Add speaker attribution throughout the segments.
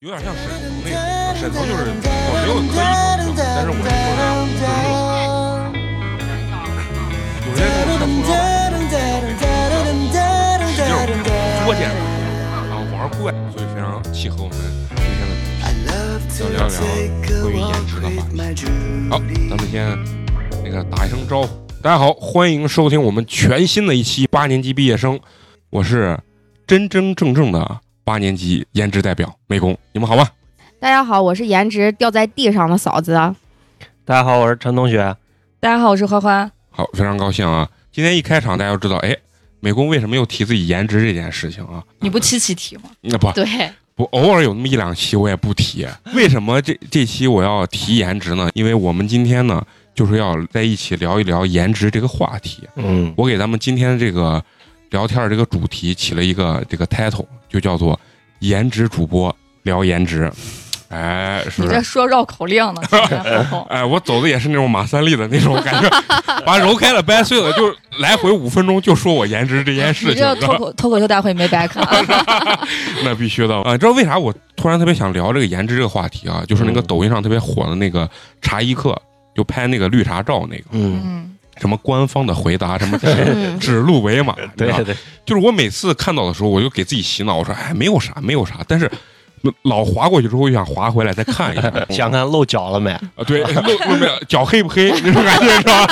Speaker 1: 有点像沈腾那个，沈腾就是我没有刻意捧场，但是我就是有些东西他从小就是捉奸，然后玩怪，所以非常契合我们今天的主题。
Speaker 2: 要聊聊关于颜值的话题。
Speaker 1: 好，咱们先那个打一声招呼。大家好，欢迎收听我们全新的一期八年级毕业生，我是真真正正的八年级颜值代表美工，你们好吗？
Speaker 3: 大家好，我是颜值掉在地上的嫂子。啊
Speaker 4: 大家好，我是陈同学。
Speaker 5: 大家好，我是花花。
Speaker 1: 好，非常高兴啊！今天一开场，大家就知道，哎，美工为什么又提自己颜值这件事情啊？
Speaker 6: 你不七七提吗？
Speaker 1: 那不
Speaker 6: 对，
Speaker 1: 不，偶尔有那么一两期我也不提。为什么这这期我要提颜值呢？因为我们今天呢，就是要在一起聊一聊颜值这个话题。
Speaker 4: 嗯，
Speaker 1: 我给咱们今天这个聊天儿这个主题起了一个这个 title，就叫做“颜值主播聊颜值”。哎，是
Speaker 6: 你
Speaker 1: 不
Speaker 6: 这
Speaker 1: 是？。
Speaker 6: 说绕口令呢，前前后后
Speaker 1: 哎，我走的也是那种马三立的那种感觉，把揉开了掰碎了，就来回五分钟就说我颜值这件事
Speaker 5: 你
Speaker 1: 情。
Speaker 5: 这脱口脱口秀大会没白
Speaker 6: 啊
Speaker 5: 看。
Speaker 1: 那必须的啊！你知道为啥我突然特别想聊这个颜值这个话题啊？就是那个
Speaker 4: 嗯
Speaker 1: 抖音上特别火的那个茶艺课，就拍那个绿茶照那个，
Speaker 4: 嗯，
Speaker 6: 嗯，
Speaker 1: 什么官方的回答，什么指
Speaker 3: 嗯，
Speaker 1: 指鹿为马，你知
Speaker 4: 对
Speaker 1: 道
Speaker 4: 对，，
Speaker 1: 就是我每次看到的时候，我就给自己洗脑，我说哎，没有啥，没有啥，但是。老划过去之后，就想划回来再看一下
Speaker 4: 想看露脚了没？
Speaker 1: 啊，对，露露面脚黑不黑 那种感觉是吧？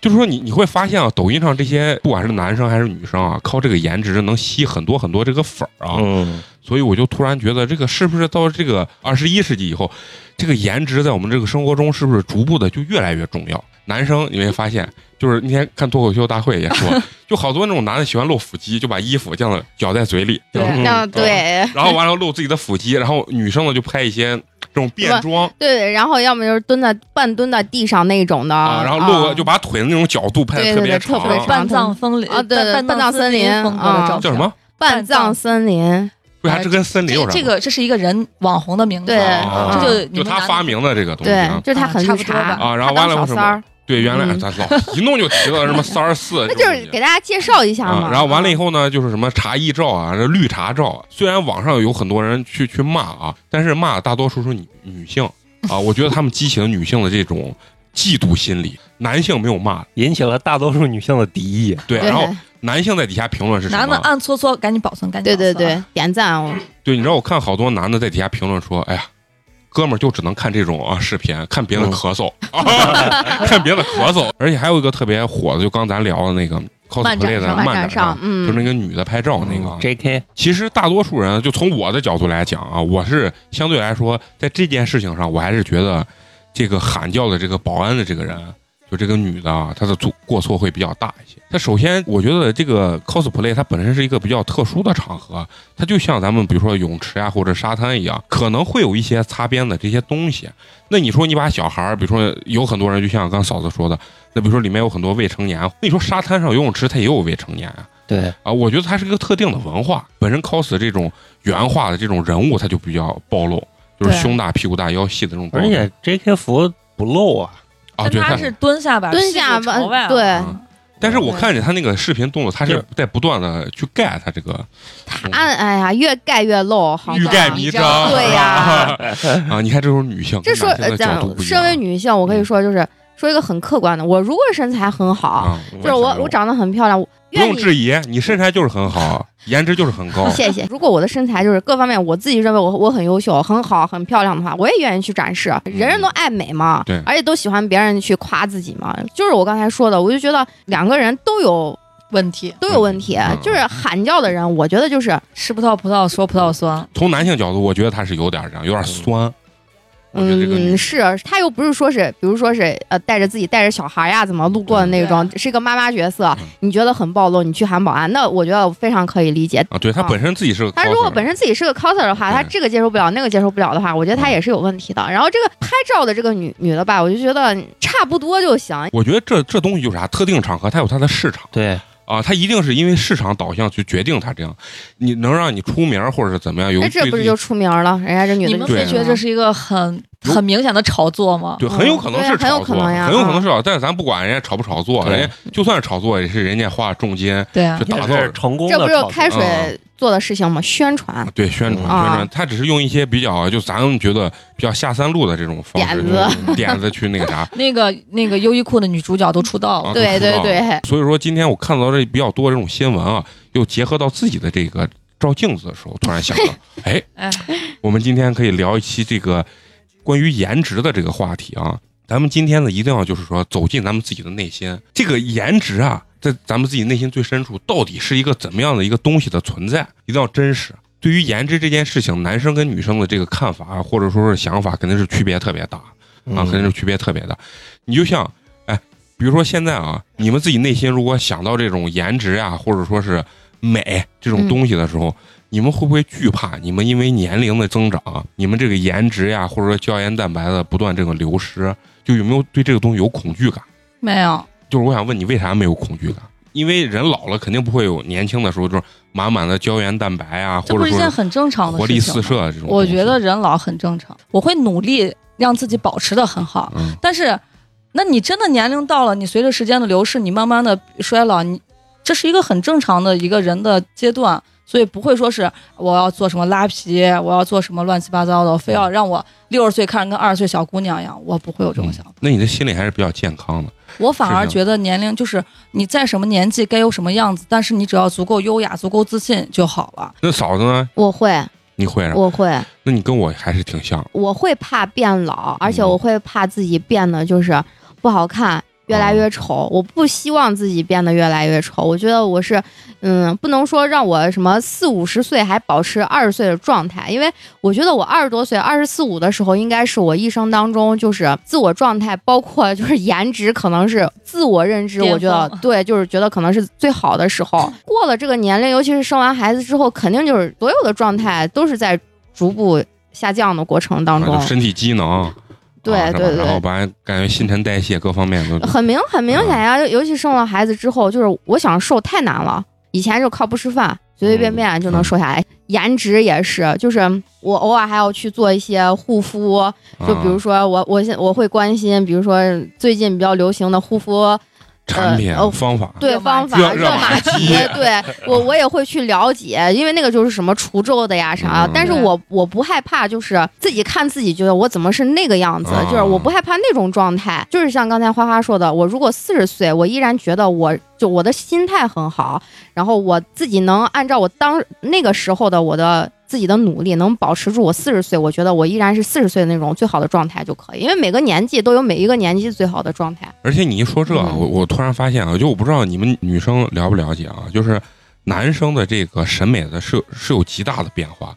Speaker 1: 就是说你你会发现啊，抖音上这些不管是男生还是女生啊，靠这个颜值能吸很多很多这个粉儿啊。
Speaker 4: 嗯，
Speaker 1: 所以我就突然觉得，这个是不是到这个二十一世纪以后，这个颜值在我们这个生活中是不是逐步的就越来越重要？男生你会发现，就是那天看脱口秀大会也说，就好多那种男的喜欢露腹肌，就把衣服这样子绞在嘴里，
Speaker 5: 对
Speaker 4: 嗯
Speaker 3: 那对
Speaker 1: 然后完了露自己的腹肌，然后女生呢就拍一些这种变装
Speaker 3: 对，然后要么就是蹲在半蹲在地上那种的，
Speaker 1: 啊，然后露个就把腿的那种角度拍的
Speaker 3: 对
Speaker 1: 特
Speaker 3: 对
Speaker 1: 别
Speaker 3: 对特
Speaker 1: 长，
Speaker 3: 别长
Speaker 5: 半藏风林
Speaker 3: 啊对对
Speaker 5: 半
Speaker 3: 半藏森林
Speaker 5: 风格的照
Speaker 3: 啊
Speaker 1: 叫什么？
Speaker 3: 半藏森林，
Speaker 1: 为啥这跟森林有啥
Speaker 6: 这
Speaker 1: 关系？
Speaker 6: 这个这是一个人网红的名字，
Speaker 3: 对
Speaker 1: 啊
Speaker 6: 这就你
Speaker 1: 就
Speaker 6: 们
Speaker 1: 他
Speaker 6: 男
Speaker 1: 发明的这个东西
Speaker 3: 对
Speaker 1: 啊，，
Speaker 3: 就是他很
Speaker 6: 啊差
Speaker 3: 绿
Speaker 6: 不多吧
Speaker 3: 茶，
Speaker 1: 啊然后
Speaker 3: 他
Speaker 1: 完
Speaker 3: 当
Speaker 1: 了
Speaker 3: 小
Speaker 1: 什
Speaker 3: 三
Speaker 1: 么
Speaker 3: 儿，
Speaker 1: 对，原来
Speaker 3: 嗯
Speaker 1: 咱老一弄就提到什么三儿四，
Speaker 3: 那就是给大家介绍一下
Speaker 1: 啊
Speaker 3: 嘛。，嗯
Speaker 1: 然后完了以后呢，就是什么茶艺照啊，这绿茶照啊。虽然网上有很多人去去骂啊，但是骂大多数是女女 性啊，我觉得他们激起了女性的这种嫉妒心理，男性没有骂，
Speaker 4: 引起了大多数女性的敌意。
Speaker 1: 对，
Speaker 3: 对
Speaker 1: 然后男性在底下评论是什
Speaker 6: 男的
Speaker 1: 么？
Speaker 6: 暗搓搓，赶紧保存，赶紧
Speaker 3: 对
Speaker 6: 保存啊
Speaker 3: 对对，点赞哦，
Speaker 1: 对，你知道我看好多男的在底下评论说，哎呀。哥们儿就只能看这种啊视频，看别人
Speaker 4: 嗯
Speaker 1: 咳嗽， 看别人咳嗽，而且还有一个特别火的，就刚咱聊的那个 cosplay 的
Speaker 3: 上漫
Speaker 1: 漫
Speaker 3: 展
Speaker 1: 展上，
Speaker 3: 嗯，
Speaker 1: 就是那个女的拍照
Speaker 4: 嗯
Speaker 1: 那个啊，
Speaker 4: J.K.
Speaker 1: 其实大多数人，就从我的角度来讲啊，我是相对来说，在这件事情上，我还是觉得这个喊叫的这个保安的这个人，就这个女的啊，她的错过错会比较大一些。她首先，我觉得这个 cosplay 它本身是一个比较特殊的场合，它就像咱们比如说泳池呀、或者沙滩一样，可能会有一些擦边的这些东西。那你说你把小孩儿，比如说有很多人，就像刚嫂子说的，那比如说里面有很多未成年，那你说沙滩上游泳池它也有未成年啊。
Speaker 4: 对，
Speaker 1: 啊，我觉得它是一个特定的文化，本身 cos 这种原画的这种人物，它就比较暴露，就是
Speaker 6: 对
Speaker 1: 胸大、屁股大、腰细的这种暴
Speaker 4: 而
Speaker 1: 露。
Speaker 4: 且 J.K. 服不露啊，
Speaker 1: 啊，对，
Speaker 6: 但
Speaker 1: 它
Speaker 6: 他是蹲下吧，
Speaker 3: 蹲下
Speaker 6: 屁股朝
Speaker 3: 吧，
Speaker 6: 外，，
Speaker 3: 对，
Speaker 1: 嗯但是我看见他那个视频动作，他是在不断的去盖他这个东西
Speaker 3: 按哎呀，越盖越露，好
Speaker 1: 欲
Speaker 3: 吧
Speaker 1: 盖弥彰，
Speaker 3: 对呀
Speaker 1: 啊，你看这种女性，
Speaker 3: 这
Speaker 1: 跟
Speaker 3: 说
Speaker 1: 男性
Speaker 3: 呃，
Speaker 1: 的角
Speaker 3: 咱
Speaker 1: 度不一
Speaker 3: 身为
Speaker 1: 样嗯
Speaker 3: 女性，我可以说就是说一个很客观的，我如果身材很好，
Speaker 1: 啊，
Speaker 3: 就是我我长得很漂亮，我
Speaker 1: 不
Speaker 3: 愿
Speaker 1: 用
Speaker 3: 意。。
Speaker 1: 质哦疑，你身材就是很好，颜值就是很高
Speaker 3: 谢谢。如果我的身材就是各方面，我自己认为我我很优秀、很好、很漂亮的话，我也愿意去展示。人人都爱美嘛，
Speaker 1: 嗯对
Speaker 3: 而且都喜欢别人去夸自己嘛。就是我刚才说的，我就觉得两个人都有
Speaker 6: 问题
Speaker 3: 都有问题
Speaker 1: 嗯，
Speaker 3: 就是喊叫的人，我觉得就是
Speaker 6: 吃葡萄葡萄说葡萄酸，
Speaker 4: 嗯
Speaker 1: 从男性角度，我觉得他是有点儿这样，有点酸。我觉得这个女
Speaker 3: 嗯，是她又不是说是，比如说是呃，带着自己带着小孩呀，怎么路过的那种，是一个妈妈角色
Speaker 1: 嗯，
Speaker 3: 你觉得很暴露，你去喊保安，那我觉得我非常可以理解。
Speaker 1: 啊，对她
Speaker 3: 啊
Speaker 1: 本身自己是个 coser，嗯
Speaker 3: 她如果本身自己是个 coser 的话，
Speaker 1: 对
Speaker 3: 她这个接受不了，那个接受不了的话，我觉得
Speaker 1: 嗯
Speaker 3: 她也是有问题的。然后这个拍照的这个女女的吧，我就觉得差不多就行。
Speaker 1: 我觉得这这东西就是啥，特定场合它有它的市场
Speaker 4: 对，
Speaker 1: 啊，它一定是因为市场导向去决定它这样，你能让你出名儿或者是怎么样，有
Speaker 3: 那哎这
Speaker 1: 对
Speaker 3: 不
Speaker 1: 自
Speaker 3: 是
Speaker 1: 己
Speaker 3: 就出名了？人家这女的
Speaker 6: 你
Speaker 3: 就
Speaker 6: 们
Speaker 3: 出
Speaker 1: 对啊
Speaker 3: 名
Speaker 6: 会觉得
Speaker 3: 了
Speaker 6: 这是一个很
Speaker 1: 有
Speaker 6: 很明显的炒作吗？
Speaker 1: 对，
Speaker 3: 嗯
Speaker 1: 很有可能
Speaker 3: 对
Speaker 1: 是
Speaker 3: 很有
Speaker 1: 炒
Speaker 3: 可
Speaker 1: 作，
Speaker 3: 能呀嗯
Speaker 1: 很有可能是炒，但是咱不管人家炒不炒作，
Speaker 4: 对
Speaker 1: 人家就算是炒作，也是人家花重金
Speaker 6: 对啊。
Speaker 1: 去，打
Speaker 4: 嗯也
Speaker 1: 造
Speaker 4: 是成功的
Speaker 3: 这不
Speaker 4: 炒
Speaker 3: 是
Speaker 4: 作
Speaker 3: 开
Speaker 1: 嗯
Speaker 3: 水做的事情吗？宣传
Speaker 1: 对宣传
Speaker 3: 啊
Speaker 1: 宣传，他只是用一些比较就咱们觉得比较下三路的这种方式
Speaker 3: 点子，
Speaker 1: 嗯点子去那个啥
Speaker 6: 那个那个优衣库的女主角都出道了，
Speaker 1: 啊
Speaker 3: 对对，对，
Speaker 1: 所以说今天我看到这比较多这种新闻啊，又结合到自己的这个照镜子的时候，突然想到，哎
Speaker 6: 哎，
Speaker 1: 我们今天可以聊一期这个关于颜值的这个话题啊。咱们今天呢，一定要就是说走进咱们自己的内心，这个颜值啊，在咱们自己内心最深处，到底是一个怎么样的一个东西的存在，一定要真实。对于颜值这件事情，男生跟女生的这个看法啊，或者说是想法，肯定是区别特别大。
Speaker 4: 嗯
Speaker 1: 啊，肯定
Speaker 6: 嗯
Speaker 1: 是区别特别大。你就像，哎，比如说现在啊，你们自己内心如果想到这种颜值啊，或者说是美这
Speaker 6: 嗯
Speaker 1: 种东西的时候，你们会不会惧怕？你们因为年龄的增长，你们这个颜值呀、或者说胶原蛋白的不断这个流失，就有没有对这个东西有恐惧感？
Speaker 6: 没有，
Speaker 1: 就是我想问你，为啥没有恐惧感？因为人老了，肯定不会有年轻的时候就是满满的胶原蛋白啊，
Speaker 6: 这
Speaker 1: 或
Speaker 6: 不
Speaker 1: 者
Speaker 6: 是一件
Speaker 1: 说
Speaker 6: 很正常的
Speaker 1: 活
Speaker 6: 事情吗。
Speaker 1: 力四射这种东西。
Speaker 6: 我觉得人老很正常，我会努力让自己保持的很好。
Speaker 1: 嗯，
Speaker 6: 但是，那你真的年龄到了，你随着时间的流逝，你慢慢的衰老，你这是一个很正常的一个人的阶段，所以不会说是我要做什么拉皮，我要做什么乱七八糟的，非要让我六十岁看着跟二十岁小姑娘一样，我不会有这种想法。
Speaker 1: 那你的心理还是比较健康的。
Speaker 6: 我反而
Speaker 1: 嗯是的
Speaker 6: 觉得年龄就是你在什么年纪该有什么样子，但是你只要足够优雅、足够自信就好了。
Speaker 1: 那嫂子呢？
Speaker 3: 我会，
Speaker 1: 你会啥？
Speaker 3: 我会，
Speaker 1: 那你跟我还是挺像的。
Speaker 3: 我会怕变老，而且
Speaker 1: 嗯
Speaker 3: 我会怕自己变得就是不好看。越来越丑，我不希望自己变得越来越丑。我觉得我是，嗯，不能说让我什么四五十岁还保持二十岁的状态，因为我觉得我二十多岁、二十四五的时候，应该是我一生当中就是自我状态，包括就是颜值，可能是自我认知，
Speaker 6: 巅峰
Speaker 3: 我觉得对，就是觉得可能是最好的时候。过了这个年龄，尤其是生完孩子之后，肯定就是所有的状态都是在逐步下降的过程当
Speaker 1: 啊
Speaker 3: 中
Speaker 1: 就，身体机能，
Speaker 3: 对
Speaker 1: 啊是吧
Speaker 3: 对对
Speaker 1: 然后把感觉新陈代谢各方面都啊
Speaker 3: 很明很明
Speaker 1: 嗯
Speaker 3: 显呀、尤其生了孩子之后，就是我想瘦太难了，以前就靠不吃饭。随随便
Speaker 1: 嗯
Speaker 3: 便就能瘦下来，颜值也是，就是我偶尔还要去做一些护肤， 就比如
Speaker 1: 啊
Speaker 3: 说我我现我会关心，比如说最近比较流行的护肤
Speaker 1: 产品
Speaker 3: 呃哦
Speaker 1: 方法，
Speaker 3: 对
Speaker 6: 热
Speaker 3: 方法、
Speaker 6: 玛
Speaker 1: 吉啊热
Speaker 3: 热
Speaker 1: 玛
Speaker 3: 玛
Speaker 1: 吉
Speaker 3: 吉， 对我我也会去了解，因为那个就是什么除皱的呀啥
Speaker 1: 嗯，
Speaker 3: 但是
Speaker 6: 对
Speaker 3: 我我不害怕，就是自己看自己觉得我怎么是那个样子，
Speaker 1: 啊
Speaker 3: 就是我不害怕那种状态，就是像刚才花花说的，我如果四十岁，我依然觉得我就我的心态很好，然后我自己能按照我当那个时候的我的。自己的努力能保持住我四十岁，我觉得我依然是四十岁那种最好的状态就可以，因为每个年纪都有每一个年纪最好的状态。
Speaker 1: 而且你一说这啊，
Speaker 3: 嗯
Speaker 1: 我我突然发现啊，就我不知道你们女生了不了解啊，就是男生的这个审美的是是有极大的变化，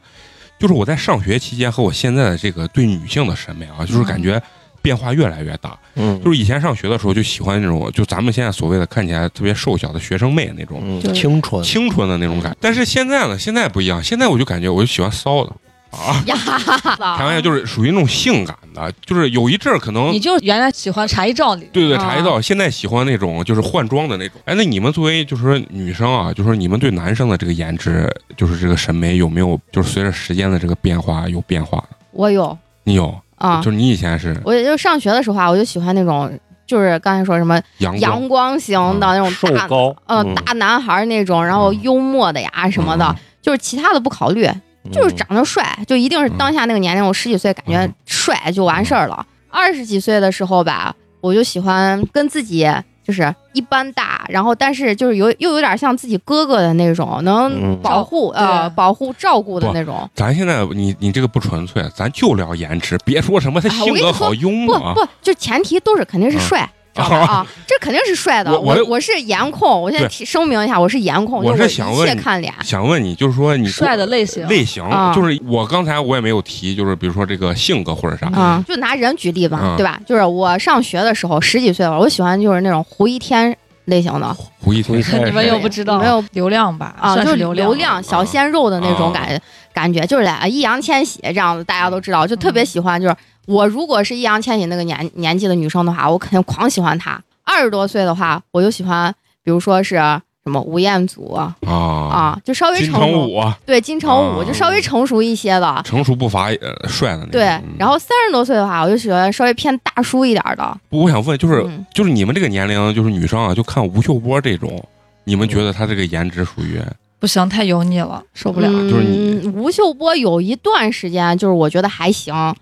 Speaker 1: 就是我在上学期间和我现在的这个对女性的审美啊，
Speaker 3: 嗯
Speaker 1: 就是感觉变化越来越大。
Speaker 4: 嗯，
Speaker 1: 就是以前上学的时候就喜欢那种，就咱们现在所谓的看起来特别瘦小的学生妹那种，
Speaker 4: 嗯
Speaker 6: 就是
Speaker 4: 青春，
Speaker 1: 清纯的那种感觉。但是现在呢，现在不一样，现在我就感觉我就喜欢骚的啊，
Speaker 3: 呀，
Speaker 1: 开玩笑，就是属于那种性感的，就是有一阵儿可能
Speaker 6: 你就原来喜欢茶叶照里，
Speaker 1: 对对
Speaker 3: 啊
Speaker 1: 查一道，现在喜欢那种就是换装的那种。哎，那你们作为就是说女生啊，就是说你们对男生的这个颜值，就是这个审美有没有就是随着时间的这个变化有变化？
Speaker 3: 我有
Speaker 1: 你有，
Speaker 3: 啊
Speaker 1: 就，是你以前是
Speaker 3: 我也就上学的时候啊，我就喜欢那种，就是刚才说什么
Speaker 1: 阳光
Speaker 3: 阳光型的那种
Speaker 4: 瘦
Speaker 3: 大，
Speaker 4: 高，嗯
Speaker 3: 呃，大男孩那种，然后幽默的呀什么的，就是其他的不考虑，
Speaker 4: 嗯，
Speaker 3: 就是长得帅，就一定是当下那个年龄，我十几岁感觉
Speaker 1: 嗯
Speaker 3: 帅就完事儿了。二十几岁的时候吧，我就喜欢跟自己就是一般大，然后但是就是有又有点像自己哥哥的那种，能
Speaker 4: 嗯
Speaker 3: 保护
Speaker 6: 照
Speaker 3: 呃
Speaker 6: 对
Speaker 3: 保护照顾的
Speaker 1: 不
Speaker 3: 那种。
Speaker 1: 咱现在你你这个不纯粹，咱就聊颜值，别说什么他
Speaker 3: 啊我
Speaker 1: 性
Speaker 3: 跟
Speaker 1: 格
Speaker 3: 你
Speaker 1: 好、
Speaker 3: 说
Speaker 1: 幽默
Speaker 3: 不
Speaker 1: 啊。
Speaker 3: 不，就前提都是肯定是
Speaker 1: 嗯
Speaker 3: 帅，道 吧？啊，这肯定是帅的。
Speaker 1: 我我
Speaker 3: 我是颜控，我现在
Speaker 1: 对
Speaker 3: 提声明一下，我是颜控，
Speaker 1: 我
Speaker 3: 就是
Speaker 1: 想
Speaker 3: 一切
Speaker 1: 问你
Speaker 3: 看脸。
Speaker 1: 想问你，就是说你
Speaker 6: 帅的类型，
Speaker 1: 类型
Speaker 3: 啊，
Speaker 1: 就是我刚才我也没有提，就是比如说这个性格或者啥，
Speaker 3: 啊，就拿人举例吧，
Speaker 1: 嗯
Speaker 3: 对吧？就是我上学的时候，十几岁吧，我喜欢就是那种胡一天类型的
Speaker 1: 胡一天
Speaker 4: 你
Speaker 5: 你们又不知道，
Speaker 3: 没有
Speaker 5: 流量吧？
Speaker 3: 啊，
Speaker 5: 算
Speaker 3: 就是是
Speaker 5: 流
Speaker 3: 流
Speaker 5: 量
Speaker 1: 嗯
Speaker 3: 量小鲜肉的那种
Speaker 1: 啊
Speaker 3: 感、感觉，就是来易烊千玺这样子，大家都知道，就特
Speaker 5: 嗯
Speaker 3: 别喜欢。就是我如果是易烊千玺那个年年纪的女生的话，我肯定狂喜欢他。二十多岁的话，我就喜欢，比如说是什么吴彦祖啊
Speaker 1: 啊，
Speaker 3: 就稍微
Speaker 1: 金
Speaker 3: 成
Speaker 1: 城
Speaker 3: 熟，
Speaker 1: 武
Speaker 3: 对金城武、
Speaker 1: 啊
Speaker 3: 就稍微成熟一些的。
Speaker 1: 成熟不乏呃帅的那种。
Speaker 3: 对
Speaker 1: 嗯，
Speaker 3: 然后三十多岁的话，我就喜欢稍微偏大叔一点儿的。
Speaker 1: 不我想问，就是
Speaker 3: 嗯，
Speaker 1: 就是你们这个年龄，就是女生啊，就看吴秀波这种，你们
Speaker 4: 嗯
Speaker 1: 觉得她这个颜值属于
Speaker 5: 不行，太油腻了，受不了。
Speaker 3: 嗯，
Speaker 1: 就是你
Speaker 3: 吴秀波有一段时间，就是我觉得还行，
Speaker 1: 啊？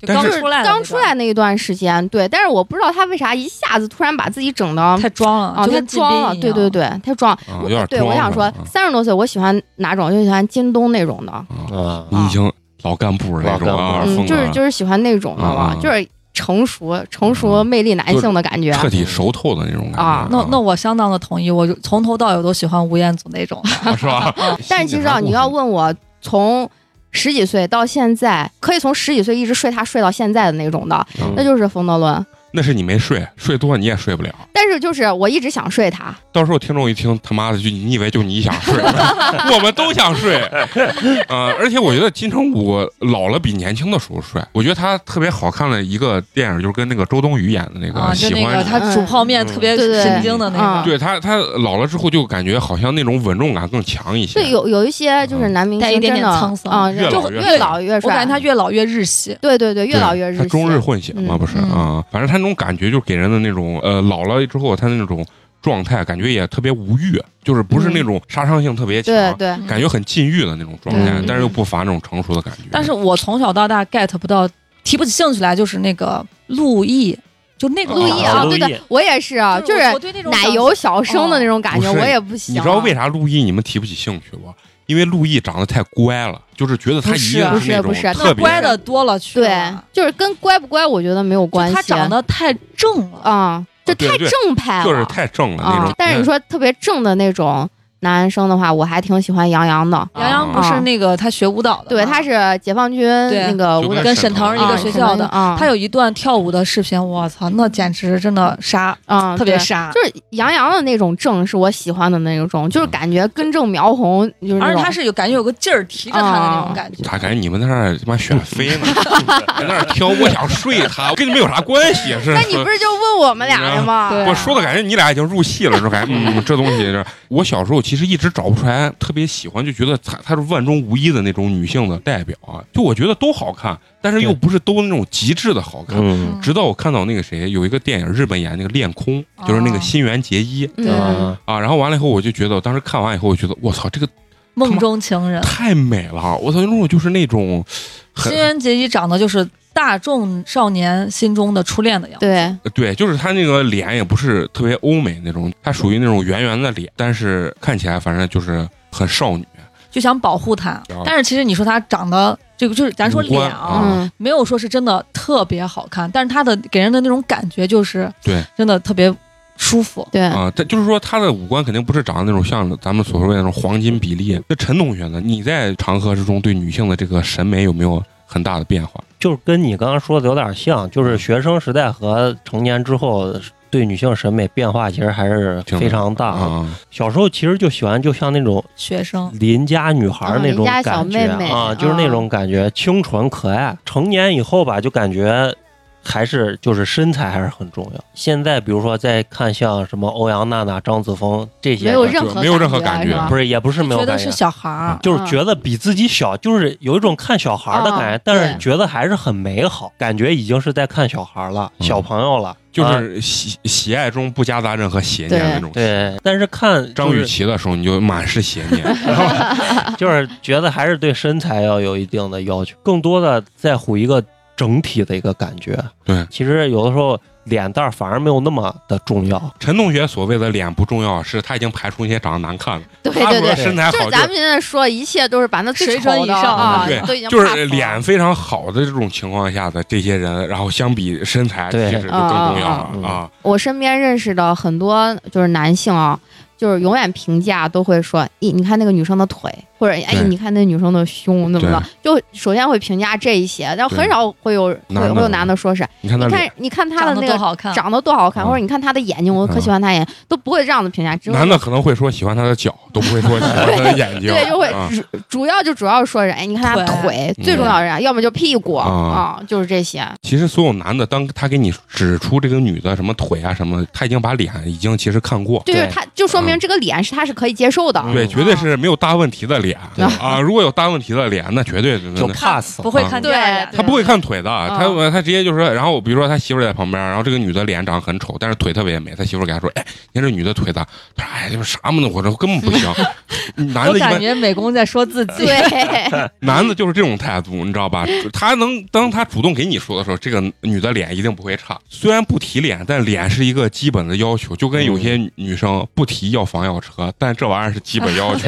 Speaker 6: 就
Speaker 1: 但
Speaker 6: 刚
Speaker 1: 是
Speaker 6: 出来的那
Speaker 3: 刚
Speaker 6: 种
Speaker 3: 出来那一段时间，对，但是我不知道他为啥一下子突然把自己整的
Speaker 5: 太装了，
Speaker 3: 啊，他
Speaker 5: 就跟
Speaker 3: 装了，
Speaker 5: 金
Speaker 3: 对
Speaker 5: 彬一
Speaker 3: 对
Speaker 5: 样，
Speaker 3: 对，他装。
Speaker 1: 啊
Speaker 3: 我
Speaker 1: 有点
Speaker 3: 对，我
Speaker 1: 装
Speaker 3: 想说
Speaker 1: 是，吧
Speaker 3: 三十多岁我喜欢哪种，就嗯喜欢京东那种的，
Speaker 1: 啊
Speaker 4: 啊，
Speaker 1: 你已经老干部了那种
Speaker 4: 老
Speaker 1: 啊，
Speaker 4: 干部
Speaker 3: 嗯，
Speaker 1: 风
Speaker 3: 就
Speaker 1: 格
Speaker 3: 是
Speaker 1: 了
Speaker 3: 就是喜欢那种的嘛
Speaker 1: 啊，嗯
Speaker 3: 就是成熟成熟魅力男性的感觉。
Speaker 1: 彻底熟透的那种感觉
Speaker 3: 啊
Speaker 5: 那那我相当的同意，我就从头到尾都喜欢吴彦祖那种。
Speaker 1: 那是吧？
Speaker 3: 但是其实啊，你要问我从十几岁到现在，可以从十几岁一直睡他睡到现在的那种的，
Speaker 1: 嗯
Speaker 3: 那就是冯德伦。
Speaker 1: 那是你没睡，睡多你也睡不了。
Speaker 3: 但是就是我一直想睡他，
Speaker 1: 到时候听众一听，他妈的就你以为就你想 睡，我们都想睡，呃，而且我觉得金城武老了比年轻的时候帅。我觉得他特别好看的一个电影就是跟那个周冬雨演的那个《
Speaker 5: 啊，就
Speaker 1: 喜
Speaker 5: 那
Speaker 1: 欢
Speaker 5: 个
Speaker 1: 你》，
Speaker 5: 他煮泡面
Speaker 4: 嗯
Speaker 5: 特别
Speaker 3: 对对
Speaker 5: 神经的那
Speaker 3: 嗯
Speaker 5: 个，
Speaker 1: 对他他老了之后就感觉好像那种稳重感更强一些。
Speaker 3: 对，有有一些就是男明
Speaker 5: 带一
Speaker 3: 星
Speaker 5: 点
Speaker 3: 真
Speaker 5: 点
Speaker 3: 的
Speaker 5: 沧桑
Speaker 3: 啊，
Speaker 1: 啊嗯越
Speaker 3: 就
Speaker 1: 老越
Speaker 3: 越
Speaker 1: 帅
Speaker 3: 老越
Speaker 5: 我
Speaker 3: 帅。
Speaker 5: 感觉他越老越日系。
Speaker 3: 对对对，越
Speaker 1: 对
Speaker 3: 老越日
Speaker 1: 他
Speaker 3: 系。
Speaker 1: 中日混血嘛，
Speaker 3: 嗯
Speaker 1: 不是
Speaker 5: 嗯
Speaker 1: 啊？反正他那种感觉就给人的那种呃，老了之后他那种状态，感觉也特别无欲，就是不是那种杀伤性特别强，
Speaker 3: 嗯对对，
Speaker 5: 嗯
Speaker 1: 感觉很禁欲的那种状态
Speaker 3: 嗯，
Speaker 1: 但是又不乏那种成熟的感觉。
Speaker 5: 但是我从小到大 get 不到，提不起兴趣来，就是那个陆毅，就那种
Speaker 3: 陆毅啊，
Speaker 1: 嗯
Speaker 4: 陆
Speaker 3: 对
Speaker 4: 毅
Speaker 3: 对，我也是啊，就是
Speaker 5: 我我对那种
Speaker 3: 奶
Speaker 5: 长
Speaker 3: 油小生的那种感觉，
Speaker 1: 哦不是
Speaker 3: 我也不行。啊
Speaker 1: 你知道为啥陆毅你们提不起兴趣不？因为陆毅长得太乖了，就是觉得他一定
Speaker 3: 不是
Speaker 1: 那
Speaker 3: 不
Speaker 1: 种
Speaker 3: 是啊那
Speaker 1: 特别
Speaker 5: 乖的多了去
Speaker 3: 对
Speaker 5: 了，，
Speaker 3: 就是跟乖不乖，我觉得没有关
Speaker 5: 就
Speaker 3: 系。
Speaker 5: 他长得太正了，
Speaker 3: 啊，就
Speaker 1: 哦对
Speaker 3: 太
Speaker 1: 对
Speaker 3: 正派了，
Speaker 1: 就是太正了那
Speaker 3: 啊
Speaker 1: 种。。嗯
Speaker 3: 但是你说特别正的那种男生的话，我还挺喜欢杨洋的。
Speaker 1: 啊
Speaker 5: 杨洋不是那个他学舞蹈的吗，
Speaker 3: 对，他是解放军
Speaker 5: 啊对
Speaker 3: 那个
Speaker 1: 就
Speaker 3: 舞蹈
Speaker 5: 跟
Speaker 1: 沈
Speaker 5: 沈腾
Speaker 1: 腾
Speaker 5: 一个
Speaker 1: 啊
Speaker 5: 学校的，
Speaker 3: 啊，
Speaker 5: 他有一段跳舞的视频，我操，那简直真的杀，
Speaker 3: 啊，
Speaker 5: 特别
Speaker 3: 对
Speaker 5: 杀。
Speaker 3: 就是杨洋的那种正是我喜欢的那种，
Speaker 1: 嗯
Speaker 3: 就是感觉根正苗红，就是那
Speaker 5: 而且
Speaker 3: 种
Speaker 5: 他是有感觉有个劲儿提着他的那种感觉，
Speaker 1: 咋感觉你们在那儿他妈选妃 呢，在那儿挑我想睡他，跟你们有啥关系？啊是？
Speaker 3: 那你不是就问我们俩
Speaker 1: 嗯
Speaker 3: 了吗？
Speaker 5: 对啊
Speaker 1: 我说的感觉你俩已经入戏了，这感觉嗯，这东西是。我小时候其实一直找不出来特别喜欢，就觉得她她是万中无一的那种女性的代表啊。就我觉得都好看，但是又
Speaker 4: 对
Speaker 1: 不是都那种极致的好看。
Speaker 4: 嗯，
Speaker 1: 直到我看到那个谁有一个电影，日本演那个《恋空》，就是那个新垣结衣
Speaker 3: 嗯，
Speaker 1: 啊。然后完了以后，我就觉得，我当时看完以后，我觉得我操，这个
Speaker 5: 梦中情人。
Speaker 1: 太美了！我操，那种就是那种很
Speaker 5: 新垣结衣长得就是大众少年心中的初恋的样子，
Speaker 3: 对，
Speaker 1: 对，就是她那个脸也不是特别欧美那种，她属于那种圆圆的脸，但是看起来反正就是很少女。
Speaker 5: 就想保护他
Speaker 1: 啊。
Speaker 5: 但是其实你说他长得这个就是咱说
Speaker 1: 五官
Speaker 5: 脸
Speaker 1: 啊
Speaker 3: 嗯，
Speaker 5: 没有说是真的特别好看，但是他的给人的那种感觉就是
Speaker 1: 对，
Speaker 5: 真的特别舒服。
Speaker 3: 对，
Speaker 1: 啊，但就是说他的五官肯定不是长得那种像咱们所谓的那种黄金比例。那陈同学呢？你在长河之中对女性的这个审美有没有很大的变化？
Speaker 4: 就是跟你刚刚说的有点像，就是学生时代和成年之后对女性审美变化其实还是非常大的。
Speaker 1: 啊，
Speaker 4: 小时候其实就喜欢，就像那种
Speaker 5: 学生
Speaker 4: 邻家女孩儿那种感觉
Speaker 3: 啊邻家小妹妹
Speaker 4: 啊，就是那种感觉清纯可爱。成年以后吧，就感觉还是就是身材还是很重要。现在比如说再看像什么欧阳娜娜、张子枫这些
Speaker 3: 没
Speaker 4: 人，
Speaker 3: 有任
Speaker 1: 啊
Speaker 3: 何啊
Speaker 1: 没有任何感觉
Speaker 3: 是吧
Speaker 4: 不是也不是没有
Speaker 5: 觉得
Speaker 4: 感
Speaker 5: 是
Speaker 4: 觉。
Speaker 5: 小孩儿，
Speaker 4: 就是觉得比自己小，就是有一种看小孩儿的感觉，
Speaker 3: 嗯
Speaker 4: 但是
Speaker 3: 对
Speaker 4: 觉得还是很美好，感觉已经是在看小孩儿了，
Speaker 1: 嗯
Speaker 4: 小朋友了，
Speaker 1: 就
Speaker 4: 啊
Speaker 1: 是喜喜爱中不夹杂任何邪念
Speaker 3: 对
Speaker 1: 那种。
Speaker 4: 对。但是看
Speaker 1: 张
Speaker 4: 就是
Speaker 1: 雨 绮的时候，你就满是邪念。
Speaker 4: 就是觉得还是对身材要有一定的要求，更多的在乎一个整体的一个感觉。
Speaker 1: 对
Speaker 4: 其实有的时候脸蛋儿反而没有那么的重要。
Speaker 1: 陈同学所谓的脸不重要，是他已经排除那些长得难看的，
Speaker 3: 对
Speaker 1: 他
Speaker 3: 对
Speaker 1: 除了
Speaker 3: 对，
Speaker 1: 身材
Speaker 3: 就是
Speaker 1: 好，
Speaker 3: 咱们现在说，一切都是把那最
Speaker 5: 水
Speaker 3: 丑
Speaker 5: 准以
Speaker 3: 的
Speaker 5: 上
Speaker 3: 啊，
Speaker 1: 对
Speaker 3: 都已经
Speaker 1: 就
Speaker 3: 怕死
Speaker 1: 是
Speaker 3: 了
Speaker 1: 脸非常好的这种情况下的这些人，然后相比身材，其
Speaker 4: 对
Speaker 1: 实就更重要
Speaker 3: 啊
Speaker 4: 啊
Speaker 1: 了
Speaker 4: 啊
Speaker 1: 啊。
Speaker 3: 我身边认识的很多就是男性啊，就是永远评价都会说，咦，你看那个女生的腿，或者哎
Speaker 1: 对，
Speaker 3: 你看那女生的胸，怎么了？就首先会评价这一些，但很少会有
Speaker 1: 男
Speaker 3: 会
Speaker 1: 的
Speaker 3: 会有男的说是，
Speaker 1: 你看他
Speaker 3: 你
Speaker 1: 脸，
Speaker 3: 看你看她的
Speaker 5: 长得
Speaker 3: 那
Speaker 5: 多
Speaker 3: 个
Speaker 5: 好看，
Speaker 3: 长得多好看，
Speaker 1: 嗯
Speaker 3: 或者你看她的眼睛，我可
Speaker 1: 嗯
Speaker 3: 喜欢她眼睛，都不会这样的评价，只有
Speaker 1: 男的可能会说喜欢他的脚，都不会说喜欢他的眼睛，
Speaker 3: 对就会
Speaker 1: 啊
Speaker 3: 主主要就主要说是，哎，你看她腿
Speaker 1: 嗯
Speaker 3: 最重要是啥，要么就屁股
Speaker 1: 啊
Speaker 3: 啊，就是这些，
Speaker 1: 其实所有男的，当他给你指出这个女的什么腿啊什么的，他已经把脸已经其实看过，
Speaker 3: 就是
Speaker 4: 对
Speaker 3: 她就说明
Speaker 1: 嗯
Speaker 3: 这个脸是她是可以接受的，
Speaker 1: 对，
Speaker 4: 嗯
Speaker 1: 绝对是没有大问题的脸
Speaker 3: 对
Speaker 1: 啊。如果有大问题的脸，那绝对
Speaker 4: 就 pass
Speaker 5: 不会
Speaker 1: 啊
Speaker 5: 看
Speaker 3: 对
Speaker 5: 第二眼
Speaker 1: 他不会看腿的，啊他
Speaker 3: 嗯
Speaker 1: 他直接就说，然后我比如说他媳妇儿在旁边，然后这个女的脸长得很丑，但是腿特别美，他媳妇儿给他说，哎，你看这女的腿大，他说哎，这不啥嘛呢，我这根本 不行。男
Speaker 5: 我
Speaker 1: 的一
Speaker 5: 感
Speaker 1: 般，
Speaker 5: 觉美工在说自 己，
Speaker 3: 对。
Speaker 1: 男的就是这种态度，你知道吧？他能当他主动给你说的时候，这个女的脸一定不会差。虽然不提脸，但脸是一个基本的要求，就跟有
Speaker 5: 嗯
Speaker 1: 些女生不提要房要车，但这玩意儿是基本要求。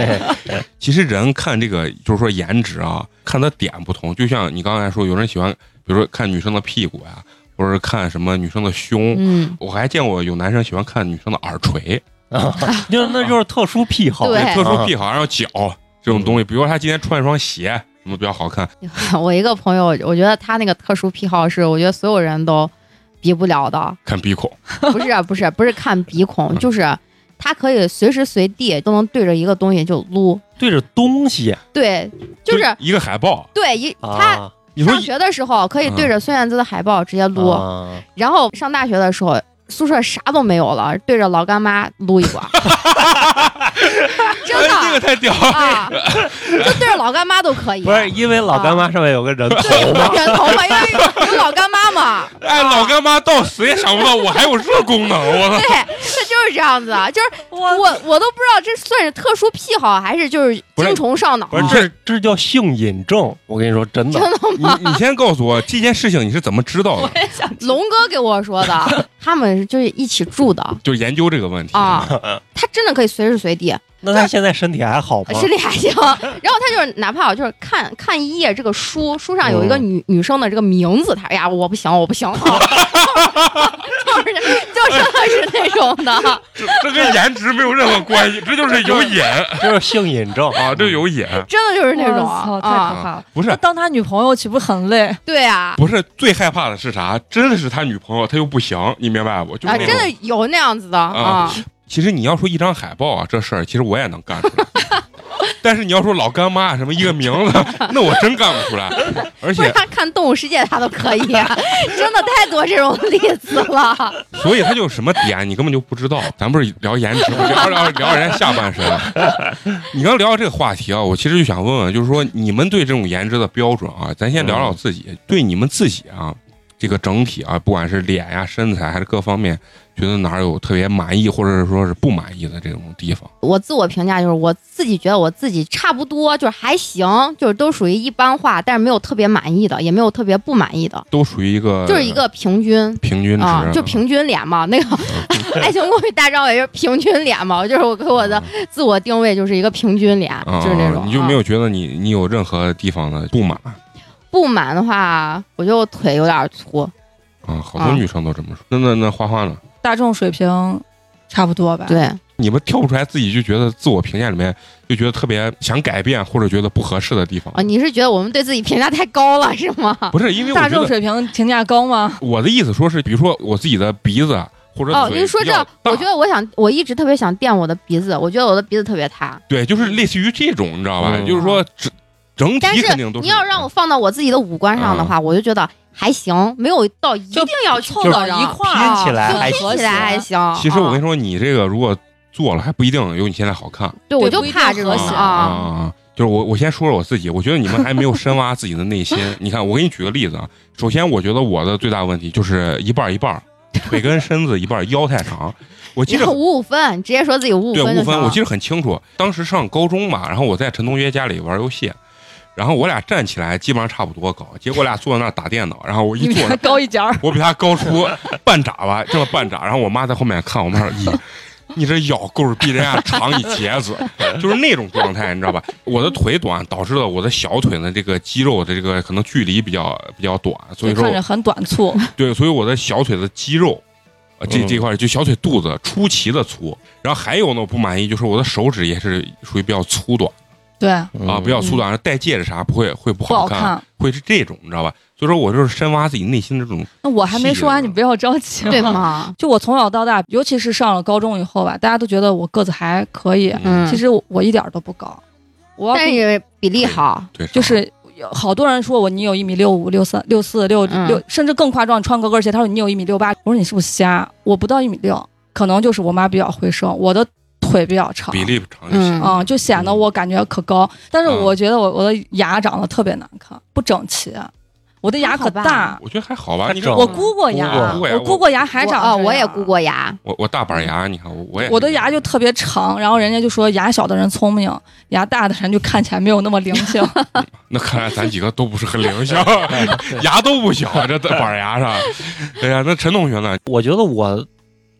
Speaker 4: 对，
Speaker 1: 其实人看这个，就是说颜值啊，看他点不同。就像你刚才说，有人喜欢，比如说看女生的屁股呀、或者是看什么女生的胸。
Speaker 3: 嗯，
Speaker 1: 我还见过有男生喜欢看女生的耳垂，
Speaker 4: 就那就是特殊癖好。
Speaker 3: 对
Speaker 1: 特殊癖好，然后脚这种东西。比如说他今天穿一双鞋，什么比较好看？
Speaker 3: 我一个朋友，我觉得他那个特殊癖好是，我觉得所有人都比不了的，
Speaker 1: 看鼻孔，
Speaker 3: 不是啊不是不是看鼻孔，就是他可以随时随地都能对着一个东西就撸，
Speaker 4: 对着东西
Speaker 3: 对，就是
Speaker 1: 一个海报。
Speaker 3: 对一他
Speaker 4: 啊，
Speaker 1: 你说
Speaker 3: 上学的时候可以对着孙燕姿的海报直接撸，
Speaker 4: 啊
Speaker 3: 然后上大学的时候。宿舍啥都没有了，对着老干妈撸一管，真
Speaker 1: 哎这个
Speaker 3: 的
Speaker 1: 太屌了！
Speaker 3: 啊，就对着老干妈都可以，
Speaker 4: 不是因为老干妈上面有个人头
Speaker 3: 对，
Speaker 4: 吗？
Speaker 3: 人头嘛，因为有老干妈嘛，
Speaker 1: 哎，老干妈到死也想不到我还有这功能，我操！
Speaker 3: 对，他就是这样子，啊，就是
Speaker 5: 我
Speaker 3: 我我都不知道这算是特殊癖好啊还是就是
Speaker 1: 不是
Speaker 3: 精虫上脑啊
Speaker 4: 不。是，这这叫性瘾症。我跟你说，真的
Speaker 3: 嗯真，的，
Speaker 1: 你你先告诉我这件事情你是怎么知道的？
Speaker 5: 也想
Speaker 3: 龙哥给我说的，他们是就是一起住的
Speaker 1: 就研究这个问题
Speaker 3: 啊，
Speaker 1: 嗯
Speaker 3: 他真的可以随时随地，
Speaker 1: 哦
Speaker 4: 那他现在身体还好吗？
Speaker 3: 身体还行。然后他就是哪怕就是看看一页这个书，书上有
Speaker 1: 哦
Speaker 3: 一个女女生的这个名字，他哎呀我不行我不行， 就是 就是是那种的，
Speaker 1: 这这跟颜值没有任何关系，这就是有瘾
Speaker 4: 这是性瘾症
Speaker 1: 啊，这有瘾。
Speaker 3: 真的就是那种
Speaker 5: 我操太
Speaker 3: 啊，
Speaker 5: 可怕了。
Speaker 1: 不是
Speaker 5: 那当他女朋友岂不很累？
Speaker 3: 对啊，
Speaker 1: 不是最害怕的是啥？真的是他女朋友，他又不行，你明白不？就是
Speaker 3: 啊，
Speaker 1: 那
Speaker 3: 真
Speaker 1: 种
Speaker 3: 的有那样子的
Speaker 1: 啊
Speaker 3: 啊，
Speaker 1: 其实你要说一张海报啊，这事儿其实我也能干出来。 但是你要说老干妈啊什么一个名字， 那我真干不出来。而
Speaker 3: 不是
Speaker 1: 且，
Speaker 3: 他看《动物世界》他都可以，啊 真的太多这种例子了。
Speaker 1: 所以他就什么点你根本就不知道。咱不是聊颜值， 聊聊聊人家下半身。你刚聊到这个话题啊，我其实就想问问，就是说你们对这种颜值的标准啊，咱先聊聊自己，对你们自己啊，这个整体啊，不管是脸呀、身材还是各方面，觉得哪儿有特别满意，或者是说是不满意的这种地方。
Speaker 3: 我自我评价就是我自己觉得我自己差不多，就是还行，就是都属于一般化，但是没有特别满意的，也没有特别不满意的，
Speaker 1: 都属于一个，
Speaker 3: 就是一个平均。
Speaker 1: 平均值，
Speaker 3: 啊，就平均脸嘛，那个
Speaker 1: 嗯
Speaker 3: 《 爱情公寓》大张伟就是平均脸嘛，就是我给我的自我定位就是一个平均脸，
Speaker 1: 啊，
Speaker 3: 就是那种。
Speaker 1: 你就没有觉得你你有任何地方的不满
Speaker 3: 啊不满的话，我觉得我腿有点粗，
Speaker 1: 啊？好多女生都这么说。那那那花花呢？
Speaker 5: 大众水平差不多吧？，
Speaker 3: 对，
Speaker 1: 你们跳不出来，自己就觉得自我评价里面就觉得特别想改变或者觉得不合适的地方
Speaker 3: 哦，，你是觉得我们对自己评价太高了是吗？
Speaker 1: 不是因为
Speaker 5: 大
Speaker 1: 我觉
Speaker 5: 众
Speaker 1: 得
Speaker 5: 水平评价高吗？
Speaker 1: 我的意思说是，比如说我自己的鼻子或者
Speaker 3: 哦，
Speaker 1: 嘴
Speaker 3: 你说这
Speaker 1: 比较
Speaker 3: 样，
Speaker 1: 大
Speaker 3: 我觉得我想，我一直特别想垫我的鼻子，我觉得我的鼻子特别塌。
Speaker 1: 对，就是类似于这种，你知道吧？
Speaker 4: 嗯
Speaker 1: 就是说整整
Speaker 3: 但
Speaker 1: 体
Speaker 3: 是
Speaker 1: 肯定都啊
Speaker 3: 你要让我放到我自己的五官上的话，我就觉得还行，没有到一定要去
Speaker 5: 凑
Speaker 3: 到
Speaker 5: 到一块儿啊
Speaker 4: 拼起来
Speaker 5: 就
Speaker 4: 还
Speaker 5: 和
Speaker 3: 起
Speaker 5: 谐
Speaker 3: 来还行。
Speaker 1: 嗯其实我跟
Speaker 3: 啊
Speaker 1: 你说，你这个如果做了还不一定有你现在好看。
Speaker 3: 对，我就
Speaker 5: 不一定
Speaker 3: 怕这种
Speaker 5: 和谐
Speaker 1: 啊
Speaker 3: 啊，
Speaker 1: 啊！就是我，我先说说我自己，我觉得你们还没有深挖自己的内心。你看，我给你举个例子啊。首先，我觉得我的最大问题就是一半儿一半儿，腿跟身子一半儿，腰太长。我记
Speaker 3: 你
Speaker 1: 得
Speaker 3: 五五分，你直接说自己五五
Speaker 1: 对
Speaker 3: 分
Speaker 1: 五
Speaker 3: 就
Speaker 1: 分，
Speaker 3: 行
Speaker 1: 我
Speaker 3: 了
Speaker 1: 记。得很清楚。当时上高中嘛，然后我在陈同学家里玩游戏，然后我俩站起来基本上差不多高，结果我俩坐在那儿打电脑，然后我一
Speaker 5: 你比
Speaker 1: 坐
Speaker 5: 他
Speaker 1: 那，
Speaker 5: 高一截儿，
Speaker 1: 我比他高出半拃吧，这么半拃。然后我妈在后面看，我妈说：“咦，你这腰够是比人家长一截子，就是那种状态，你知道吧？我的腿短导致了我的小腿的这个肌肉的这个可能距离比较比较短，所以说
Speaker 5: 看着很短促，
Speaker 1: 对，所以我的小腿的肌肉，呃、这
Speaker 4: 嗯
Speaker 1: 这块儿就小腿肚子出奇的粗。然后还有呢，我不满意就是我的手指也是属于比较粗短
Speaker 5: 对，
Speaker 4: 嗯
Speaker 1: 啊，比较粗短，戴戒指啥不会会不
Speaker 5: 不好
Speaker 1: 好看，
Speaker 5: 看。
Speaker 1: 会是这种，你知道吧？所以说我就是深挖自己内心的这种，
Speaker 5: 那我还没说完，你不要着急。啊
Speaker 3: 对？吗？
Speaker 5: 就我从小到大，尤其是上了高中以后吧，大家都觉得我个子还可以，
Speaker 3: 嗯，
Speaker 5: 其实我我一点儿都不高。我要
Speaker 3: 但
Speaker 5: 跟你
Speaker 3: 是比例好，
Speaker 1: 对，
Speaker 5: 就是有好多人说我你有一米六五、六三、六四、六
Speaker 3: 嗯
Speaker 5: 六，甚至更夸张，穿高跟鞋，他说你有一米六八，我说你是不是瞎？我不到一米六，可能就是我妈比较会生，我的腿比较长，
Speaker 1: 比例长就行。
Speaker 3: 嗯
Speaker 5: 啊、就显得我感觉可高，但是
Speaker 1: 嗯
Speaker 5: 我觉得我我的牙长得特别难看，不整齐，我的牙
Speaker 3: 还
Speaker 5: 可
Speaker 3: 啊好
Speaker 5: 大
Speaker 3: 吧，
Speaker 1: 我觉得还好吧，
Speaker 4: 还
Speaker 1: 你
Speaker 4: 正
Speaker 1: 看
Speaker 5: 我估过
Speaker 4: 我
Speaker 5: 牙，
Speaker 1: 嗯估过啊呀
Speaker 5: 我估过牙还
Speaker 3: 我
Speaker 5: 长
Speaker 3: 哦，
Speaker 5: 这
Speaker 3: 我也
Speaker 5: 样啊
Speaker 3: 箍。过牙，
Speaker 1: 我我大板牙，你看我我也
Speaker 5: 我的牙就特别长，然后人家就说牙小的人聪明，牙大的人就看起来没有那么灵 性。
Speaker 1: 那看来咱几个都不是很灵性，
Speaker 4: 哎
Speaker 1: 牙都不小，啊这板牙上。哎呀，那陈同学呢？
Speaker 4: 我觉得我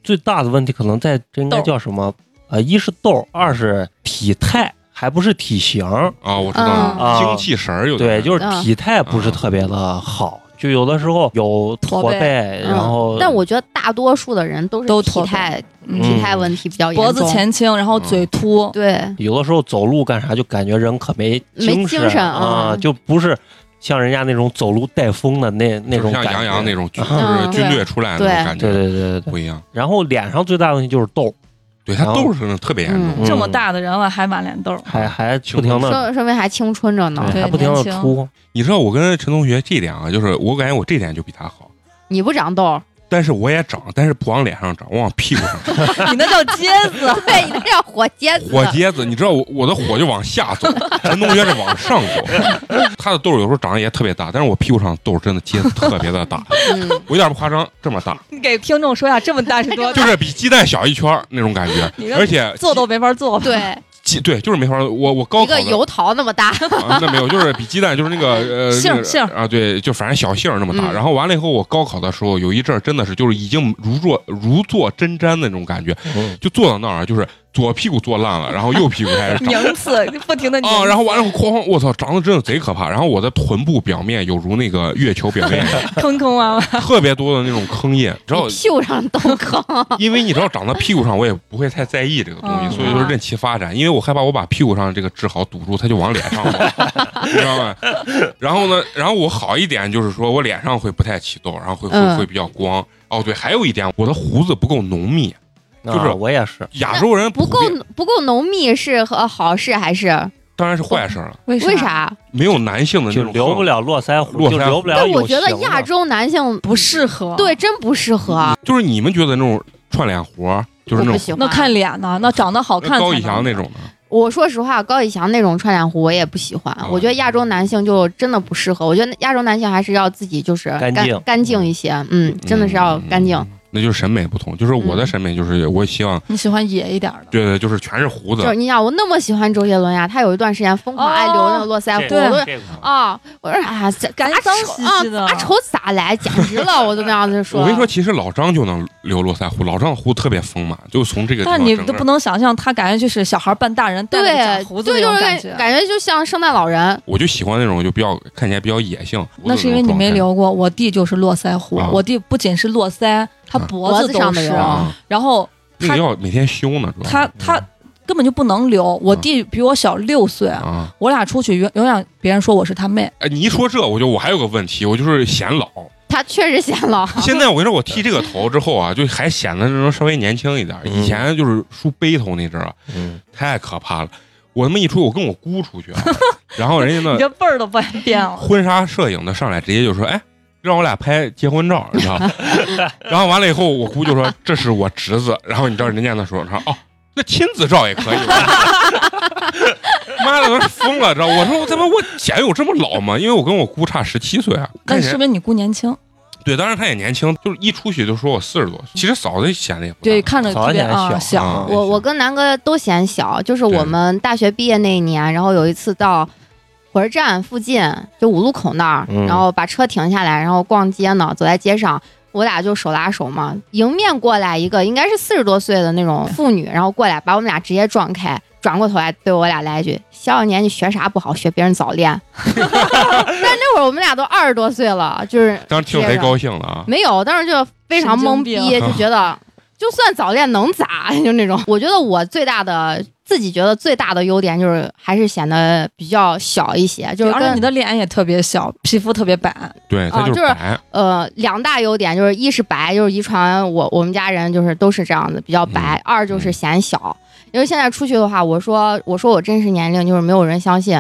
Speaker 4: 最大的问题可能在这应该
Speaker 5: 痘
Speaker 4: 叫什么？呃，一是痘，二是体态，还不是体型。
Speaker 1: 啊，我知道了，
Speaker 4: 嗯
Speaker 1: 精气神儿有点
Speaker 4: 对，就是
Speaker 3: 嗯
Speaker 4: 体态不是特别的好，就有的时候有
Speaker 5: 驼
Speaker 4: 驼
Speaker 5: 背
Speaker 4: 背，
Speaker 3: 嗯
Speaker 4: 然后
Speaker 3: 但我觉得大多数的人都
Speaker 5: 都
Speaker 3: 是体
Speaker 5: 驼背
Speaker 3: 态
Speaker 5: 嗯
Speaker 3: 体态问题比较严重，
Speaker 5: 脖子前倾，然后
Speaker 1: 嗯
Speaker 5: 嘴凸，
Speaker 3: 对，
Speaker 4: 有的时候走路干啥就感觉人可没
Speaker 3: 没
Speaker 4: 精
Speaker 3: 精神
Speaker 4: 啊，
Speaker 3: 嗯
Speaker 4: 就不是像人家那种走路带风的那那种
Speaker 1: 就是像
Speaker 4: 感觉。
Speaker 1: 杨洋那种，就是
Speaker 3: 嗯
Speaker 1: 军队出来的那种感觉，
Speaker 4: 对对对对对。
Speaker 1: 不一样。
Speaker 4: 然后脸上最大的问题就是痘，
Speaker 1: 对他
Speaker 4: 然后
Speaker 1: 痘是真的特别严重，
Speaker 4: 嗯
Speaker 5: 这么大的人了还满脸 痘儿，
Speaker 4: 还还不停的，
Speaker 3: 说说明还青春着呢。
Speaker 5: 对
Speaker 4: 还不停的
Speaker 5: 年轻
Speaker 4: 出。
Speaker 1: 你知道我跟陈同学这点啊，就是我感觉我这点就比他好，
Speaker 3: 你不长 痘，
Speaker 1: 但是我也长，但是不往脸上长，我往屁股上长。
Speaker 5: 你那叫疖子。
Speaker 3: 对，你这叫火疖子。
Speaker 1: 火疖子，你知道我我的火就往下走，陈同学是往上走。他的痘有时候长得也特别大，但是我屁股上痘真的结的特别的大，
Speaker 3: 嗯，
Speaker 1: 我一点不夸张，这么大，
Speaker 5: 你给听众说一 下，这么大是多
Speaker 1: 就
Speaker 5: 大？
Speaker 1: 是比鸡蛋小一圈儿那种感觉
Speaker 5: 你，这
Speaker 1: 而且
Speaker 5: 坐都没法坐。，
Speaker 3: 对，
Speaker 1: 鸡对就是没法，我我高
Speaker 3: 一
Speaker 1: 考
Speaker 3: 个
Speaker 1: 的
Speaker 3: 油桃那么大，
Speaker 1: 啊，那没有，就是比鸡蛋就是那个呃
Speaker 5: 杏儿
Speaker 1: 那个
Speaker 5: 杏儿
Speaker 1: 啊，对，就反正小杏儿那么大。
Speaker 3: 嗯
Speaker 1: 然后完了以后，我高考的时候有一阵儿真的是就是已经如坐如坐针毡的那种感觉，
Speaker 4: 嗯
Speaker 1: 就坐到那儿啊就是左屁股坐烂了，然后右屁股开始长。
Speaker 5: 名次不停的拧。
Speaker 1: 啊，然后完了，哐，我操，长得真的贼可怕。然后我的臀部表面有如那个月球表面
Speaker 5: 坑坑啊洼洼。
Speaker 1: 特别多的那种坑印，知道
Speaker 3: 你？屁股上都坑。
Speaker 1: 因为你知道长到屁股上，我也不会太在意这个东
Speaker 5: 嗯
Speaker 1: 西，所以就是任其发展。因为我害怕我把屁股上这个治好堵住，它就往脸上跑，你知道吗？然后呢，然后我好一点就是说我脸上会不太起痘，然后会会
Speaker 3: 嗯
Speaker 1: 会比较光。哦，对，还有一点，我的胡子不够浓密。就是
Speaker 4: 啊我也是，
Speaker 1: 亚洲人
Speaker 3: 不
Speaker 1: 普
Speaker 3: 够
Speaker 1: 遍
Speaker 3: 不够浓密是和好事还是
Speaker 1: 当然是坏事了，
Speaker 5: 为
Speaker 3: 为？啥？
Speaker 1: 没有男性的那
Speaker 4: 就
Speaker 1: 种
Speaker 4: 留不
Speaker 1: 横。
Speaker 4: 了络腮胡，
Speaker 1: 络
Speaker 4: 就
Speaker 1: 腮
Speaker 4: 留
Speaker 1: 胡
Speaker 4: 不了
Speaker 3: 但我
Speaker 4: 有
Speaker 3: 觉
Speaker 4: 型的。
Speaker 3: 得亚洲男性
Speaker 5: 不适合。
Speaker 3: 对，真不适合，
Speaker 1: 就是你们觉得那种串脸胡儿，嗯就是
Speaker 3: 我
Speaker 1: 那
Speaker 3: 不
Speaker 1: 种
Speaker 3: 喜欢。
Speaker 5: 那看脸呢？嗯那长得好看才能。
Speaker 1: 高以翔那种的，
Speaker 3: 我说实话，高以翔那种穿脸胡我也不喜欢，
Speaker 1: 啊
Speaker 3: 我觉得亚洲男性就真的不适合。我觉得亚洲男性还是要自己就是
Speaker 4: 干
Speaker 3: 干
Speaker 4: 净
Speaker 3: 干净一些，嗯，真的是要干净。
Speaker 1: 嗯那就是审美不同，就是我的
Speaker 3: 嗯
Speaker 1: 审美就是我希望，
Speaker 5: 你喜欢野一点的。
Speaker 1: 对对，就是全是胡子
Speaker 3: 就是，你想，我那么喜欢周杰伦呀，他有一段时间疯狂
Speaker 5: 哦
Speaker 3: 爱留那个络腮胡，我都
Speaker 4: 这个
Speaker 3: 啊，我说哎呀，这
Speaker 5: 干
Speaker 3: 咋
Speaker 5: 脏
Speaker 3: 丑
Speaker 5: 兮
Speaker 3: 啊
Speaker 5: 兮的
Speaker 3: 咋丑咋来，简直 了，我就那样子说。
Speaker 1: 我跟你说，，其实老张就能留络腮胡，老张胡特别丰满，就从这个地方
Speaker 5: 但是你
Speaker 1: 整
Speaker 5: 都
Speaker 1: 个
Speaker 5: 不能想象，他感觉就是小孩扮大人，戴了个
Speaker 3: 对
Speaker 5: 假胡，子
Speaker 3: 对，
Speaker 5: 那
Speaker 3: 就
Speaker 5: 种
Speaker 3: 是
Speaker 5: 感
Speaker 3: 感
Speaker 5: 觉。
Speaker 3: 感觉就像圣诞老人，
Speaker 1: 我就喜欢那种就比较看起来比较野性。胡子
Speaker 5: 那是因为
Speaker 1: 那
Speaker 5: 你
Speaker 1: 种
Speaker 5: 没
Speaker 1: 状
Speaker 5: 留过，我弟就是络腮胡
Speaker 1: 啊，
Speaker 5: 我弟不仅是络腮，他
Speaker 1: 啊
Speaker 5: 脖
Speaker 3: 脖子上
Speaker 5: 都
Speaker 3: 的
Speaker 5: 是
Speaker 3: 有
Speaker 1: 态啊，
Speaker 5: 然后
Speaker 1: 那个要每天修呢，主要
Speaker 5: 他他根本就不能留，我弟比我小六岁，
Speaker 1: 啊，
Speaker 5: 我俩出去永永远别人说我是他妹，
Speaker 1: 哎，你一说这，我就我还有个问题，我就是显老。
Speaker 3: 他确实显老。
Speaker 1: 现在我跟你说，我剃这个头之 后啊，就还显得那种稍微年轻一点。
Speaker 4: 嗯
Speaker 1: 以前就是梳背头那阵儿啊，
Speaker 4: 嗯，
Speaker 1: 太可怕了。我他妈一出去，我跟我姑出 去啊，然后人家呢
Speaker 5: 你这辈儿都不爱变 了。
Speaker 1: 婚纱摄影的上来直接就说：“哎，让我俩拍结婚照，你知道？” 然后完了以后，我姑就说：“这是我侄子。”然后你知道人家那说：“说哦，那亲子照也可以吧。” 妈的，我说疯了，知道？我说我他妈我显有这么老吗？因为我跟我姑差十七岁啊，
Speaker 5: 那
Speaker 1: 看起
Speaker 5: 说
Speaker 1: 来
Speaker 5: 明你姑年轻，
Speaker 1: 对，当然她也年轻，就是一出去就说我四十多。其实嫂子显得也不大
Speaker 5: 对，看着
Speaker 4: 早
Speaker 5: 特别
Speaker 4: 点
Speaker 5: 啊
Speaker 4: 小
Speaker 5: 小，
Speaker 1: 啊
Speaker 3: 我我跟南哥都嫌小，就是
Speaker 1: 对
Speaker 3: 我们大学毕业那一年，然后有一次到火车站附近，就五路口那儿，
Speaker 4: 嗯
Speaker 3: 然后把车停下来，然后逛街呢，走在街上，我俩就手拉手嘛，迎面过来一个应该是四十多岁的那种妇女，然后过来把我们俩直接撞开，转过头来对我俩来一句：“小小年纪学啥不好，学别人早恋。” 但那会儿我们俩都二十多岁了，就是
Speaker 1: 当时听贼高兴了啊！
Speaker 3: 没有，当时就非常懵逼，
Speaker 5: 神
Speaker 3: 就觉得就算早恋能咋， 就那种。我觉得我最大的自己觉得最大的优点就是还是显得比较小一些，就是
Speaker 5: 而且
Speaker 3: 跟
Speaker 5: 你的脸也特别小，皮肤特别白，
Speaker 1: 对他
Speaker 3: 啊
Speaker 1: 就是
Speaker 3: 就是
Speaker 1: 白，
Speaker 3: 呃两大优点就是一是白，就是遗传我我们家人就是都是这样子比较白；二就是显小，因为现在出去的话，我说我说我真实年龄就是没有人相信，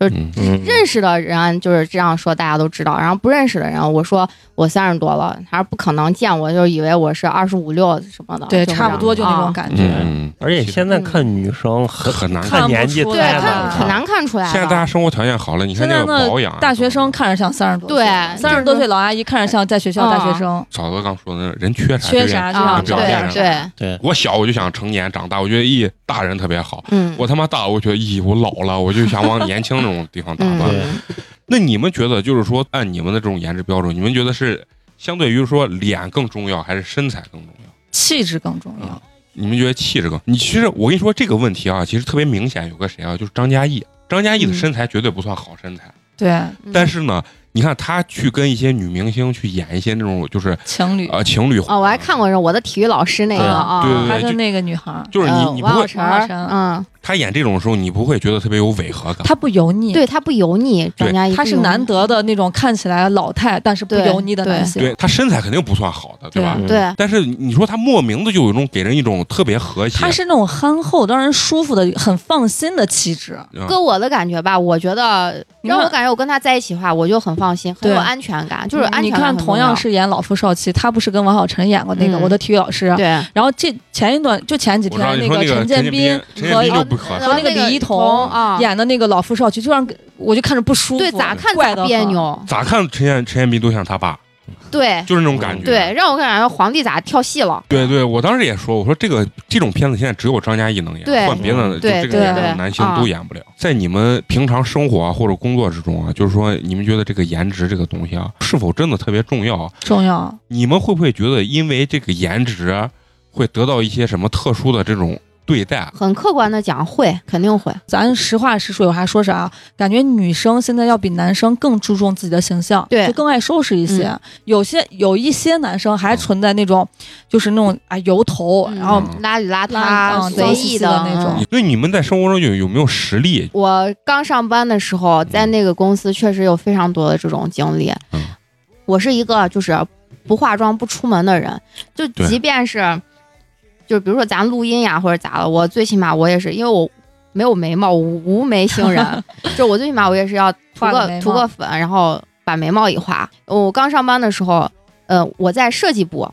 Speaker 1: 嗯，
Speaker 4: 嗯，
Speaker 3: 认识的人就是这样说，大家都知道。然后不认识的人，我说我三十多了，他说不可能见我，就以为我是二十五六什么的。
Speaker 5: 对，
Speaker 3: 就是
Speaker 5: 差不多就那种
Speaker 3: 啊
Speaker 5: 感觉。
Speaker 1: 嗯，
Speaker 4: 而且现在看女生很
Speaker 1: 很难看。
Speaker 4: 看年纪
Speaker 5: 看不出
Speaker 3: 对，
Speaker 5: 来
Speaker 4: 太
Speaker 3: 看
Speaker 4: 难
Speaker 5: 吧
Speaker 3: 很
Speaker 4: 看，
Speaker 3: 难看出来的。啊
Speaker 1: 现在大家生活条件好了，你看
Speaker 5: 现
Speaker 1: 那
Speaker 5: 在
Speaker 1: 个
Speaker 5: 那
Speaker 1: 保养啊，
Speaker 5: 大学生看着像三十多岁，
Speaker 3: 对
Speaker 5: 三十多岁老阿姨看着像在学校大学生，
Speaker 1: 嫂子刚说的那人缺啥
Speaker 5: 缺
Speaker 1: 就这样
Speaker 5: 啥就
Speaker 3: 啊，
Speaker 5: 想
Speaker 1: 这
Speaker 3: 对
Speaker 1: 样表现上
Speaker 3: 对，
Speaker 4: 对，
Speaker 1: 我小我就想成年长大，我觉得咦，大人特别好。
Speaker 3: 嗯，
Speaker 1: 我他妈大，我觉得咦，我老了，我就想往年轻那种地方打扮。
Speaker 4: 对
Speaker 3: 嗯，
Speaker 1: 那你们觉得，就是说，按你们的这种颜值标准，你们觉得是相对于说脸更重要，还是身材更重要？
Speaker 5: 气质更重
Speaker 1: 嗯
Speaker 5: 要。
Speaker 1: 你们觉得气质更？你其实我跟你说这个问题啊，其实特别明显，有个谁啊，就是张嘉译。张嘉译的身材绝对不算好身材，
Speaker 5: 对，
Speaker 3: 嗯
Speaker 1: 但是呢，你看他去跟一些女明星去演一些那种就是
Speaker 5: 情侣，
Speaker 1: 呃情侣
Speaker 3: 哦，我还看过是我的体育老师那个
Speaker 4: 对
Speaker 3: 啊，
Speaker 1: 对对
Speaker 5: 他
Speaker 1: 对
Speaker 5: 跟那个女孩，
Speaker 1: 就是你
Speaker 3: 呃
Speaker 1: 你不
Speaker 3: 王
Speaker 1: 会
Speaker 3: 小晨
Speaker 5: 王
Speaker 3: 儿，
Speaker 5: 小晨
Speaker 3: 嗯，
Speaker 1: 他演这种时候，你不会觉得特别有违和感。
Speaker 5: 他不油腻，
Speaker 3: 对他不油腻，专家
Speaker 5: 他是难得的那种看起来老态但是不
Speaker 3: 对
Speaker 5: 油腻的男性。
Speaker 1: 对他身材肯定不算好的，对吧？
Speaker 4: 嗯
Speaker 3: 对，
Speaker 1: 但是你说他莫名的就有一种给人一种特别和谐，
Speaker 5: 他是那种憨厚让人舒服的、很放心的气质。
Speaker 1: 嗯
Speaker 3: 搁我的感觉吧，我觉得
Speaker 5: 你看
Speaker 3: 让我感觉我跟他在一起的话，我就很放心，很
Speaker 5: 对
Speaker 3: 有安全感，就是安
Speaker 5: 嗯你
Speaker 3: 全感
Speaker 5: 看，
Speaker 3: 很
Speaker 5: 同
Speaker 3: 重要。
Speaker 5: 样是演老夫少妻，他不是跟王小晨演过那个《
Speaker 3: 嗯
Speaker 5: 我的体育老师》？
Speaker 3: 对，
Speaker 5: 然后这前一段就前几
Speaker 1: 我知道
Speaker 5: 天
Speaker 1: 你说那
Speaker 5: 陈
Speaker 1: 陈
Speaker 5: 建
Speaker 1: 斌
Speaker 5: 斌，
Speaker 1: 陈建
Speaker 5: 和
Speaker 1: 斌就不合
Speaker 3: 然
Speaker 1: 适
Speaker 3: 后
Speaker 5: 哦和那个李一桐
Speaker 3: 啊，
Speaker 5: 演的那个老夫少妻，就让我就看着不舒服，
Speaker 3: 对，咋看
Speaker 5: 怪
Speaker 3: 咋
Speaker 5: 得很
Speaker 3: 别。扭，
Speaker 1: 咋看陈建陈建斌都像他爸，
Speaker 3: 对
Speaker 1: 就是那啊种感觉。
Speaker 3: 对，让我感觉皇帝咋跳戏了，
Speaker 1: 对对我当时也说，我说这个这种片子现在只有张嘉译能演，
Speaker 3: 对
Speaker 1: 换别的就
Speaker 3: 对
Speaker 1: 这个年龄
Speaker 3: 对
Speaker 1: 的
Speaker 3: 对
Speaker 1: 男性
Speaker 3: 啊
Speaker 1: 都演不了。在你们平常生活啊或者工作之中啊，就是说你们觉得这个颜值这个东西啊，是否真的特别重要？啊
Speaker 5: 重要，
Speaker 1: 你们会不会觉得因为这个颜值啊会得到一些什么特殊的这种对待？啊
Speaker 3: 很客观的讲，会肯定会，
Speaker 5: 咱实话实说，有啥说啥。感觉女生现在要比男生更注重自己的形象，
Speaker 3: 对嗯
Speaker 5: 就更爱收拾一些。有些有一些男生还存在那种，就是那种啊油头，然后
Speaker 3: 嗯邋里邋
Speaker 5: 邋
Speaker 3: 遢、
Speaker 5: 遢
Speaker 3: 随意
Speaker 5: 脏兮兮的那种
Speaker 3: 嗯
Speaker 1: 那你们在生活中有有没有实例？
Speaker 3: 我刚上班的时候，在那个公司确实有非常多的这种经历。
Speaker 1: 嗯
Speaker 3: 我是一个就是不化妆不出门的人，就
Speaker 1: 对
Speaker 3: 即便是就比如说咱录音呀或者咋了，我最起码我也是因为我没有眉毛，无无眉星 人，就我最起码我也是要涂
Speaker 5: 画个
Speaker 3: 个
Speaker 5: 眉毛
Speaker 3: 涂个粉，然后把眉毛一画。我刚上班的时候，呃，我在设计部，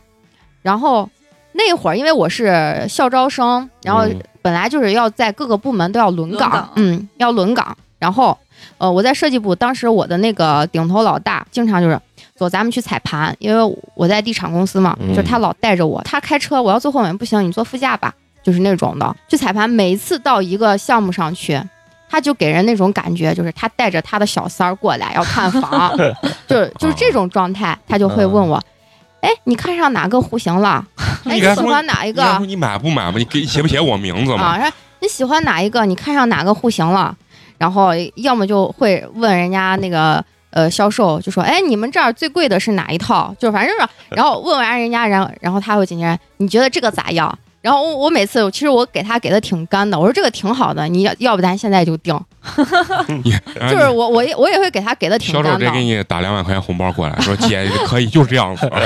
Speaker 3: 然后那会儿因为我是校招生，然后
Speaker 4: 嗯
Speaker 3: 本来就是要在各个部门都要轮岗，
Speaker 5: 轮岗
Speaker 3: 嗯，要轮岗。然后，呃，我在设计部，当时我的那个顶头老大经常就是走，咱们去踩盘，因为我在地产公司嘛，
Speaker 4: 嗯
Speaker 3: 就是他老带着我，他开车，我要坐后面不行，你坐副驾吧，就是那种的去踩盘。每次到一个项目上去。他就给人那种感觉，就是他带着他的小三儿过来要看 房，就是就是这种状态，他就会问我，哎，你看上哪个户型 了？哎，
Speaker 1: 嗯你
Speaker 3: 你
Speaker 1: 该
Speaker 3: 喜
Speaker 1: 说
Speaker 3: 欢哪一
Speaker 1: 你
Speaker 3: 个？
Speaker 1: 要说你买不买嘛？你给写不写我名字嘛？
Speaker 3: 啊，然后你喜欢哪一个？你看上哪个户型了？然后要么就会问人家那个呃销售，就说哎，你们这儿最贵的是哪一套？就反正是，然后问完人家，然后然后他会紧接着你觉得这个咋样？然后我我每次其实我给他给的挺干的，我说这个挺好的，你要要不咱现在就定，
Speaker 1: 啊你就
Speaker 3: 就是我我也我也会给他给的挺
Speaker 1: 销售
Speaker 3: 干
Speaker 1: 直
Speaker 3: 的
Speaker 1: 接，给你打两百块钱红包过来，说姐可以，就是这样子。 啊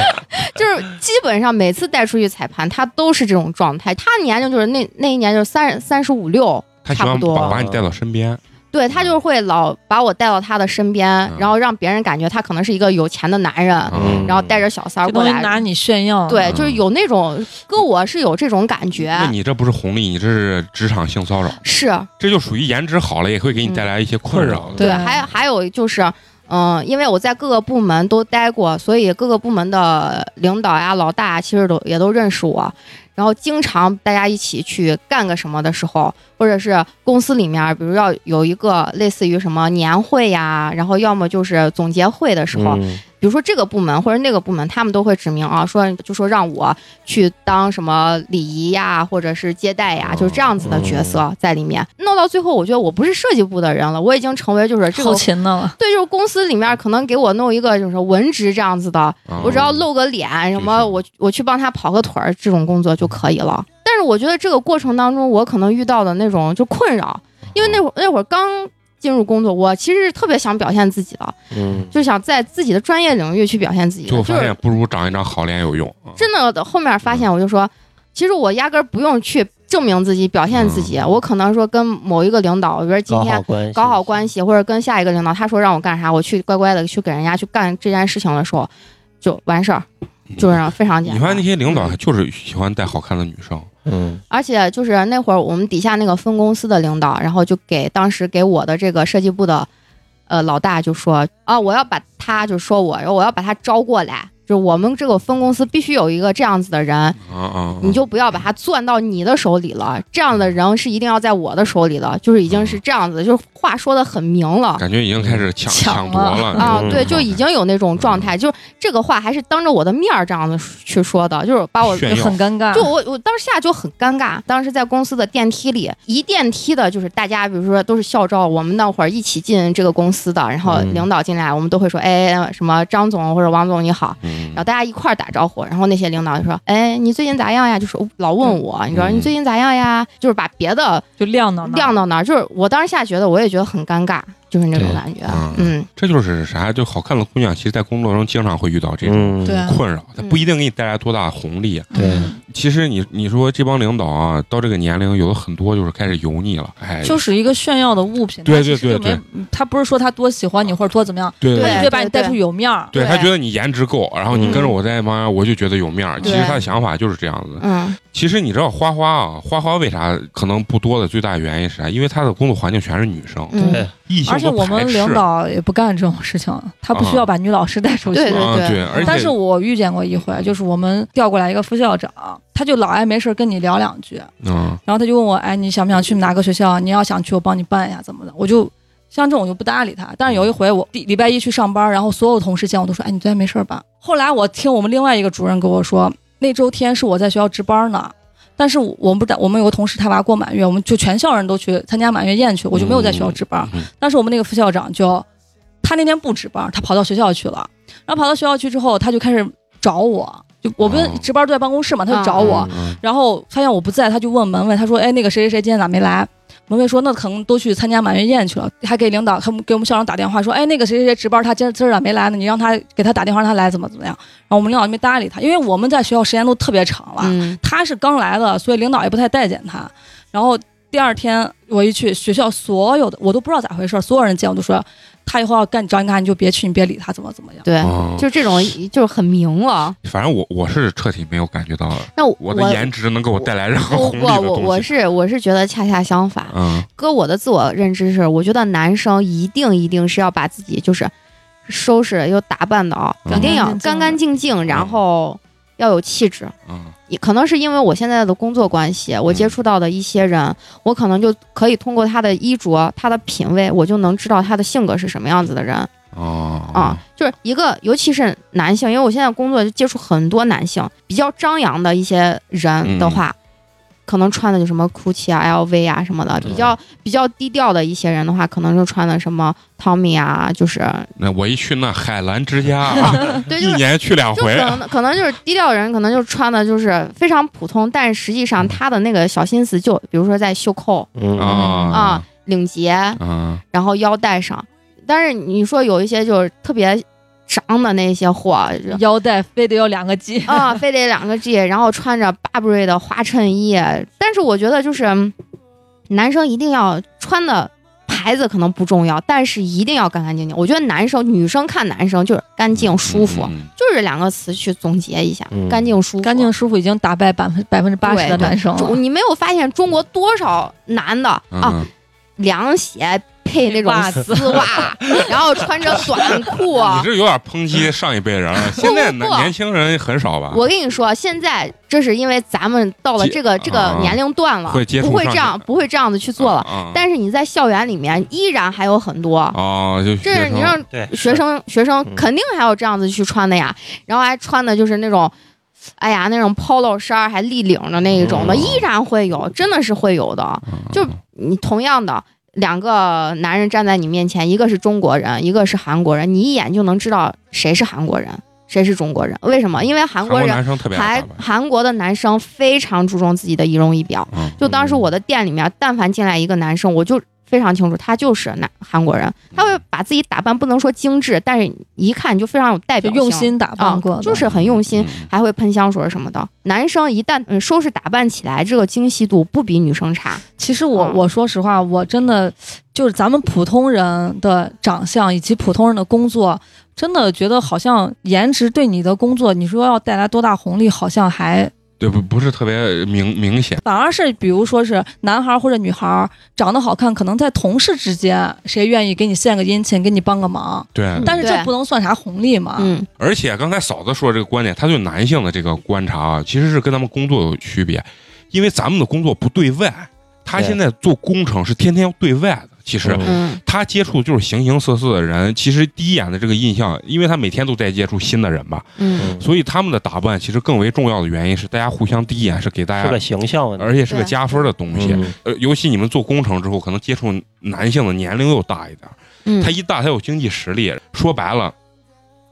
Speaker 3: 就是基本上每次带出去踩盘，他都是这种状态，他年龄就是那那一年就是三三十五六，
Speaker 1: 他喜
Speaker 3: 差
Speaker 1: 欢
Speaker 3: 不多
Speaker 1: 把把你带到身边，
Speaker 3: 对他就是会老把我带到他的身边，
Speaker 1: 嗯
Speaker 3: 然后让别人感觉他可能是一个有钱的男人，
Speaker 1: 嗯
Speaker 3: 然后带着小三儿
Speaker 5: 这
Speaker 3: 过
Speaker 5: 东西
Speaker 3: 来，
Speaker 5: 拿你炫耀。
Speaker 3: 对，
Speaker 1: 嗯
Speaker 3: 就是有那种跟我是有这种感觉，
Speaker 1: 那你这不是红利，你这是职场性骚扰，
Speaker 3: 是
Speaker 1: 这就属于颜值好了也会给你带来一些困扰。
Speaker 4: 嗯
Speaker 3: 对，
Speaker 5: 对
Speaker 3: 还还有就是。嗯、嗯，因为我在各个部门都待过，所以各个部门的领导呀、老大呀，其实都也都认识我。然后经常大家一起去干个什么的时候，或者是公司里面，比如要有一个类似于什么年会呀，然后要么就是总结会的时候，
Speaker 4: 嗯
Speaker 3: 比如说这个部门或者那个部门，他们都会指明啊，说就说让我去当什么礼仪呀，或者是接待呀，
Speaker 1: 哦
Speaker 3: 就是这样子的角色在里面。弄到最后，我觉得我不是设计部的人了，我已经成为就是这个
Speaker 5: 后勤的了，
Speaker 3: 对，就是公司里面可能给我弄一个就是文职这样子的，
Speaker 1: 啊
Speaker 3: 我只要露个脸，什么我我去帮他跑个腿儿这种工作就可以了。但是我觉得这个过程当中，我可能遇到的那种就困扰，因为那会儿那会儿刚进入工作，我其实是特别想表现自己的，
Speaker 4: 嗯，
Speaker 3: 就想在自己的专业领域去表现自己
Speaker 1: 最
Speaker 3: 的。
Speaker 1: 后
Speaker 3: 就
Speaker 1: 发现嗯
Speaker 3: 是
Speaker 1: 不如长一张好脸有用啊。
Speaker 3: 真的后面发现，我就说，其实我压根儿不用去证明自己、表现自己，
Speaker 1: 嗯
Speaker 3: 我可能说跟某一个领导，比如说今
Speaker 4: 搞
Speaker 3: 天
Speaker 4: 好关系，
Speaker 3: 搞好关系，或者跟下一个领导他说让我干啥，我去乖乖的去给人家去干这件事情的时候，就完事儿，就是这样非常
Speaker 1: 嗯
Speaker 3: 简
Speaker 1: 你发现那
Speaker 3: 单。
Speaker 1: 些领导他就是喜欢带好看的女生，
Speaker 4: 嗯，
Speaker 3: 而且就是那会儿我们底下那个分公司的领导，然后就给当时给我的这个设计部的呃老大就说啊，我要把他就说我，然后我要把他招过来，就是我们这个分公司必须有一个这样子的人，
Speaker 1: 啊啊，
Speaker 3: 嗯你就不要把它攥到你的手里了，这样的人是一定要在我的手里的，就是已经是这样子，就是话说的很明了。
Speaker 1: 哦感觉已经开始抢
Speaker 5: 抢
Speaker 1: 抢夺了
Speaker 3: 啊，
Speaker 4: 嗯
Speaker 3: 对，就已经有那种状
Speaker 1: 嗯
Speaker 3: 态，就是这个话还是当着我的面儿这样子去说的，就是把我
Speaker 1: 炫耀
Speaker 5: 很尴尬。
Speaker 3: 就我我当时下就很尴尬，当时在公司的电梯里，一电梯的就是大家，比如说都是校招，我们那会儿一起进这个公司的，然后
Speaker 4: 嗯
Speaker 3: 领导进来，我们都会说，哎，什么张总或者王总你好，
Speaker 1: 嗯
Speaker 3: 然后大家一块儿打招呼，然后那些领导就说，哎，你最近咋样呀？就是老问我，你知道
Speaker 1: 嗯
Speaker 3: 你最近咋样呀？就是把别的
Speaker 5: 就亮到那儿
Speaker 3: 晾到那儿，就是我当时下觉得我也觉得很尴尬，就是那种感觉
Speaker 1: 嗯，
Speaker 3: 嗯。
Speaker 1: 这就是啥？就好看的姑娘，其实在工作中经常会遇到这种
Speaker 4: 嗯，
Speaker 5: 对啊
Speaker 1: 困扰，她不一定给你带来多大的红利。啊
Speaker 4: 对，
Speaker 1: 其实你你说这帮领导啊，到这个年龄，有的很多就是开始油腻了，哎，
Speaker 5: 就是一个炫耀的物品，
Speaker 1: 对
Speaker 5: 它其实
Speaker 1: 对对
Speaker 5: 就没，他不是说他多喜欢你或者多怎么样，
Speaker 1: 对
Speaker 5: 他
Speaker 3: 对
Speaker 5: 就得把你带出有面儿。
Speaker 1: 对
Speaker 3: 对
Speaker 1: 他觉得你颜值够，然后你
Speaker 4: 嗯
Speaker 1: 跟着我在嘛，我就觉得有面儿。其实
Speaker 3: 对
Speaker 1: 他的想法就是这样子。
Speaker 3: 嗯
Speaker 1: 其实你知道花花啊，花花为啥可能不多的最大原因是啥？因为她的工作环境全是女生，
Speaker 3: 嗯，
Speaker 1: 异性
Speaker 5: 而且
Speaker 1: 都
Speaker 5: 我
Speaker 1: 排
Speaker 5: 们
Speaker 1: 斥啊
Speaker 5: 领导也不干这种事情，他不需要把女老师带出去。
Speaker 3: 对
Speaker 1: 啊，对，而且
Speaker 5: 但是我遇见过一回，就是我们调过来一个副校长，他就老爱没事儿跟你聊两句，
Speaker 1: 嗯
Speaker 5: 然后他就问我，哎，你想不想去哪个学校？啊你要想去，我帮你办呀，怎么的？我就像这种我就不搭理他。但是有一回我礼礼拜一去上班，然后所有同事见我都说，哎，你昨天没事儿吧？后来我听我们另外一个主任跟我说，那周天是我在学校值班呢。但是我们不是我们有个同事他娃过满月，我们就全校人都去参加满月宴去，我就没有在学校值
Speaker 3: 啊
Speaker 5: 班。
Speaker 1: 嗯
Speaker 5: 但是我们那个副校长就，他那天不值班，他跑到学校去了。然后跑到学校去之后，他就开始找我，就我
Speaker 1: 哦
Speaker 5: 们值班都在办公室嘛，他就找
Speaker 3: 啊
Speaker 5: 我。
Speaker 1: 嗯
Speaker 5: 然后发现我不在，他就问门卫，他说：“哎，那个谁谁谁今天咋没来？”门卫说：“那可能都去参加满月宴去了。”还给领导，他们给我们校长打电话说：“哎，那个谁谁谁值班，他今儿今儿咋没来呢？你让他给他打电话，让他来怎么怎么样？”然后我们领导就没搭理他，因为我们在学校时间都特别长了，
Speaker 3: 嗯
Speaker 5: 他是刚来的，所以领导也不太待见他。然后第二天我一去学校，所有的我都不知道咋回事，所有人见我都说他以后要干你找你干啥你就别去，你别理他，怎么怎么样。
Speaker 3: 对，
Speaker 1: 哦
Speaker 3: 哎就这种就是很明了。
Speaker 1: 嗯反正我我是彻底没有感觉到
Speaker 3: 那我
Speaker 1: 我的颜值能给我带来任何
Speaker 3: 我
Speaker 1: 红利的
Speaker 3: 我我
Speaker 1: 东
Speaker 3: 我
Speaker 1: 西。
Speaker 3: 是我是觉得恰恰相反，
Speaker 1: 嗯，
Speaker 3: 哥，我的自我认知是，我觉得男生一定一定是要把自己就是收拾又打扮的啊，
Speaker 1: 嗯
Speaker 3: 一定要干
Speaker 5: 干
Speaker 3: 干
Speaker 5: 干
Speaker 3: 净净，然后要有气质。
Speaker 1: 嗯
Speaker 3: 也可能是因为我现在的工作关系，我接触到的一些人，我可能就可以通过他的衣着、他的品味，我就能知道他的性格是什么样子的人
Speaker 1: 哦
Speaker 3: 啊。就是一个，尤其是男性，因为我现在工作就接触很多男性，比较张扬的一些人的话，可能穿的就什么 GUCCI 啊、LV 啊什么的，
Speaker 4: 对
Speaker 3: 比较比较低调的一些人的话，可能就穿的什么 Tommy 啊，就是
Speaker 1: 那我一去那海澜之家，
Speaker 3: 嗯对，就
Speaker 1: 一
Speaker 3: 是
Speaker 1: 年去两
Speaker 3: 就可
Speaker 1: 回，
Speaker 3: 能可能就是低调人，可能就穿的就是非常普通，但是实际上他的那个小心思就，比如说在袖扣
Speaker 4: 嗯
Speaker 1: 啊
Speaker 3: 啊、领结，
Speaker 1: 嗯
Speaker 3: 然后腰带上。但是你说有一些就是特别长的那些货，就
Speaker 5: 腰带非得要两个 G，
Speaker 3: 啊，非得两 个 G，然后穿着 Burberry 的花衬衣。但是我觉得就是嗯男生一定要穿的牌子可能不重要，但是一定要干干净净。我觉得男生女生看男生就是干净舒服，
Speaker 1: 嗯
Speaker 3: 就是两个词去总结一下，
Speaker 4: 嗯
Speaker 3: 干净舒服。
Speaker 5: 干净舒服已经打败百分百分之八十的
Speaker 3: 对
Speaker 5: 男生了
Speaker 3: 中。你没有发现中国多少男的、啊
Speaker 1: 嗯
Speaker 3: 啊，凉鞋、配那种丝 袜，然后穿着短裤。
Speaker 1: 你这有点抨击上一辈人 了。现在
Speaker 3: 啊不不
Speaker 1: 年年轻人很少吧？
Speaker 3: 我跟你说，现在这是因为咱们到了
Speaker 1: 接
Speaker 3: 这个这个
Speaker 1: 啊
Speaker 3: 年龄段了，
Speaker 1: 会接触
Speaker 3: 不会
Speaker 1: 上
Speaker 3: 这
Speaker 1: 这
Speaker 3: 样
Speaker 1: 个
Speaker 3: 不会这样子去做了。
Speaker 1: 啊，
Speaker 3: 但是你在校园里面依然还有很多，
Speaker 1: 啊，就
Speaker 3: 这
Speaker 1: 学
Speaker 3: 是
Speaker 1: 生
Speaker 3: 你让
Speaker 4: 对
Speaker 3: 学生学生
Speaker 4: 嗯
Speaker 3: 肯定还有这样子去穿的呀，然后还穿的就是那种，哎呀，那种 polo 衫儿还立领的那一种的，
Speaker 1: 嗯
Speaker 3: 依然会有，真的是会有的。就你同样的两个男人站在你面前，一个是中国人，一个是韩国人，你一眼就能知道谁是韩国人，谁是中国人。为什么？因为韩
Speaker 1: 韩
Speaker 3: 国
Speaker 1: 国
Speaker 3: 人
Speaker 1: 男生特别爱
Speaker 3: 还
Speaker 1: 打扮
Speaker 3: 韩国的男生非常注重自己的仪容仪表。
Speaker 1: 嗯
Speaker 3: 就当时我的店里面，但凡进来一个男生，我就非常清楚他就是男韩国人，他会把自己打扮不能说精致，但是一看就非常有代
Speaker 5: 就
Speaker 3: 表
Speaker 5: 用
Speaker 3: 性
Speaker 5: 心打
Speaker 3: 啊
Speaker 5: 扮过、，
Speaker 3: 就是很用心，
Speaker 1: 嗯
Speaker 3: 还会喷香水什么的。男生一旦嗯收拾打扮起来，这个精细度不比女生差。
Speaker 5: 其实我
Speaker 3: 嗯
Speaker 5: 我说实话，我真的就是咱们普通人的长相以及普通人的工作，真的觉得好像颜值对你的工作，你说要带来多大红利，好像还
Speaker 1: 对不不是特别明明显。
Speaker 5: 反而是比如说是男孩儿或者女孩儿长得好看，可能在同事之间，谁愿意给你献个殷勤，给你帮个忙？
Speaker 1: 对，
Speaker 5: 但是
Speaker 3: 嗯对
Speaker 5: 这不能算啥红利嘛。
Speaker 3: 嗯，
Speaker 1: 而且刚才嫂子说这个观点，她对男性的这个观察啊，其实是跟咱们工作有区别，因为咱们的工作不对外，她
Speaker 4: 对
Speaker 1: 现在做工程是天天要对外的。其实
Speaker 4: 嗯
Speaker 3: 嗯，
Speaker 1: 她接触就是形形色色的人，其实第一眼的这个印象，因为她每天都在接触新的人嘛，
Speaker 3: 嗯，
Speaker 4: 嗯
Speaker 1: 所以他们的打扮其实更为重要的原因是大家互相第一眼是给大
Speaker 4: 是个
Speaker 1: 家，
Speaker 4: 形象问题。
Speaker 1: 而且是个
Speaker 3: 对
Speaker 1: 加分的东西。
Speaker 4: 嗯
Speaker 1: 呃，尤其你们做工程之后，可能接触男性的年龄又大一点儿，
Speaker 3: 嗯
Speaker 1: 他一大他有经济实力。说白了，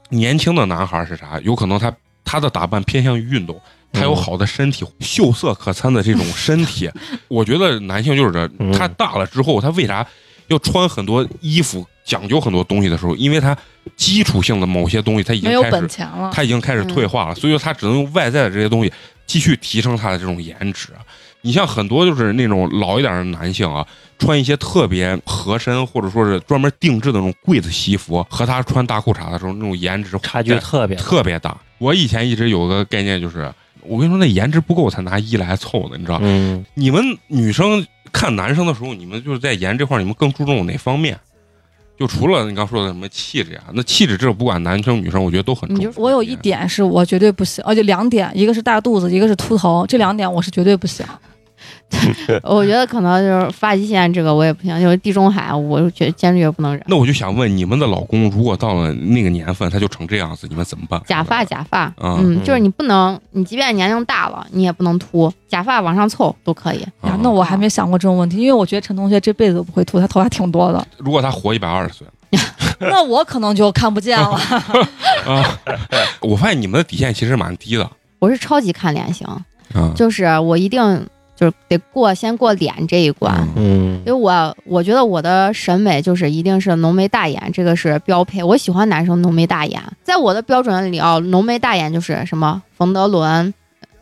Speaker 1: 年轻的男孩儿是啥？有可能他他的打扮偏向于运动，他有
Speaker 4: 嗯
Speaker 1: 好的身体，秀色可餐的这种身体。我觉得男性就是这，
Speaker 4: 嗯
Speaker 1: 他大了之后，他为啥要穿很多衣服，讲究很多东西的时候，因为他基础性的某些东西他已经
Speaker 5: 没有
Speaker 1: 开始
Speaker 5: 本钱了，
Speaker 1: 他已经开始退
Speaker 5: 嗯
Speaker 1: 化了，所以说他只能用外在的这些东西继续提升他的这种颜值。啊你像很多就是那种老一点的男性啊，穿一些特别合身或者说是专门定制的那种贵的西服，和他穿大裤衩的时候那种颜值
Speaker 4: 差距特别大。
Speaker 1: 特别大。我以前一直有个概念就是，我跟你说那颜值不够才拿一来凑的，你知道？
Speaker 4: 嗯，
Speaker 1: 你们女生看男生的时候，你们就是在颜这块儿，你们更注重哪方面？就除了你刚说的什么气质呀、那气质这个不管男生女生，我觉得都很重
Speaker 3: 你就
Speaker 1: 要。
Speaker 5: 我有一点是我绝对不行，而且两点，一个是大肚子，一个是秃头，这两点我是绝对不行。
Speaker 3: 嗯 我觉得可能就是发际线这个我也不行，就是地中海，我就觉得坚决不能忍。
Speaker 1: 那我就想问，你们的老公如果到了那个年份，他就成这样子，你们怎么办？
Speaker 3: 假发，假发，
Speaker 1: 啊
Speaker 3: 嗯，就是你不能，你即便年龄大了，你也不能秃，假发往上凑都可以。
Speaker 1: 啊
Speaker 5: 呀，那我还没想过这种问题，因为我觉得陈同学这辈子都不会秃，他头发挺 多的，
Speaker 1: 如果他活一百二十岁
Speaker 5: 那我可能就看不 见了。
Speaker 1: 啊，我发现你们的底线其实蛮低的
Speaker 3: 我是超级看脸型，
Speaker 1: 啊。
Speaker 3: 就是我一定就是得过先过脸这一关，
Speaker 1: 嗯
Speaker 4: 嗯
Speaker 3: 因为我我觉得我的审美就是一定是浓眉大眼，这个是标配。我喜欢男生浓眉大眼，在我的标准里啊，浓眉大眼就是什么冯德伦，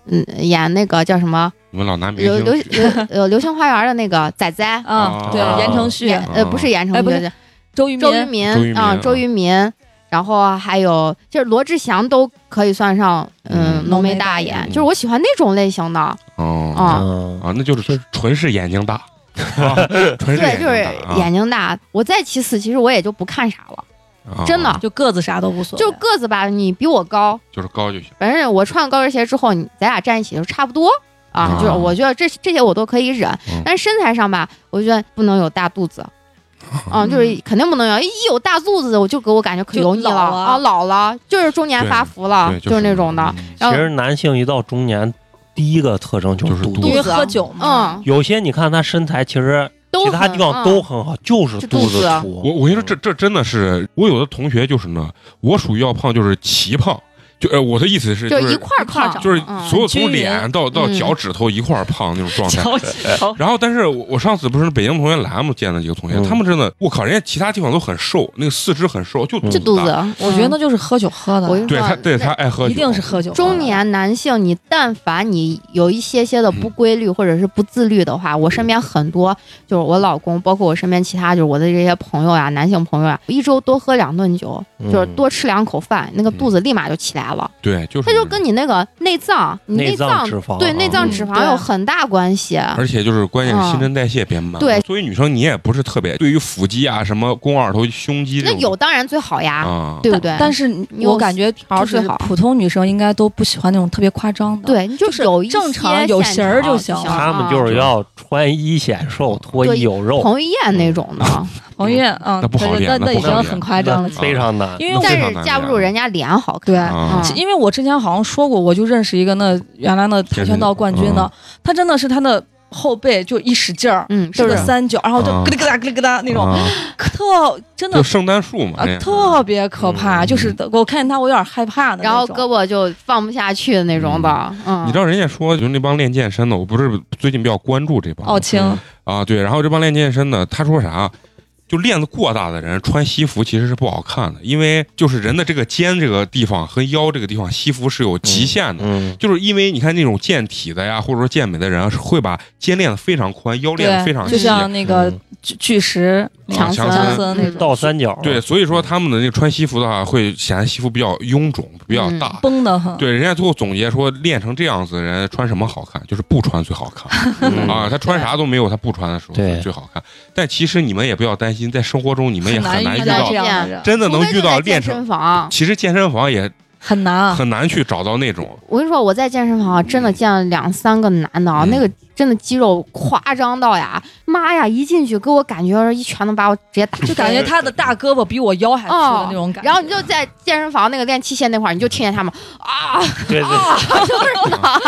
Speaker 3: 嗯，演那个叫什么
Speaker 1: 你们老拿明
Speaker 3: 流流
Speaker 1: 星
Speaker 3: 流呃《流星花园》的那个仔仔，
Speaker 1: 啊
Speaker 5: 啊，对，
Speaker 1: 啊
Speaker 5: 言承旭、
Speaker 3: 演呃不是言承
Speaker 5: 哎
Speaker 3: 旭，
Speaker 5: 不是周渝
Speaker 3: 周渝
Speaker 5: 民，
Speaker 1: 周渝民
Speaker 3: 民啊，
Speaker 1: 啊
Speaker 3: 周渝民，然后还有就是罗志祥都可以算上，嗯，
Speaker 1: 嗯
Speaker 3: 浓眉
Speaker 5: 浓眉
Speaker 3: 大
Speaker 5: 大
Speaker 3: 眼，
Speaker 1: 眼
Speaker 3: 就是我喜欢那种类型的，
Speaker 1: 哦
Speaker 3: 啊
Speaker 4: 嗯
Speaker 1: 啊，那就是纯是眼睛大，啊纯是
Speaker 3: 对，
Speaker 1: 眼
Speaker 3: 就是
Speaker 1: 睛大，
Speaker 3: 眼睛大。我再其次，其实我也就不看啥了，
Speaker 1: 啊
Speaker 3: 真的
Speaker 1: 啊
Speaker 5: 就个子啥都无所谓，
Speaker 3: 就个子吧，你比我高，
Speaker 1: 就是高就行。
Speaker 3: 反正我穿高跟鞋之后，你咱俩站一起就差不多。啊
Speaker 1: 啊，
Speaker 3: 就是我觉得这这些我都可以忍
Speaker 1: 嗯，
Speaker 3: 但是身材上吧，我觉得不能有大 肚子，啊，就是肯定不能有，一有大肚子我就给我感觉可
Speaker 5: 就
Speaker 3: 油腻了
Speaker 5: 老了
Speaker 3: 啊，老了，就是中年
Speaker 1: 对
Speaker 3: 发福了
Speaker 1: 对，，
Speaker 3: 啊就是那种的，
Speaker 1: 嗯
Speaker 3: 然
Speaker 4: 其
Speaker 3: 后
Speaker 4: 实男性一到中年，第一个特征
Speaker 1: 就是
Speaker 4: 肚
Speaker 1: 肚
Speaker 5: 因
Speaker 1: 子
Speaker 5: 为
Speaker 3: 肚子啊
Speaker 5: 喝酒
Speaker 1: 哦
Speaker 5: 嘛，
Speaker 3: 嗯，
Speaker 4: 有些你看他身材，其实
Speaker 3: 都
Speaker 4: 其他
Speaker 3: 很
Speaker 4: 地方
Speaker 3: 嗯
Speaker 4: 都很好，就是
Speaker 3: 就
Speaker 4: 肚
Speaker 3: 肚
Speaker 4: 子
Speaker 3: 子
Speaker 4: 凸。
Speaker 1: 我我跟你说，这这真的是，我有的同学就是呢，我属于要胖就是奇胖，就呃我的意思是
Speaker 3: 就是一块儿
Speaker 5: 块儿
Speaker 3: 胖，
Speaker 5: 长
Speaker 1: 就是
Speaker 3: 嗯
Speaker 1: 所有
Speaker 5: 均
Speaker 1: 从
Speaker 5: 匀
Speaker 1: 脸到到
Speaker 3: 嗯
Speaker 1: 脚趾头一块儿胖那种状 态。
Speaker 5: 瞧起瞧，
Speaker 1: 然后，但是我我上次不是北京同学来嘛，见了几个同学，
Speaker 4: 嗯
Speaker 1: 他们真的，我靠，人家其他地方都很瘦，那个四肢很瘦，就
Speaker 4: 嗯
Speaker 3: 这肚
Speaker 1: 大
Speaker 3: 子。，
Speaker 5: 我
Speaker 3: 嗯
Speaker 5: 觉得那就是喝酒喝的
Speaker 3: 我跟，你
Speaker 1: 对
Speaker 3: 说
Speaker 1: 他，对
Speaker 3: 那
Speaker 1: 他爱喝酒，
Speaker 5: 一定是喝酒。
Speaker 3: 中，年男性，你但凡你有一些些的
Speaker 4: 嗯
Speaker 3: 不规律或者是不自律的话，我身边很多就是我老公，包括我身边其他就是我的这些朋友呀、男性朋友啊，一周多喝两顿酒，
Speaker 4: 嗯
Speaker 3: 就是多吃两口饭，那个肚子立马就起来大了，
Speaker 1: 对，就是
Speaker 3: 它就跟你那个内脏，你
Speaker 4: 嗯内
Speaker 3: 脏
Speaker 4: 脂肪
Speaker 3: 嗯对
Speaker 4: 啊
Speaker 3: 内脏脂肪
Speaker 5: 对
Speaker 3: 有很大关系。
Speaker 1: 而且就是关键是新陈代谢变慢。
Speaker 3: 嗯对
Speaker 1: 作为女生你也不是特别对于腹肌啊、什么肱二头胸肌这
Speaker 3: 那
Speaker 1: 种
Speaker 3: 有当然最好呀，
Speaker 1: 啊，
Speaker 3: 对不对？
Speaker 5: 但
Speaker 3: 是
Speaker 5: 是
Speaker 3: 你
Speaker 5: 你
Speaker 3: 有
Speaker 5: 我感觉
Speaker 3: 条
Speaker 5: 就
Speaker 3: 儿最
Speaker 5: 是
Speaker 3: 好
Speaker 5: 普通女生应该都不喜欢那种特别夸张的。，
Speaker 3: 对，你就
Speaker 5: 就是
Speaker 3: 有一
Speaker 5: 正
Speaker 3: 些
Speaker 5: 常有
Speaker 3: 线
Speaker 5: 型儿
Speaker 3: 条
Speaker 5: 就
Speaker 3: 行
Speaker 5: 行
Speaker 4: 他们就是要穿衣显瘦，脱
Speaker 3: 啊对
Speaker 4: 衣有
Speaker 1: 哦
Speaker 4: 肉，
Speaker 3: 彭于晏那种的，
Speaker 1: 嗯
Speaker 5: 彭于晏啊，
Speaker 1: 那不好
Speaker 5: 对
Speaker 1: 练
Speaker 5: 那
Speaker 1: 那不
Speaker 5: 那已
Speaker 1: 好
Speaker 5: 经
Speaker 1: 练
Speaker 5: 很夸张
Speaker 4: 那
Speaker 5: 了。
Speaker 4: 非常难。
Speaker 5: 因为
Speaker 1: 那
Speaker 5: 我
Speaker 1: 非
Speaker 3: 但
Speaker 1: 常
Speaker 3: 是
Speaker 1: 难
Speaker 3: 架不住
Speaker 1: 练
Speaker 3: 人家脸好看。
Speaker 5: 对
Speaker 1: 啊
Speaker 3: 嗯
Speaker 5: 因为我之前好像说过，我就认识一个那原来的跆拳道冠军呢，
Speaker 1: 嗯
Speaker 5: 他真的是他的后背就一使劲儿，
Speaker 3: 嗯，
Speaker 5: 是
Speaker 3: 就
Speaker 5: 个
Speaker 3: 是
Speaker 5: 三角，然后就
Speaker 1: 啊
Speaker 5: 咯哩咯哒咯哩咯哒那种，
Speaker 1: 啊
Speaker 5: 特真的
Speaker 1: 就圣诞树嘛
Speaker 5: 啊，
Speaker 1: 那样
Speaker 5: 特别可怕，
Speaker 1: 嗯
Speaker 5: 就是我看见他我有点害怕的那种。
Speaker 3: 然后胳膊就放不下去的那种的，嗯，
Speaker 1: 你知道人家说就是那帮练健身的，我不是最近比较关注这帮
Speaker 3: 哦
Speaker 5: 奥青，
Speaker 4: 嗯
Speaker 1: 啊，对，然后这帮练健身的，他说啥？啊就练得过大的人穿西服其实是不好看的，因为就是人的这个肩这个地方和腰这个地方，西服是有极限的。
Speaker 4: 嗯，
Speaker 1: 就是因为你看那种健体的呀，或者说健美的人，是会把肩练得非常宽，腰练得非常
Speaker 5: 对，就
Speaker 1: 细。啊
Speaker 5: 像那个
Speaker 4: 嗯
Speaker 5: 巨巨石
Speaker 1: 强
Speaker 3: 森
Speaker 1: 强
Speaker 5: 森
Speaker 3: 那
Speaker 5: 那
Speaker 3: 种
Speaker 5: 种
Speaker 4: 倒三角，
Speaker 1: 对，所以说他们的那个穿西服的话，会显得西服比较臃肿，比较大。
Speaker 5: 崩的很。
Speaker 1: 对，人家最后总结说，练成这样子的人穿什么好看，就是不穿最好看。
Speaker 4: 嗯
Speaker 1: 啊， 他穿啥都没有，他不穿的时候
Speaker 4: 对
Speaker 1: 是最好看。但其实你们也不要担心，在生活中你们也
Speaker 5: 很
Speaker 1: 很难
Speaker 5: 难遇
Speaker 1: 遇
Speaker 5: 到
Speaker 1: 到
Speaker 5: 这，样的人
Speaker 1: 真的能
Speaker 3: 除非
Speaker 1: 遇
Speaker 3: 就在
Speaker 1: 到练
Speaker 3: 健
Speaker 1: 成。
Speaker 3: 身房。
Speaker 1: 其实健身房也
Speaker 5: 很难啊，
Speaker 1: 很难去找到那种，
Speaker 3: 我跟你说，我在健身房真的见了两三个男的啊，
Speaker 1: 嗯
Speaker 3: 那个真的肌肉夸张到呀，妈呀！一进去给我感觉一拳能把我直接打
Speaker 5: 就感觉他的大胳膊比我腰还粗的那种感觉。
Speaker 3: 哦然后你就在健身房那个练器械那块儿，你就听见他们啊，
Speaker 4: 对对，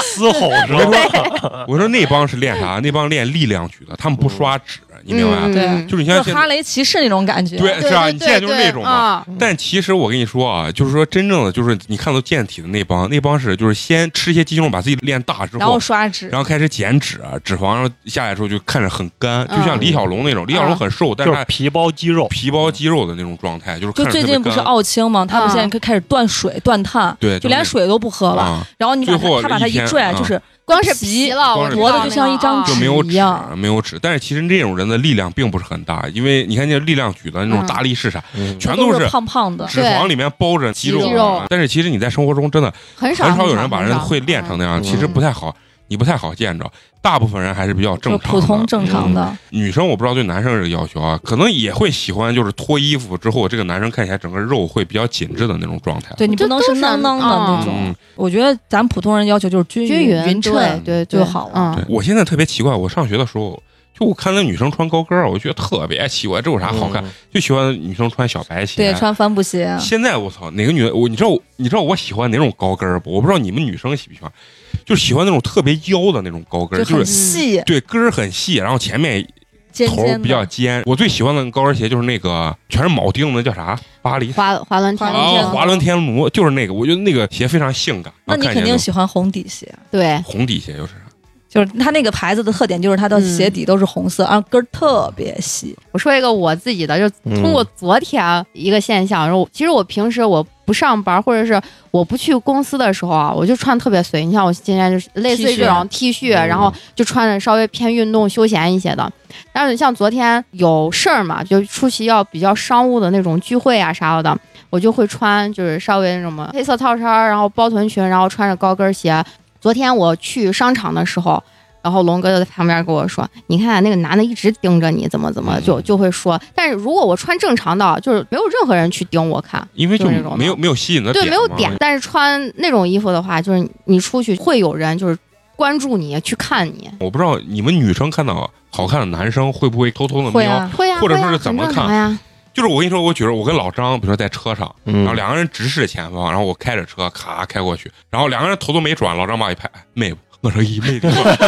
Speaker 4: 嘶吼声
Speaker 1: 我，
Speaker 4: 嗯
Speaker 1: 我说那帮是练啥？那帮练力量举的，他们不刷脂，你明白吗？
Speaker 3: 嗯
Speaker 5: 对
Speaker 1: 就是你
Speaker 5: 就
Speaker 1: 像
Speaker 5: 是
Speaker 1: 现
Speaker 5: 哈
Speaker 1: 在，
Speaker 5: 雷骑士那种感觉。
Speaker 1: 对，
Speaker 3: 对
Speaker 1: 是啊，
Speaker 3: 对
Speaker 1: 你
Speaker 3: 对
Speaker 1: 现在就是那
Speaker 3: 对
Speaker 1: 种嘛。
Speaker 3: 啊，
Speaker 1: 但其实我跟你说啊，就是说真正的就是你看到健体的那帮，那帮是就是先吃一些鸡胸肉把自己练大之
Speaker 5: 然后刷脂，
Speaker 1: 然后开始减脂，脂肪然后下来之后就看着很干，就像
Speaker 3: 嗯
Speaker 1: 李小龙那种。李小龙很瘦，但
Speaker 4: 就是
Speaker 1: 他
Speaker 4: 是皮包肌肉，
Speaker 1: 皮包肌肉的那种状态，就是
Speaker 5: 就
Speaker 1: 看着
Speaker 5: 最
Speaker 1: 特别
Speaker 5: 近不是
Speaker 1: 干
Speaker 5: 奥青吗？他们
Speaker 3: 啊
Speaker 5: 现在开始断水、断碳，
Speaker 1: 对，
Speaker 5: 就连
Speaker 1: 是
Speaker 5: 水都不喝了。
Speaker 1: 啊，
Speaker 5: 然后你把
Speaker 1: 最后
Speaker 5: 他他把他
Speaker 1: 一天
Speaker 5: 拽，
Speaker 1: 啊
Speaker 5: 就是
Speaker 3: 光是
Speaker 5: 皮
Speaker 3: 皮了，
Speaker 1: 光
Speaker 3: 我
Speaker 1: 是
Speaker 3: 知道
Speaker 1: 皮
Speaker 3: 那
Speaker 5: 就像
Speaker 3: 个
Speaker 5: 一张
Speaker 3: 啊
Speaker 5: 纸
Speaker 1: 就没有
Speaker 5: 一样
Speaker 1: 脂，没有脂。但是其实这种人的力量并不是很大，因为你看那力量举的那种
Speaker 3: 嗯
Speaker 1: 大力士啥，
Speaker 4: 嗯
Speaker 1: 全
Speaker 5: 都
Speaker 1: 都是
Speaker 5: 胖胖的。
Speaker 1: 脂肪里面包着肌肉
Speaker 3: 肌
Speaker 1: 啊
Speaker 3: 肉。
Speaker 1: 但是其实你在生活中真的
Speaker 3: 很少
Speaker 1: 很少有人把人会练成
Speaker 3: 的。
Speaker 1: 那样，
Speaker 4: 嗯
Speaker 1: 其实不太好，你不太好见着。大部分人还是比较
Speaker 5: 就
Speaker 1: 正常
Speaker 5: 普
Speaker 1: 的，
Speaker 5: 通正常
Speaker 1: 嗯
Speaker 5: 的，
Speaker 1: 女生我不知道对男生这个要求啊，可能也会喜欢，就是脱衣服之后，这个男生看起来整个肉会比较紧致的那种状态。
Speaker 5: 对你不
Speaker 3: 这
Speaker 5: 能
Speaker 3: 都
Speaker 5: 是
Speaker 3: 是
Speaker 5: 囊囊的
Speaker 3: 嗯
Speaker 5: 那种
Speaker 1: 嗯。，
Speaker 5: 我觉得咱普通人要求就是均
Speaker 3: 均
Speaker 5: 匀、匀
Speaker 3: 匀，对
Speaker 5: 称，
Speaker 3: 对对
Speaker 5: 就好了
Speaker 3: 嗯
Speaker 1: 对，我现在特别奇怪，我上学的时候，就我看那女生穿高跟儿，啊我就觉得特别奇怪，这有
Speaker 5: 嗯
Speaker 1: 啥好看？？就喜欢女生穿小白鞋。
Speaker 5: 对，穿帆布鞋，
Speaker 1: 现在我操，哪个女的我你知道我你知道我喜欢哪种高跟儿不？我不知道你们女生喜不喜欢，就喜欢那种特别腰的那种高跟儿，就
Speaker 5: 很
Speaker 1: 是
Speaker 5: 细、
Speaker 1: 对跟儿很细，然后前面
Speaker 5: 尖
Speaker 1: 头
Speaker 5: 尖
Speaker 1: 比较
Speaker 5: 的。
Speaker 1: 尖。我最喜欢的高跟鞋就是那个全是铆钉的，叫啥？巴黎
Speaker 3: 滑滑轮天
Speaker 5: 滑
Speaker 3: 龙
Speaker 1: 啊，
Speaker 5: 轮天
Speaker 3: 天
Speaker 5: 龙
Speaker 1: 滑轮天奴就是那个，我觉得那个鞋非常性感。啊
Speaker 5: 那你
Speaker 1: 然后看
Speaker 5: 肯
Speaker 1: 起来
Speaker 5: 定喜欢红底鞋，
Speaker 3: 对
Speaker 1: 就红底鞋，就是
Speaker 5: 就是它那个牌子的特点就是它的鞋
Speaker 3: 嗯
Speaker 5: 底都是红色，然后跟儿特别细。
Speaker 3: 我说一个我自己的，就是
Speaker 1: 嗯
Speaker 4: 通
Speaker 3: 通过昨天一个现象，然后其实我平时我不上班或者是我不去公司的时候啊，我就穿特别随。你像我今天就是类似于
Speaker 5: T 恤
Speaker 3: 这种 T 恤，
Speaker 4: 嗯
Speaker 3: 然后就穿着稍微偏运动休闲一些的。但是像昨天有事儿嘛，就出席要比较商务的那种聚会啊啥的，我就会穿就是稍微那种黑色套衫儿，然后包臀裙，然后穿着高跟鞋。昨天我去商场的时候。然后龙哥就在旁边跟我说：“你看那个男的一直盯着你，怎么怎么
Speaker 1: 嗯
Speaker 3: 就就会说。但是如果我穿正常的，就是没有任何人去盯我看，
Speaker 1: 因为就
Speaker 3: 就是那种的
Speaker 1: 没有没有吸引的
Speaker 3: 对，没有
Speaker 1: 嘛
Speaker 3: 点。但是穿那种衣服的话，就是你出去会有人就是关注你，去看你。
Speaker 1: 我不知道你们女生看到好看的男生会不会偷偷的
Speaker 5: 会
Speaker 1: 瞄？
Speaker 5: 啊，
Speaker 3: 会呀、
Speaker 1: 或者
Speaker 3: 会呀
Speaker 1: 说是怎么
Speaker 3: 很正
Speaker 1: 看
Speaker 3: 常呀？
Speaker 1: 就是我跟你说，我举着我跟老张，比如说在车上，
Speaker 4: 嗯
Speaker 1: 然后两个人直视前方，然后我开着车咔开过去，然后两个人头都没转，老张把一拍，哎妹夫。我说一妹子，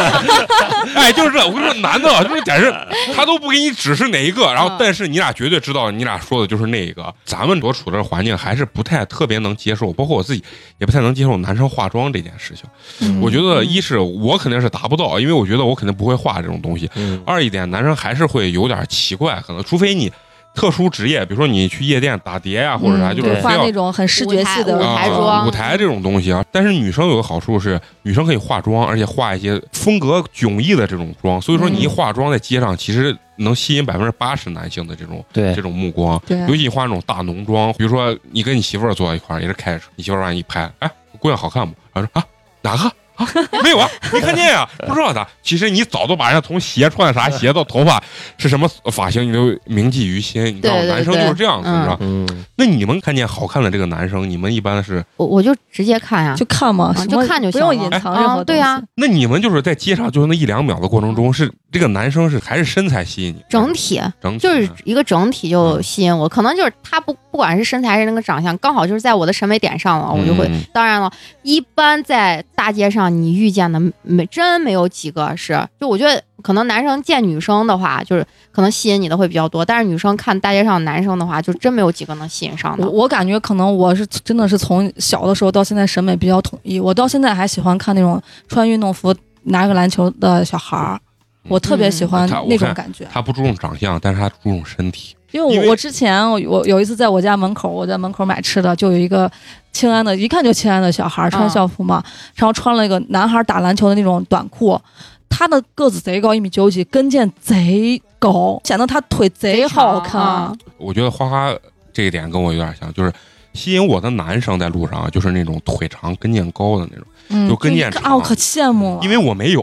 Speaker 1: 哎，就是这我跟你说，男的就是简直，他都不给你指是哪一个，然后
Speaker 3: 嗯
Speaker 1: 但是你俩绝对知道，你俩说的就是那一个。咱们所处的环境还是不太特别能接受，包括我自己也不太能接受男生化妆这件事情。我觉得一是我肯定是达不到，因为我觉得我肯定不会画这种东西。
Speaker 4: 嗯
Speaker 1: 二一点，男生还是会有点奇怪，可能除非你特殊职业，比如说你去夜店打碟啊，或者啥，
Speaker 5: 嗯
Speaker 1: 就是
Speaker 5: 对
Speaker 1: 非
Speaker 5: 画
Speaker 1: 要
Speaker 5: 那种很视觉系的
Speaker 3: 舞台
Speaker 1: 啊
Speaker 3: 妆
Speaker 1: 舞台这种东西啊。但是女生有个好处是，女生可以化妆，而且化一些风格迥异的这种妆。所以
Speaker 3: 嗯
Speaker 1: 说，你一化妆在街上，其实能吸引百分之八十男性的这种
Speaker 4: 对
Speaker 1: 这，种目光。
Speaker 5: 对啊
Speaker 1: 尤其你化那种大浓妆，比如说你跟你媳妇儿坐在一块儿，也是开着车，你媳妇儿往你一拍，哎，姑娘好看不？然后说啊，哪个？啊， 没有啊，没看见啊， 不知道的。其实你早都把人家从鞋穿啥鞋到头发 是什么发型，你都铭记于心。你知道吗，
Speaker 3: 对对
Speaker 1: 男生就是这样子，
Speaker 3: 对
Speaker 1: 你知道吗？
Speaker 4: 嗯，
Speaker 1: 那你们看见好看的这个男生，你们一般是，
Speaker 3: 我我就直接看呀，
Speaker 5: 就看嘛，
Speaker 3: 啊
Speaker 5: 什么
Speaker 3: 就看就
Speaker 5: 不
Speaker 3: 行
Speaker 5: 用
Speaker 3: 了
Speaker 5: 隐藏任何
Speaker 3: 啊对
Speaker 5: 呀
Speaker 3: 呀、
Speaker 1: 那你们就是在街上就是那一两秒的过程中，是这个男生是还是身材吸引你？
Speaker 3: 整体
Speaker 1: 整体啊
Speaker 3: 就是一个整体
Speaker 1: 嗯
Speaker 3: 就吸引我，可能就是他不不管是身材还是那个长相，刚好就是在我的审美点上了，我就会。
Speaker 1: 嗯
Speaker 3: 当然了，一般在大街上你遇见的没真没有几个是，就我觉得可能男生见女生的话，就是可能吸引你的会比较多，但是女生看大街上男生的话，就真没有几个能吸引上
Speaker 5: 我
Speaker 3: 的。
Speaker 5: 我感觉可能我是真的是从小的时候到现在审美比较统一，我到现在还喜欢看那种穿运动服拿个篮球的小孩儿，我特别喜欢
Speaker 1: 嗯他我
Speaker 5: 那种
Speaker 1: 看
Speaker 5: 感觉。
Speaker 1: 他不注重长相，但是他注重身体。
Speaker 5: 因为我
Speaker 1: 因为
Speaker 5: 我之前我我有一次在我家门口，我在门口买吃的，就有一个清安的，一看就清安的小孩儿穿
Speaker 3: 嗯
Speaker 5: 校服嘛，然后穿了一个男孩打篮球的那种短裤，他的个子贼高，一米九几，跟腱贼高，显得他腿贼好看。
Speaker 3: 啊
Speaker 1: 我觉得花花这一点跟我有点像，就是吸引我的男生在路上啊，就是那种腿长、跟腱高的那种，
Speaker 5: 嗯
Speaker 1: 就跟腱
Speaker 5: 一看啊，我可
Speaker 1: 长，
Speaker 5: 羡慕了，
Speaker 1: 因为我没有，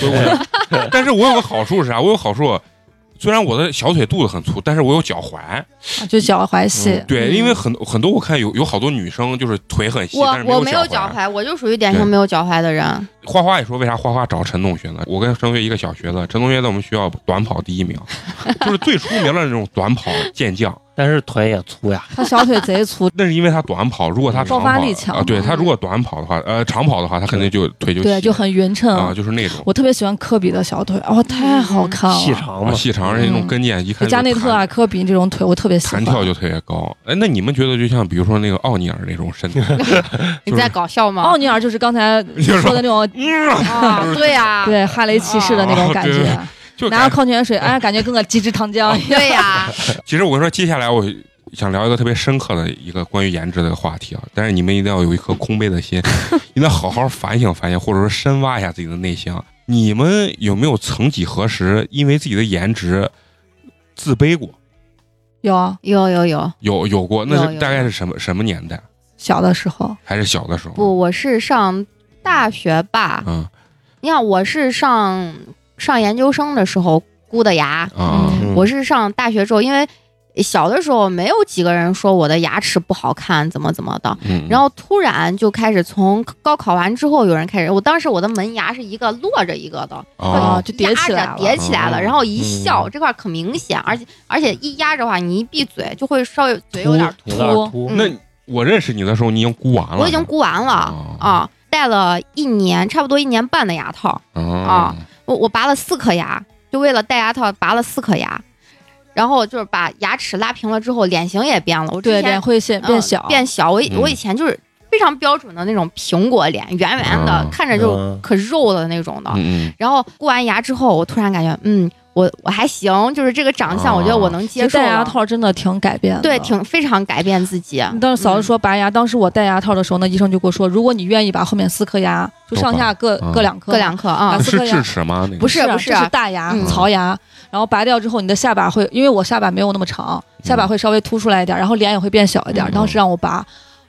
Speaker 1: 所以 我但是我有个好处是啊啥？我有好处，虽然我的小腿肚子很粗，但是我有脚踝。
Speaker 5: 啊就脚踝细。
Speaker 1: 对，
Speaker 3: 嗯
Speaker 1: 因为很很多我看有有好多女生就是腿很细，但
Speaker 3: 我
Speaker 1: 是
Speaker 3: 我
Speaker 1: 没
Speaker 3: 没有
Speaker 1: 脚
Speaker 3: 脚。踝，我就属于典型
Speaker 1: 对
Speaker 3: 没有脚踝 的人。
Speaker 1: 花花也说为啥花花找陈同学呢？我跟陈同学一个小学的，陈同学在我们学校短跑第一 名，就是最出名的那种短跑健将。
Speaker 4: 但是腿也粗呀，
Speaker 5: 他小腿
Speaker 1: ，
Speaker 5: 贼粗
Speaker 1: 那是因为他短跑，如果他长跑
Speaker 5: 爆发力强
Speaker 1: 啊，对他如果短跑的话，呃，长跑的话，他肯定就腿就
Speaker 5: 对，
Speaker 1: 细
Speaker 5: 就很匀称。
Speaker 1: 啊，就是那种
Speaker 5: 我特别喜欢科比的小腿，哇、
Speaker 3: 嗯
Speaker 5: 太好看
Speaker 4: 细
Speaker 5: 了！
Speaker 4: 长
Speaker 1: 啊
Speaker 4: 嘛，
Speaker 1: 细长，而且那种
Speaker 5: 嗯
Speaker 1: 跟腱一看就
Speaker 5: 加内特啊、
Speaker 1: 弹
Speaker 5: 科比这种腿，我特别喜欢。
Speaker 1: 弹跳就特别高。哎，那你们觉得就像比如说那个奥尼尔那种 身材，
Speaker 3: 你在搞笑吗？
Speaker 5: 奥尼尔就是刚才
Speaker 1: 就是
Speaker 5: 说的那
Speaker 3: 哦
Speaker 5: 种，
Speaker 1: 嗯，
Speaker 3: 啊，对呀，
Speaker 5: 对哈雷骑士的那种感觉，
Speaker 1: 啊就
Speaker 5: 拿
Speaker 1: 感
Speaker 5: 个矿泉水，哎，感觉跟个鸡汁糖浆 一样。
Speaker 3: 对呀，
Speaker 1: 其实我跟你说，接下来我想聊一个特别深刻的一个关于颜值的一个话题啊，但是你们一定要有一颗空杯的 心，一定要好好反省反省，或者说深挖一下自己的内心啊。你们有没有曾几何时因为自己的颜值自卑过？
Speaker 5: 有啊
Speaker 3: 有有有。
Speaker 1: 有有过，那
Speaker 3: 有
Speaker 1: 是
Speaker 3: 有
Speaker 1: 大概是什么什么年代？
Speaker 5: 小的时候，
Speaker 1: 还是小的时候？
Speaker 3: 不，我是上大学吧。
Speaker 1: 嗯，
Speaker 3: 你看，我是上上研究生的时候箍的牙，
Speaker 1: 啊啊
Speaker 4: 嗯
Speaker 3: 我是上大学之后，因为小的时候没有几个人说我的牙齿不好看，怎么怎么的。
Speaker 1: 嗯，
Speaker 3: 然后突然就开始从高考完之后，有人开始，我当时我的门牙是一个落着一个的，
Speaker 1: 啊
Speaker 5: 啊，就叠起来
Speaker 3: 压着
Speaker 5: 了
Speaker 3: 叠。起来了，
Speaker 1: 哦
Speaker 3: 然后一笑，
Speaker 4: 嗯
Speaker 3: 这块可明显，而且而且一压着的话，你一闭嘴就会稍微嘴有点
Speaker 4: 凸有点
Speaker 3: 凸，
Speaker 4: 凸
Speaker 3: 嗯
Speaker 1: 那我认识你的时候，你已经箍完了，
Speaker 3: 我已经箍完了
Speaker 1: 哦
Speaker 3: 啊，戴了一年，差不多一年半的牙套。
Speaker 1: 啊
Speaker 3: 我我拔了四颗牙，就为了戴牙套拔了四颗牙，然后就是把牙齿拉平了之后，脸型也变了。我之
Speaker 5: 对，
Speaker 3: 前
Speaker 5: 脸会显
Speaker 3: 嗯
Speaker 5: 变小，
Speaker 3: 变小，我以
Speaker 1: 嗯
Speaker 3: 我以前就是非常标准的那种苹果脸，圆圆的
Speaker 1: 嗯，
Speaker 3: 看着就
Speaker 4: 嗯
Speaker 3: 可肉的那种的。
Speaker 1: 嗯嗯，
Speaker 3: 然后箍完牙之后，我突然感觉，嗯，我我还行，就是这个长相，
Speaker 1: 哦
Speaker 3: 我觉得我能接
Speaker 5: 就
Speaker 3: 受了。
Speaker 5: 戴牙套真的挺改变的。
Speaker 3: 对，。挺非常改变自己。
Speaker 5: 当时嫂子
Speaker 3: 嗯
Speaker 5: 说拔牙，当时我戴牙套的时候，那医生就跟我说，如果你愿意把后面四颗牙，就上下各
Speaker 1: 都拔嗯
Speaker 5: 各两颗，
Speaker 3: 各两颗啊
Speaker 5: 啊，
Speaker 1: 是智齿吗？那个
Speaker 3: 不是不
Speaker 5: 不
Speaker 3: 是
Speaker 5: 是大牙、
Speaker 3: 嗯
Speaker 5: 槽牙，然后拔掉之后，你的下巴会，因为我下巴没有那么长，下巴会稍微凸出来一点，然后脸也会变小一点
Speaker 1: 嗯。
Speaker 5: 当时让我拔，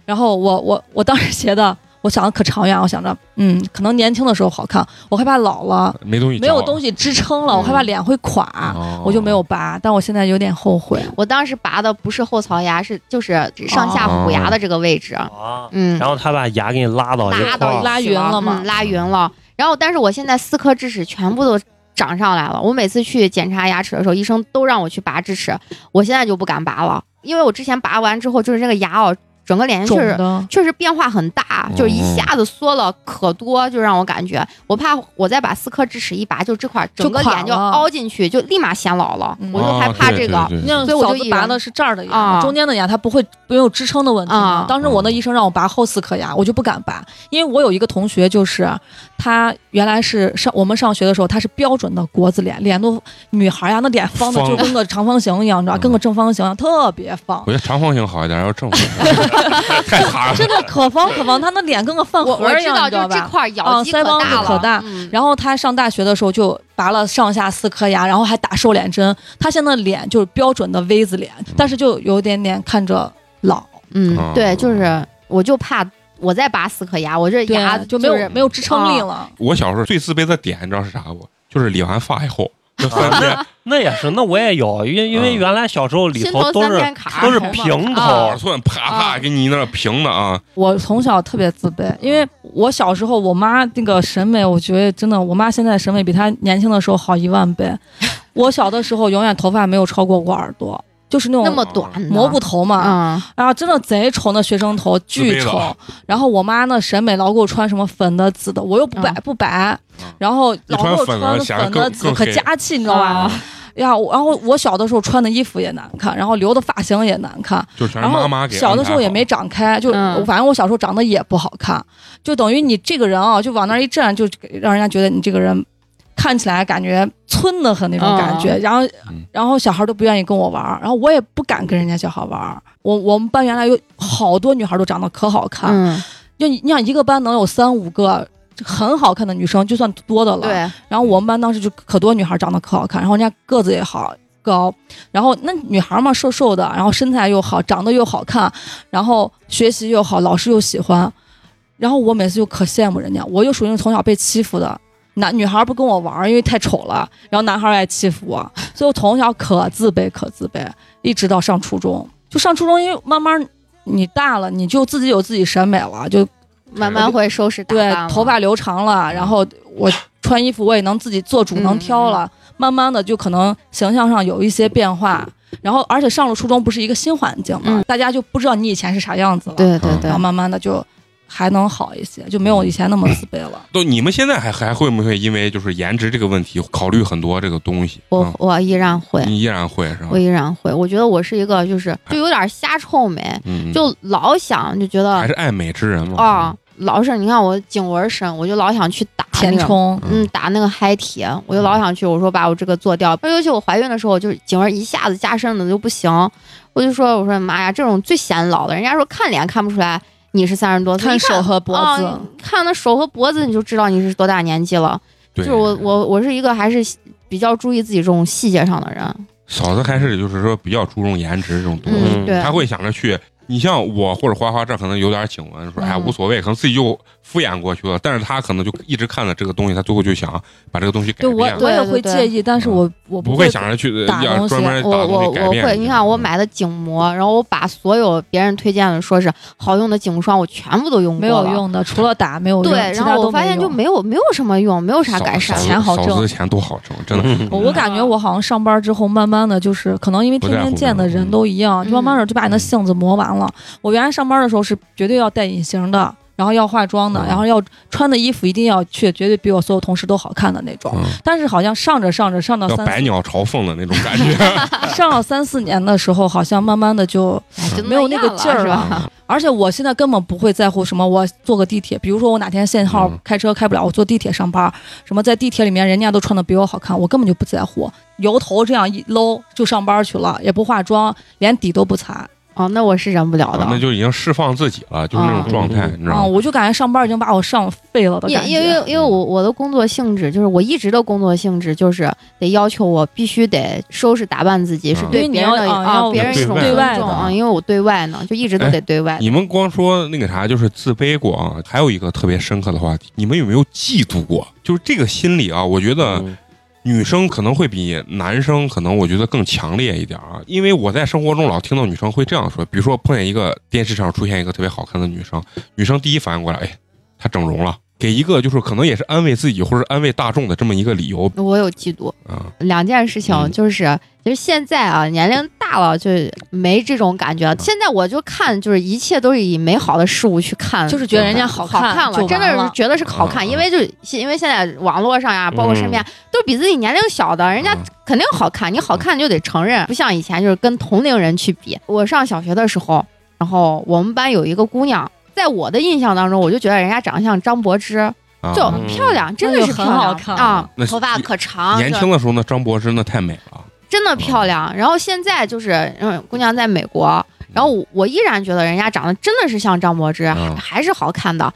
Speaker 5: 然后我我我当时觉得，我想的可长远，我想着，嗯，可能年轻的时候好看，我害怕老了
Speaker 1: 没东西，
Speaker 5: 没有东西支撑了，我害怕脸会垮，
Speaker 1: 啊
Speaker 5: 我就没有拔。但我现在有点后悔，
Speaker 3: 我当时拔的不是后槽牙，是就是上下
Speaker 1: 哦
Speaker 3: 虎牙的这个位置。
Speaker 4: 啊，
Speaker 3: 嗯，
Speaker 4: 然后他把牙给你拉
Speaker 1: 哦
Speaker 4: 到一
Speaker 3: 拉
Speaker 4: 块
Speaker 3: 到
Speaker 4: 儿，
Speaker 5: 拉
Speaker 3: 起
Speaker 5: 匀了嘛
Speaker 3: 嗯拉匀了。然后，但是我现在四颗智齿全部都长上来了。我每次去检查牙齿的时候，医生都让我去拔智齿，我现在就不敢拔了，因为我之前拔完之后，就是这个牙哦，整个脸型
Speaker 5: 肿
Speaker 3: 确实
Speaker 5: 的，
Speaker 3: 确实变化很大，就是一
Speaker 1: 嗯
Speaker 3: 下子缩了可多，就让我感觉，我怕我再把四颗智齿一拔，就这块儿整个
Speaker 5: 垮
Speaker 3: 脸就
Speaker 5: 了
Speaker 3: 凹进去，就立马显老了，
Speaker 5: 嗯
Speaker 3: 我就害怕这个。
Speaker 1: 啊对对对
Speaker 5: 那
Speaker 3: 所以我
Speaker 5: 嫂
Speaker 3: 就
Speaker 5: 子
Speaker 3: 一
Speaker 5: 拔
Speaker 3: 人
Speaker 5: 的是这儿的牙
Speaker 3: 啊
Speaker 5: 嘛，中间的牙它不会没有支撑的问题嘛
Speaker 3: 啊。
Speaker 5: 当时我那医生让我拔后四颗牙，我就不敢拔，因为我有一个同学就是，他原来是上我们上学的时候，他是标准的国字脸，脸都女孩呀，那脸方的
Speaker 1: 方
Speaker 5: 就 跟个长方形一样，你知道，
Speaker 1: 嗯
Speaker 5: 跟个正方形一样，特别方
Speaker 1: 我。觉得长方形好一点，要正方形太惨了。
Speaker 5: 真的可方可方，他那脸跟个饭
Speaker 3: 我
Speaker 5: 盒
Speaker 3: 我
Speaker 5: 儿一
Speaker 3: 知
Speaker 5: 样，
Speaker 3: 道，
Speaker 5: 你知
Speaker 3: 就
Speaker 5: 道
Speaker 3: 是这
Speaker 5: 吧？
Speaker 3: 块儿咬肌可
Speaker 5: 啊
Speaker 3: 大
Speaker 5: 腮帮
Speaker 3: 了，
Speaker 5: 子可大
Speaker 3: 嗯
Speaker 5: 然后他上大学的时候就拔了上下四颗牙，然后还打瘦脸针。他现在脸就是标准的 V 字脸，但是就有点点看着老，
Speaker 3: 嗯
Speaker 1: 嗯，
Speaker 3: 对，就是我就怕我再拔四颗牙，我这
Speaker 5: 对
Speaker 3: 牙
Speaker 5: 就没有
Speaker 3: 是
Speaker 5: 没有支撑
Speaker 3: 啊
Speaker 5: 力了。
Speaker 1: 我小时候最自卑的点，你知道是啥不？就是理完发以后，那三 天
Speaker 4: 那也是，那我也有，因为因为
Speaker 1: 嗯
Speaker 4: 原来小时候里
Speaker 3: 心
Speaker 4: 头
Speaker 3: 头
Speaker 4: 都
Speaker 3: 三
Speaker 4: 是
Speaker 3: 片卡，
Speaker 4: 都是
Speaker 3: 头发
Speaker 4: 平头
Speaker 1: 耳，寸啪啪给你那儿平的啊，
Speaker 5: 我从小特别自卑，因为我小时候我妈那个审美，我觉得真的，我妈现在审美比她年轻的时候好一万倍。我小的时候永远头发没有超过我耳朵，就是那
Speaker 3: 那
Speaker 5: 种
Speaker 3: 么短呢，
Speaker 5: 蘑菇头嘛，
Speaker 3: 嗯，
Speaker 5: 啊，真的贼丑，那学生头巨
Speaker 1: 自卑
Speaker 5: 丑
Speaker 1: 了。
Speaker 5: 然后我妈那审美老给我穿什么粉的、紫的，我又不白、不白
Speaker 1: 嗯，
Speaker 5: 然后
Speaker 1: 你
Speaker 5: 老
Speaker 1: 穿
Speaker 5: 给我
Speaker 1: 粉的
Speaker 5: 穿
Speaker 1: 显得
Speaker 5: 粉
Speaker 1: 更
Speaker 5: 的、紫
Speaker 1: 更
Speaker 5: 的，可
Speaker 1: 黑
Speaker 5: 夹气，你知道吧
Speaker 3: 啊？
Speaker 5: 呀，我然后我小的时候穿的衣服也难看，然后留的发型也难看，
Speaker 1: 就全是
Speaker 5: 然后
Speaker 1: 妈妈给。
Speaker 5: 小的时候也没，长开，就
Speaker 3: 嗯
Speaker 5: 反正我小时候长得也不好看，就等于你这个人啊，就往那儿一站，就让人家觉得你这个人看起来感觉村的很那种感觉。然后
Speaker 1: 嗯，
Speaker 5: 然后小孩都不愿意跟我玩儿，然后我也不敢跟人家小孩玩儿。我我们班原来有好多女孩都长得可好看，
Speaker 3: 嗯，
Speaker 5: 就你你想一个班能有三五个。很好看的女生就算多的了，
Speaker 3: 对，
Speaker 5: 然后我们班当时就可多女孩长得可好看，然后人家个子也好高，然后那女孩嘛瘦瘦的，然后身材又好，长得又好看，然后学习又好，老师又喜欢，然后我每次就可羡慕人家，我就属于从小被欺负的。男女孩不跟我玩儿，因为太丑了，然后男孩爱欺负我， 所以我从小可自卑可自卑，一直到上初中，就上初中，因为慢慢你大了，你就自己有自己审美了，就
Speaker 3: 慢慢会收拾打扮
Speaker 5: 对
Speaker 3: 了，
Speaker 5: 头发留长了，然后我穿衣服我也能自己做主，
Speaker 3: 嗯
Speaker 5: 能挑了。慢慢的就可能形象上有一些变化，然后而且上了初中不是一个新环境嘛，
Speaker 3: 嗯
Speaker 5: 大家就不知道你以前是啥样子了。
Speaker 3: 对对对
Speaker 1: 嗯
Speaker 5: 然后，慢慢的就还能好一些，就没有以前那么自卑
Speaker 3: 嗯
Speaker 5: 了。
Speaker 1: 都你们现在还还会不会因为就是颜值这个问题考虑很多这个东西？
Speaker 3: 我
Speaker 1: 嗯
Speaker 3: 我依然会，
Speaker 1: 你依然会是吧
Speaker 3: 我？依然会，我觉得我是一个就是就有点瞎臭美，
Speaker 1: 嗯，嗯
Speaker 3: 就呃老想就觉
Speaker 1: 还
Speaker 3: 得
Speaker 1: 是嗯爱美之人嘛。
Speaker 3: 啊、老是你看我颈纹深，我就老想去打
Speaker 5: 填
Speaker 3: 那个
Speaker 5: 充，
Speaker 3: 嗯，打那个嗨铁，我就老想去。我说把我这个做掉。尤其我怀孕的时候，就是颈纹一下子加深的就不行。我就说，我说妈呀，这种最显老的。人家说看脸看不出来你是三十多岁，
Speaker 5: 看
Speaker 3: 一
Speaker 5: 手和脖子，
Speaker 3: 啊看那手和脖子你就知道你是多大年纪了。就
Speaker 1: 对，
Speaker 3: 是我我我是一个还是比较注意自己这种细节上的人。
Speaker 1: 嫂子还是就是说比较注重颜值这种东西，
Speaker 3: 嗯，
Speaker 4: 嗯
Speaker 3: 对，
Speaker 1: 她会想着去。你像我或者花花，这可能有点颈纹，说
Speaker 3: 嗯
Speaker 1: 哎呀无所谓，可能自己就敷衍过去了。但是她可能就一直看着这个东西，她最后就想把这个东西改
Speaker 5: 对我
Speaker 1: 变，
Speaker 5: 我也
Speaker 3: 对对
Speaker 5: 会
Speaker 3: 对嗯
Speaker 5: 介意，但是我我
Speaker 1: 不
Speaker 5: 会
Speaker 1: 会想着去呃
Speaker 5: 打
Speaker 1: 要
Speaker 5: 东西
Speaker 1: 专门
Speaker 3: 我
Speaker 1: 打
Speaker 3: 我
Speaker 1: 东西改
Speaker 3: 我
Speaker 1: 变。嗯
Speaker 3: 会，你看我买的颈膜，然后我把所有别人推荐的说是好用的颈霜，我全部都用过
Speaker 5: 没有
Speaker 3: 了。
Speaker 5: 用的，除了打没有用，
Speaker 3: 对，
Speaker 5: 其
Speaker 3: 然
Speaker 5: 他
Speaker 3: 后
Speaker 5: 都
Speaker 3: 我发现就
Speaker 5: 用
Speaker 3: 没有没有什么用，没有
Speaker 1: 嫂
Speaker 3: 啥改善
Speaker 1: 嫂。子
Speaker 5: 钱好挣
Speaker 1: 嫂子的钱多好挣，真
Speaker 3: 嗯
Speaker 1: 的。
Speaker 3: 哦
Speaker 5: 我我感觉我好像上班之后，慢慢的就是可能因为天天见的人都一
Speaker 3: 不
Speaker 5: 样，
Speaker 3: 在乎
Speaker 5: 就慢慢的就
Speaker 1: 嗯
Speaker 5: 把你的性子磨完了。我原来上班的时候是绝对要带隐形的，然后要化妆的，
Speaker 1: 嗯
Speaker 5: 然后要穿的衣服一定要去绝对比我所有同事都好看的那种。
Speaker 1: 嗯
Speaker 5: 但是好像上着上着上到
Speaker 1: 要
Speaker 5: 三
Speaker 1: 百鸟朝凤的那种感觉。
Speaker 5: 上到三四年的时候，好像慢慢的就，
Speaker 3: 就
Speaker 5: 没有那个
Speaker 3: 样了
Speaker 5: 劲儿啊
Speaker 3: 是吧？
Speaker 5: 而且我现在根本不会在乎什么，我坐个地铁，比如说我哪天限号
Speaker 1: 嗯
Speaker 5: 开车开不了，我坐地铁上班，什么在地铁里面人家都穿的比我好看，我根本就不在乎，油头这样一搂就上班去了，也不化妆，连底都不擦。
Speaker 3: 哦，那我是忍不了
Speaker 1: 啊
Speaker 3: 的。
Speaker 1: 那就已经释放自己了，就是那种状
Speaker 3: 嗯
Speaker 1: 态，你知
Speaker 5: 啊、
Speaker 1: 道吗？
Speaker 5: 我就感觉上班已经把我上废了的
Speaker 3: 因
Speaker 5: 感
Speaker 3: 因
Speaker 5: 觉。嗯
Speaker 3: 为因为我我的工作性质就是我一直的工作性质就是得要求我必须得收拾打扮自己，是
Speaker 1: 嗯
Speaker 3: 对
Speaker 5: 因为你
Speaker 3: 别人
Speaker 5: 要
Speaker 3: 的
Speaker 5: 啊要
Speaker 3: 别人一种
Speaker 1: 对
Speaker 3: 尊
Speaker 5: 外
Speaker 3: 重
Speaker 1: 的
Speaker 3: 啊，因为我对外呢就一直都得对外。
Speaker 1: 哎你们光说那个啥，就是自卑过啊。还有一个特别深刻的话题，你们有没有嫉妒过？就是这个心理啊，我觉得
Speaker 4: 嗯
Speaker 1: 女生可能会比男生可能我觉得更强烈一点啊。因为我在生活中老听到女生会这样说，比如说碰见一个电视上出现一个特别好看的女生，女生第一反应过来，哎，她整容了，给给一个就是可能也是安慰自己或者安慰大众的这么一个理由
Speaker 3: 我有嫉妒。
Speaker 1: 啊。
Speaker 3: 两件事情
Speaker 1: 嗯
Speaker 3: 就是，其实现在啊，年龄大了就没这种感
Speaker 6: 嗯
Speaker 3: 觉了。现在我就看，就是一切都是以美好的事物去看，
Speaker 6: 就是觉得人家好
Speaker 3: 好看
Speaker 6: 就
Speaker 3: 了，真
Speaker 6: 完
Speaker 3: 的
Speaker 6: 了
Speaker 3: 是觉得是好看，
Speaker 1: 嗯
Speaker 3: 因为就因为现在网络上
Speaker 6: 嗯
Speaker 3: 呀，包括身边、都是比自己年龄小的，人家
Speaker 1: 嗯
Speaker 3: 肯定好看，你
Speaker 6: 嗯
Speaker 3: 好看就得承认，不像以前就是跟同龄人去比。我上小学的时候，然后我们班有一个姑娘，在我的印象当中，我就觉得人家长得像张柏芝，
Speaker 1: 啊
Speaker 3: 就啊
Speaker 4: 嗯
Speaker 3: 漂亮，真的
Speaker 6: 那
Speaker 3: 是
Speaker 6: 就
Speaker 3: 漂
Speaker 6: 很
Speaker 3: 亮
Speaker 6: 好看
Speaker 3: 啊
Speaker 1: 那，
Speaker 3: 头发可长，
Speaker 1: 年
Speaker 3: 就
Speaker 1: 轻的时候呢，张柏芝那太美了，
Speaker 3: 真的漂亮。然后现在就是，嗯，姑娘在美国，然后我我依然觉得人家长得真的是像张柏芝，
Speaker 1: 嗯
Speaker 3: 还是好看的。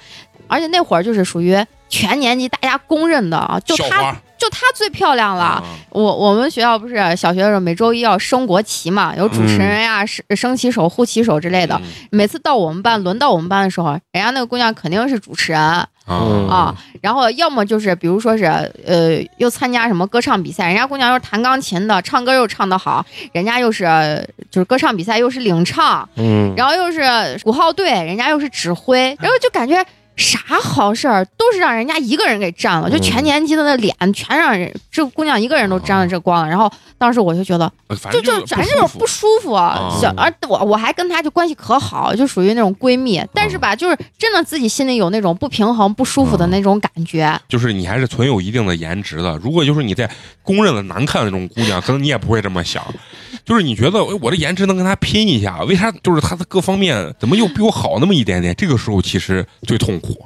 Speaker 3: 而且那会儿就是属于全年级大家公认的啊，就
Speaker 1: 校
Speaker 3: 她
Speaker 1: 花
Speaker 3: 就她最漂亮了。
Speaker 1: 啊，
Speaker 3: 我我们学校不是小学的时候每周一要升国旗嘛，有主持人呀、升升旗手、护旗手之类的。
Speaker 1: 嗯
Speaker 3: 每次到我们班轮到我们班的时候，人家那个姑娘肯定是主持人，
Speaker 4: 嗯
Speaker 1: 啊
Speaker 3: 啊，然后要么就是比如说是呃，又参加什么歌唱比赛，人家姑娘又是弹钢琴的，唱歌又唱得好，人家又是呃就是歌唱比赛又是领唱，
Speaker 4: 嗯，
Speaker 3: 然后又是鼓号队，人家又是指挥，然后就感觉。啥好事儿都是让人家一个人给占了，就全
Speaker 4: 嗯哦
Speaker 3: 年级的那脸全让人这姑娘一个人都沾了这光了。然后当时我就觉得，
Speaker 1: 反
Speaker 3: 就
Speaker 1: 正
Speaker 3: 就反正就是是不舒服，
Speaker 1: 啊
Speaker 3: 小而我我还跟她就关系可好，就属于那种闺蜜。但是
Speaker 1: 啊
Speaker 3: 吧，就是真的自己心里有那种不平衡、不舒服的那种感觉。
Speaker 1: 就是你还是存有一定的颜值的。如果就是你在公认的难看的那种姑娘，可能你也不会这么想。就是你觉得哎我这颜值能跟她拼一下，为啥就是她的各方面怎么又比我好那么一点点？这个时候其实最痛苦，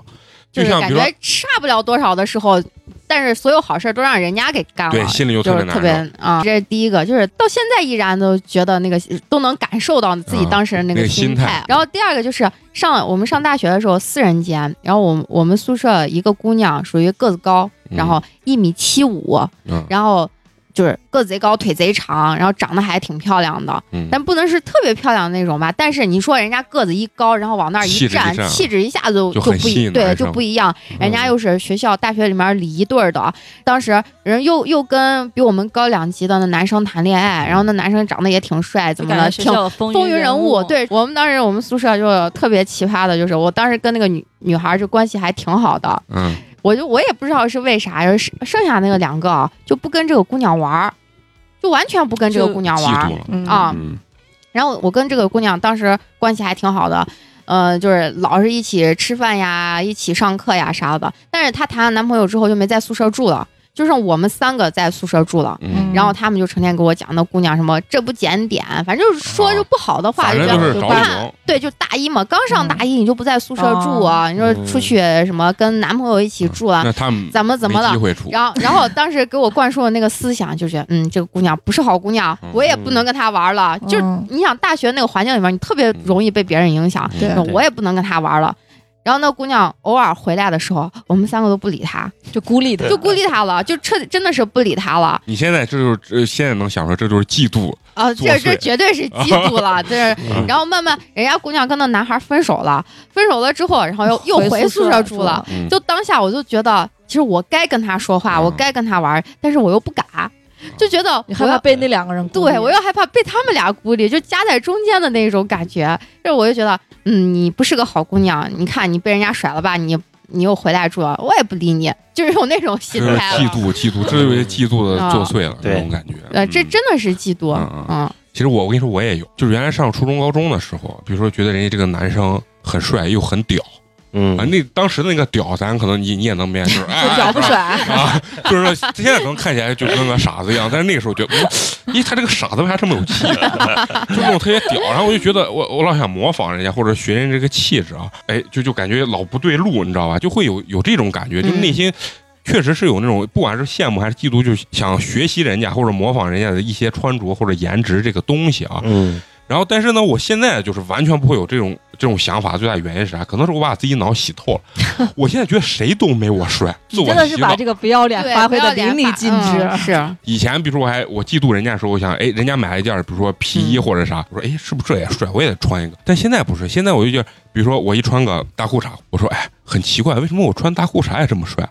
Speaker 3: 就是
Speaker 1: 像
Speaker 3: 感
Speaker 1: 比如说
Speaker 3: 觉差不了多少的时候，但是所有好事儿都让人家给干
Speaker 1: 对，
Speaker 3: 了，
Speaker 1: 心里就特
Speaker 3: 啊就
Speaker 1: 别
Speaker 3: 是
Speaker 1: 难
Speaker 3: 特
Speaker 1: 受。
Speaker 3: 别啊、这是第一个，就是到现在依然都觉得那个都能感受到自己当时的那
Speaker 1: 啊那
Speaker 3: 个
Speaker 1: 个心
Speaker 3: 心
Speaker 1: 态
Speaker 3: 然后第二个就是上我们上大学的时候，四人间，然后我们我们宿舍一个姑娘属于个子高，
Speaker 1: 嗯
Speaker 3: 然后一米七五、
Speaker 1: 嗯
Speaker 3: 然后就是个子贼高，腿贼长，然后长得还挺漂亮的，
Speaker 1: 嗯，
Speaker 3: 但不能是特别漂亮的那种吧。但是你说人家个子一高，然后往那儿
Speaker 1: 气质
Speaker 3: 一
Speaker 1: 一
Speaker 3: 站，
Speaker 1: 站
Speaker 3: 气质一下子就
Speaker 1: 就很
Speaker 3: 不
Speaker 1: 吸
Speaker 3: 一
Speaker 1: 引
Speaker 3: 对
Speaker 1: 男
Speaker 3: 就
Speaker 1: 生
Speaker 3: 不一样。
Speaker 1: 嗯
Speaker 3: 人家又是学校大学里面礼仪队儿的，当时人又又跟比我们高两级的那男生谈恋爱，然后那男生长得也挺帅，怎
Speaker 6: 就
Speaker 3: 么
Speaker 6: 感
Speaker 3: 的，
Speaker 6: 觉学
Speaker 3: 挺
Speaker 6: 校的风
Speaker 3: 风云
Speaker 6: 云
Speaker 3: 人物。
Speaker 6: 物，，
Speaker 3: 对我们当时我们宿舍就特别奇葩的，就是我当时跟那个女女孩儿就关系还挺好的，
Speaker 1: 嗯
Speaker 3: 我就我也不知道是为啥，是剩下那个两个啊，就不跟这个姑娘玩儿，就完全不跟这个
Speaker 6: 就
Speaker 3: 姑娘
Speaker 1: 嫉
Speaker 3: 玩儿
Speaker 1: 妒了。
Speaker 6: 嗯
Speaker 3: 啊
Speaker 1: 嗯
Speaker 3: 然后我跟这个姑娘当时关系还挺好的，呃，就是老是一起吃饭呀，一起上课呀啥的。但是她谈了男朋友之后就没在宿舍住了，就剩我们三个在宿舍住了。
Speaker 1: 嗯，
Speaker 3: 然后他们就成天给我讲那姑娘什么这不检点，反正就是说就不好的
Speaker 1: 啊
Speaker 3: 话，
Speaker 1: 反
Speaker 3: 就
Speaker 1: 正
Speaker 3: 觉
Speaker 1: 就是
Speaker 3: 得
Speaker 1: 嗯找理
Speaker 3: 看
Speaker 1: 由。
Speaker 3: 对，就大一嘛，刚上大一你就不在宿舍住
Speaker 1: 哦
Speaker 3: 啊，你说出去什么跟男朋友一起住啊，
Speaker 1: 那他们
Speaker 3: 怎么怎
Speaker 1: 嗯
Speaker 3: 么
Speaker 1: 没
Speaker 3: 了
Speaker 1: 机？会处？
Speaker 3: 然后，然后当时给我灌输的那个思想就是，嗯，这个姑娘不是好姑娘
Speaker 1: 嗯，
Speaker 3: 我也不能跟她玩了。就啊
Speaker 6: 嗯
Speaker 3: 你想，大学那个环境里面，你特别
Speaker 1: 嗯
Speaker 3: 容易被别人影响，
Speaker 6: 对
Speaker 3: 那
Speaker 4: 对
Speaker 3: 我也不能跟她玩了。然后那姑娘偶尔回来的时候，我们三个都不理她，
Speaker 6: 就孤立的，
Speaker 3: 就孤立她了，就彻真的是不理她了
Speaker 1: 你现在这就是呃现在能想出来，这就是嫉妒。
Speaker 3: 啊！
Speaker 1: 作
Speaker 3: 这这
Speaker 1: 祟
Speaker 3: 绝对是嫉妒了， 这。
Speaker 1: 嗯
Speaker 3: 然后慢慢，人家姑娘跟那男孩分手了，分手了之后，然后又又哦回宿舍住了。，
Speaker 1: 嗯
Speaker 3: 就当下我就觉得，其实我该跟他说话，
Speaker 1: 嗯
Speaker 3: 我该跟他玩，但是我又不敢，就觉得
Speaker 6: 你
Speaker 3: 我
Speaker 6: 害怕
Speaker 3: 要
Speaker 6: 被那两个人孤立
Speaker 3: 对我又害怕被他们俩孤立，就夹在中间的那种感觉。这我就觉得，嗯，你不是个好姑娘，你看你被人家甩了吧，你你又回来住了，我也不理你，就是有那种
Speaker 1: 这
Speaker 3: 心
Speaker 1: 是
Speaker 3: 态
Speaker 1: 嫉
Speaker 3: 了。
Speaker 1: 妒，嫉妒，这就是嫉妒的
Speaker 3: 啊
Speaker 1: 作祟了，
Speaker 4: 对
Speaker 1: 这种感觉。
Speaker 3: 呃，这
Speaker 1: 嗯
Speaker 3: 真的是嫉妒，
Speaker 1: 嗯
Speaker 3: 嗯，
Speaker 1: 其实我我跟你说，我也有，就是原来上初中、高中的时候，比如说觉得人家这个男生很帅又很屌
Speaker 4: 嗯
Speaker 1: 啊，那当时那个屌，咱可能你你也能明白，就是哎，
Speaker 6: 脚不
Speaker 1: 哎
Speaker 6: 甩，
Speaker 1: 啊， 就是说现在可能看起来就跟个傻子一样，但是那个时候觉得，嗯咦，他这个傻子为啥这么有气质？啊就那种特别屌，然后我就觉得我我老想模仿人家或者学人家这个气质啊，哎，就就感觉老不对路，你知道吧？就会有有这种感觉，就
Speaker 6: 嗯
Speaker 1: 内心。确实是有那种，不管是羡慕还是嫉妒，就是想学习人家或者模仿人家的一些穿着或者颜值这个东西啊。
Speaker 4: 嗯
Speaker 1: 然后，但是呢，我现在就是完全不会有这种这种想法。最大原因是啥？可能是我把自己脑洗透了。我现在觉得谁都没我帅，自我
Speaker 6: 真的是
Speaker 1: 洗脑
Speaker 6: 把这个不要脸
Speaker 3: 对
Speaker 6: 发挥
Speaker 3: 不要
Speaker 6: 的
Speaker 3: 脸
Speaker 6: 淋漓
Speaker 3: 法
Speaker 6: 尽
Speaker 3: 嗯
Speaker 6: 致。
Speaker 3: 是，
Speaker 1: 以前比如说我还我嫉妒人家的时候，我想哎，人家买了一件比如说皮衣或者啥，
Speaker 5: 嗯
Speaker 1: 我说哎，是不是这也帅，我也得穿一个。但现在不是，现在我就觉得，比如说我一穿个大裤衩，我说 哎，很奇怪，为什么我穿大裤衩也这么帅？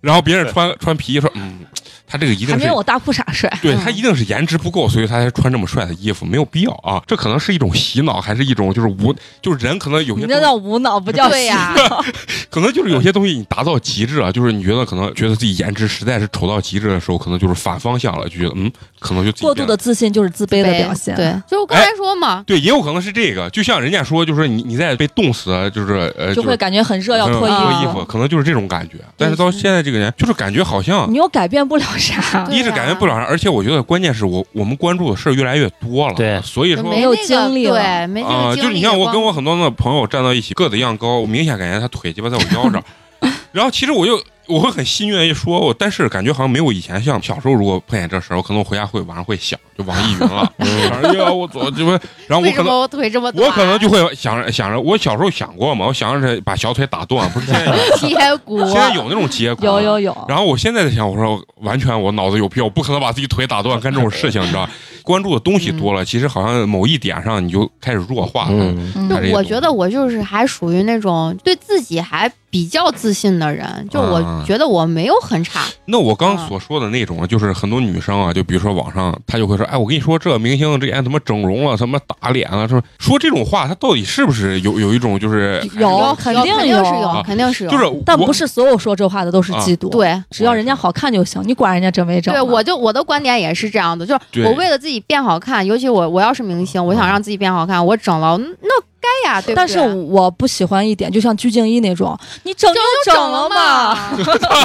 Speaker 1: 然后别人穿穿皮衣说嗯，他这个一
Speaker 5: 还
Speaker 1: 定
Speaker 5: 没
Speaker 1: 是
Speaker 5: 有我大裤衩帅。
Speaker 1: 对
Speaker 3: 嗯
Speaker 1: 他一定是颜值不够，所以他才穿这么帅的衣服，没有必要啊。这可能是一种洗脑，还是一种就是无，就是人可能有
Speaker 5: 你
Speaker 1: 些
Speaker 5: 这
Speaker 1: 东
Speaker 5: 叫无脑，不叫
Speaker 3: 对呀
Speaker 5: 洗脑
Speaker 1: 可能就是有些东西你达到极致啊，就是你觉得可能觉得自己颜值实在是丑到极致的时候，可能就是反方向了，就觉得嗯，可能就自己
Speaker 5: 过
Speaker 1: 变
Speaker 5: 度
Speaker 1: 了
Speaker 5: 的自信就是自卑的
Speaker 3: 对
Speaker 5: 表现。
Speaker 3: 对，，就是我刚才说嘛，
Speaker 1: 对，也有可能是这个，就像人家说，就是你你在被冻死，就是呃，
Speaker 5: 就会感觉很热，要
Speaker 1: 就是
Speaker 5: 脱
Speaker 3: 嗯
Speaker 1: 脱
Speaker 5: 衣
Speaker 1: 衣服，可能就是这种感觉。但是到现在这个年，就是感觉好像
Speaker 5: 你又改变不了啥。
Speaker 3: 对
Speaker 1: 一是感觉不了啥，而且我觉得关键是我我们关注的事儿越来越多了，
Speaker 4: 对
Speaker 1: 所以
Speaker 3: 就
Speaker 1: 说
Speaker 3: 没
Speaker 5: 有
Speaker 3: 那个
Speaker 5: 精力了
Speaker 3: 对，没这
Speaker 1: 哎啊、
Speaker 3: 个精力。
Speaker 1: 就是你像我跟我很多的朋友站到一起，个子一样高，我明显感觉他腿鸡巴在我腰上，然后其实我就我会很心悦意说，我但是感觉好像没有以前像小时候，如果碰见这事儿，我可能我回家会晚上会想，就网易云了，哎呀，我操，鸡巴，然后我
Speaker 3: 为
Speaker 1: 可
Speaker 3: 什
Speaker 1: 能
Speaker 3: 么我腿这么短？
Speaker 1: 我可能 就会想着想着，我小时候想过嘛，我想着把小腿打断，不是现在 有
Speaker 3: 贴骨，啊
Speaker 1: 现在有那种结果，
Speaker 5: 有有有，
Speaker 1: 然后我现在在想，我说完全我脑子有病，我不可能把自己腿打断干这种事情，你知道吧？关注的东西多了，其实好像某一点上你就开始弱化了。
Speaker 4: 嗯，
Speaker 5: 嗯
Speaker 1: 还是
Speaker 3: 就
Speaker 1: 有
Speaker 3: 我觉得我就是还属于那种对自己还比较自信的人，就
Speaker 1: 啊
Speaker 3: 我觉得我没有很差，
Speaker 1: 那我刚
Speaker 5: 嗯
Speaker 1: 所说的那种，就是很多女生啊，就比如说网上她就会说，哎，我跟你说这明星之前怎么整容了，什么打脸了，说说这种话，她到底是不是有有一种就是
Speaker 5: 有
Speaker 3: 肯
Speaker 5: 肯
Speaker 3: 定
Speaker 5: 定
Speaker 3: 是
Speaker 5: 有
Speaker 3: 有，
Speaker 1: 啊
Speaker 3: 肯定是有，
Speaker 1: 就是
Speaker 5: 但
Speaker 1: 我
Speaker 5: 不是所有说这话的都是嫉妒。，
Speaker 3: 对。
Speaker 5: 只要人家好看就行，你管人家整没整？啊
Speaker 3: 对，我就我的观点也是这样的，就是
Speaker 1: 对嗯
Speaker 3: 我为了自己变好看，尤其我我要是明星，我想让自己变好看，我整了，嗯那该呀，对不对？啊
Speaker 5: 但是我不喜欢一点，就像鞠婧祎那种，你整就
Speaker 3: 整
Speaker 5: 整了
Speaker 3: 了
Speaker 5: 嘛，
Speaker 3: 嘛，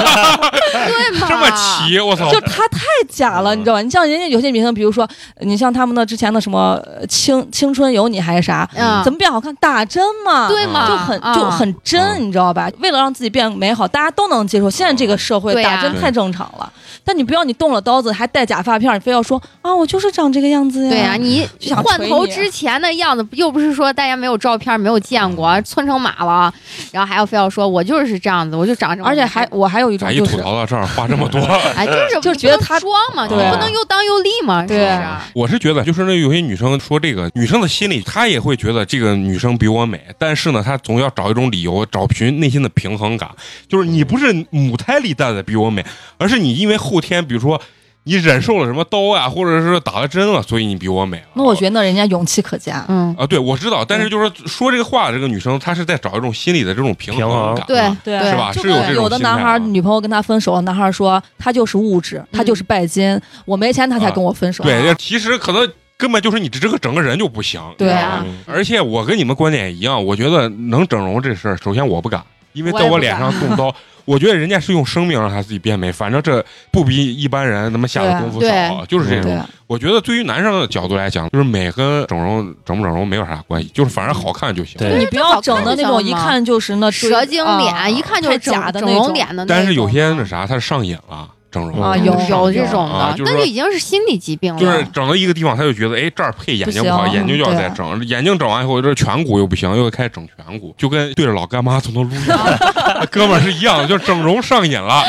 Speaker 3: 对嘛？
Speaker 1: 这么，齐，我操！
Speaker 5: 就他太假了，你知道吧？你像人家有些明星，比如说你像他们的之前的什么呃青青春有你还是啥，
Speaker 3: 嗯，
Speaker 5: 怎么变好看？打针嘛，
Speaker 3: 对嘛？
Speaker 5: 就很
Speaker 3: 啊
Speaker 5: 就很
Speaker 1: 嗯
Speaker 5: 真，你知道吧？为了让自己变美好，大家都能接受。现在这个社会
Speaker 3: 对呀
Speaker 5: 打针太正常了，但你不要你动了刀子还戴假发片儿，你非要说啊我就是长这个样子呀。
Speaker 3: 对呀、你
Speaker 5: 啊就想
Speaker 3: 换
Speaker 5: 捶
Speaker 3: 头
Speaker 5: 你
Speaker 3: 之前的样子，又不是说大家没有照片、没有
Speaker 5: 嗯
Speaker 3: 见过，寸成马了，然后还要非要说我就是这样子，我就长这么，
Speaker 5: 而且还我还有一
Speaker 1: 咋
Speaker 5: 种
Speaker 1: 一
Speaker 5: 就
Speaker 1: 吐
Speaker 5: 是
Speaker 1: 槽到这儿话这么多？
Speaker 3: 哎，就是
Speaker 5: 就
Speaker 3: 不
Speaker 5: 觉得
Speaker 3: 能
Speaker 5: 他
Speaker 3: 装嘛，就
Speaker 1: 对
Speaker 3: 不能又当又立嘛，
Speaker 5: 对
Speaker 3: 是不是
Speaker 5: 啊
Speaker 1: 我是觉得，就是那有些女生说这个，女生的心里她也会觉得这个女生比我美，但是呢，她总要找一种理由，找寻内心的平衡感。就是你不是母胎里带的比我美，而是你因为后天，比如说你忍受了什么刀啊，或者是打了针了，所以你比我美了。
Speaker 5: 那我觉得人家勇气可嘉。
Speaker 3: 嗯，
Speaker 1: 啊，对，我知道，但是就是说说这个话，这个女生她是在找一种心理的这种平衡感，
Speaker 3: 对，
Speaker 5: 对
Speaker 1: 是吧？
Speaker 5: 就是
Speaker 1: 有这种
Speaker 5: 有的
Speaker 1: 心态
Speaker 5: 男孩
Speaker 1: 啊
Speaker 5: 儿女朋友跟他分手了，男孩儿说他就是物质，他
Speaker 3: 嗯
Speaker 5: 就是拜金，我没钱他才跟我分手。
Speaker 1: 啊
Speaker 5: 啊
Speaker 1: 对，其实可能根本就是你这个整个人就不行。
Speaker 5: 对
Speaker 3: 啊
Speaker 1: 嗯而且我跟你们观点一样，我觉得能整容这事儿，首先我不敢，因为在我脸上动刀，我觉得人家是用生命让他自己变美，反正这不比一般人他妈下的功夫少啊，就是这种。
Speaker 5: 对，
Speaker 1: 我觉得对于男生的角度来讲，就是美跟整容整不整容没有啥关系，就是反正好看就行。
Speaker 4: 对
Speaker 5: 你不要整的那种一看就是那
Speaker 3: 蛇精脸、
Speaker 5: 啊
Speaker 3: 一看就是
Speaker 5: 太
Speaker 3: 整
Speaker 5: 假的
Speaker 3: 整
Speaker 5: 那
Speaker 3: 容
Speaker 5: 种
Speaker 3: 脸的那种嘛，啊
Speaker 1: 但是有些那啥，他上瘾了整容
Speaker 5: 啊
Speaker 4: 嗯
Speaker 5: 有
Speaker 3: 有这
Speaker 5: 有
Speaker 3: 种
Speaker 1: 啊
Speaker 3: 的，
Speaker 1: 就是
Speaker 3: 那
Speaker 1: 说
Speaker 3: 就已经是心理疾病了，
Speaker 1: 就是整到一个地方，他就觉得，哎，这儿配眼睛不好，
Speaker 5: 不行
Speaker 1: 眼睛就要
Speaker 5: 对
Speaker 1: 再整，眼睛整完以后，这颧骨又不行，又开始整颧骨，就跟对着老干妈从头撸一样， 哥们儿是一样的，就是整容上瘾 了。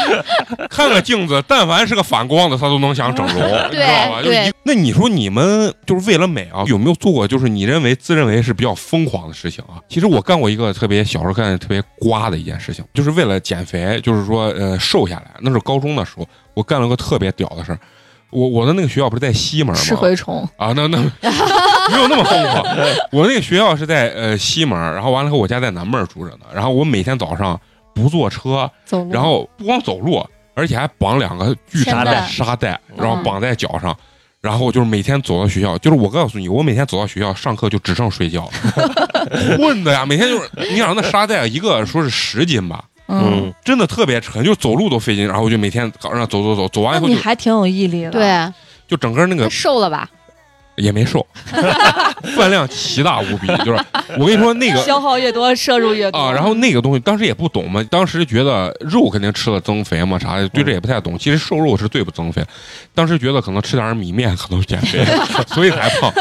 Speaker 1: 看个镜子，但凡是个反光的，他都能想整 容，你知道吧？就
Speaker 3: 对
Speaker 1: 一那你说你们就是为了美啊，有没有做过就是你认为自认为是比较疯狂的事情啊？其实我干过一个特别小时候干的特别瓜的一件事情，就是为了减肥，就是说呃瘦下来。那是高中的时候，我干了个特别屌的事儿。我我的那个学校不是在西门
Speaker 5: 吃
Speaker 1: 吗？
Speaker 5: 蛔虫，
Speaker 1: 啊，那那没有那么疯狂。我那个学校是在呃西门儿，然后完了以后我家在南门儿住着呢。然后我每天早上不坐车，
Speaker 5: 走路
Speaker 1: 然后不光走路，而且还绑两个巨
Speaker 5: 沙
Speaker 1: 长的
Speaker 5: 袋
Speaker 1: 沙袋，然后
Speaker 5: 嗯
Speaker 1: 绑在脚上。然后我就是每天走到学校，就是我告诉你，我每天走到学校上课就只剩睡觉了， 混的呀！每天就是你想那沙袋一个说是十斤吧，
Speaker 5: 嗯，
Speaker 4: 嗯，
Speaker 1: 真的特别沉，就走路都费劲。然后我就每天早上走走走，走完
Speaker 5: 那
Speaker 1: 以后
Speaker 5: 你
Speaker 1: 就
Speaker 5: 还挺有毅力的。
Speaker 3: 对，
Speaker 1: 就整个那个
Speaker 3: 他瘦了吧？
Speaker 1: 也没瘦，饭量奇大无比。就是我跟你说那个
Speaker 5: 消耗越多，摄入越多
Speaker 1: 啊，然后那个东西当时也不懂嘛，当时觉得肉肯定吃了增肥嘛，啥的，对这也不太懂。其实瘦肉是最不增肥，当时觉得可能吃点米面可能减肥，所以才胖。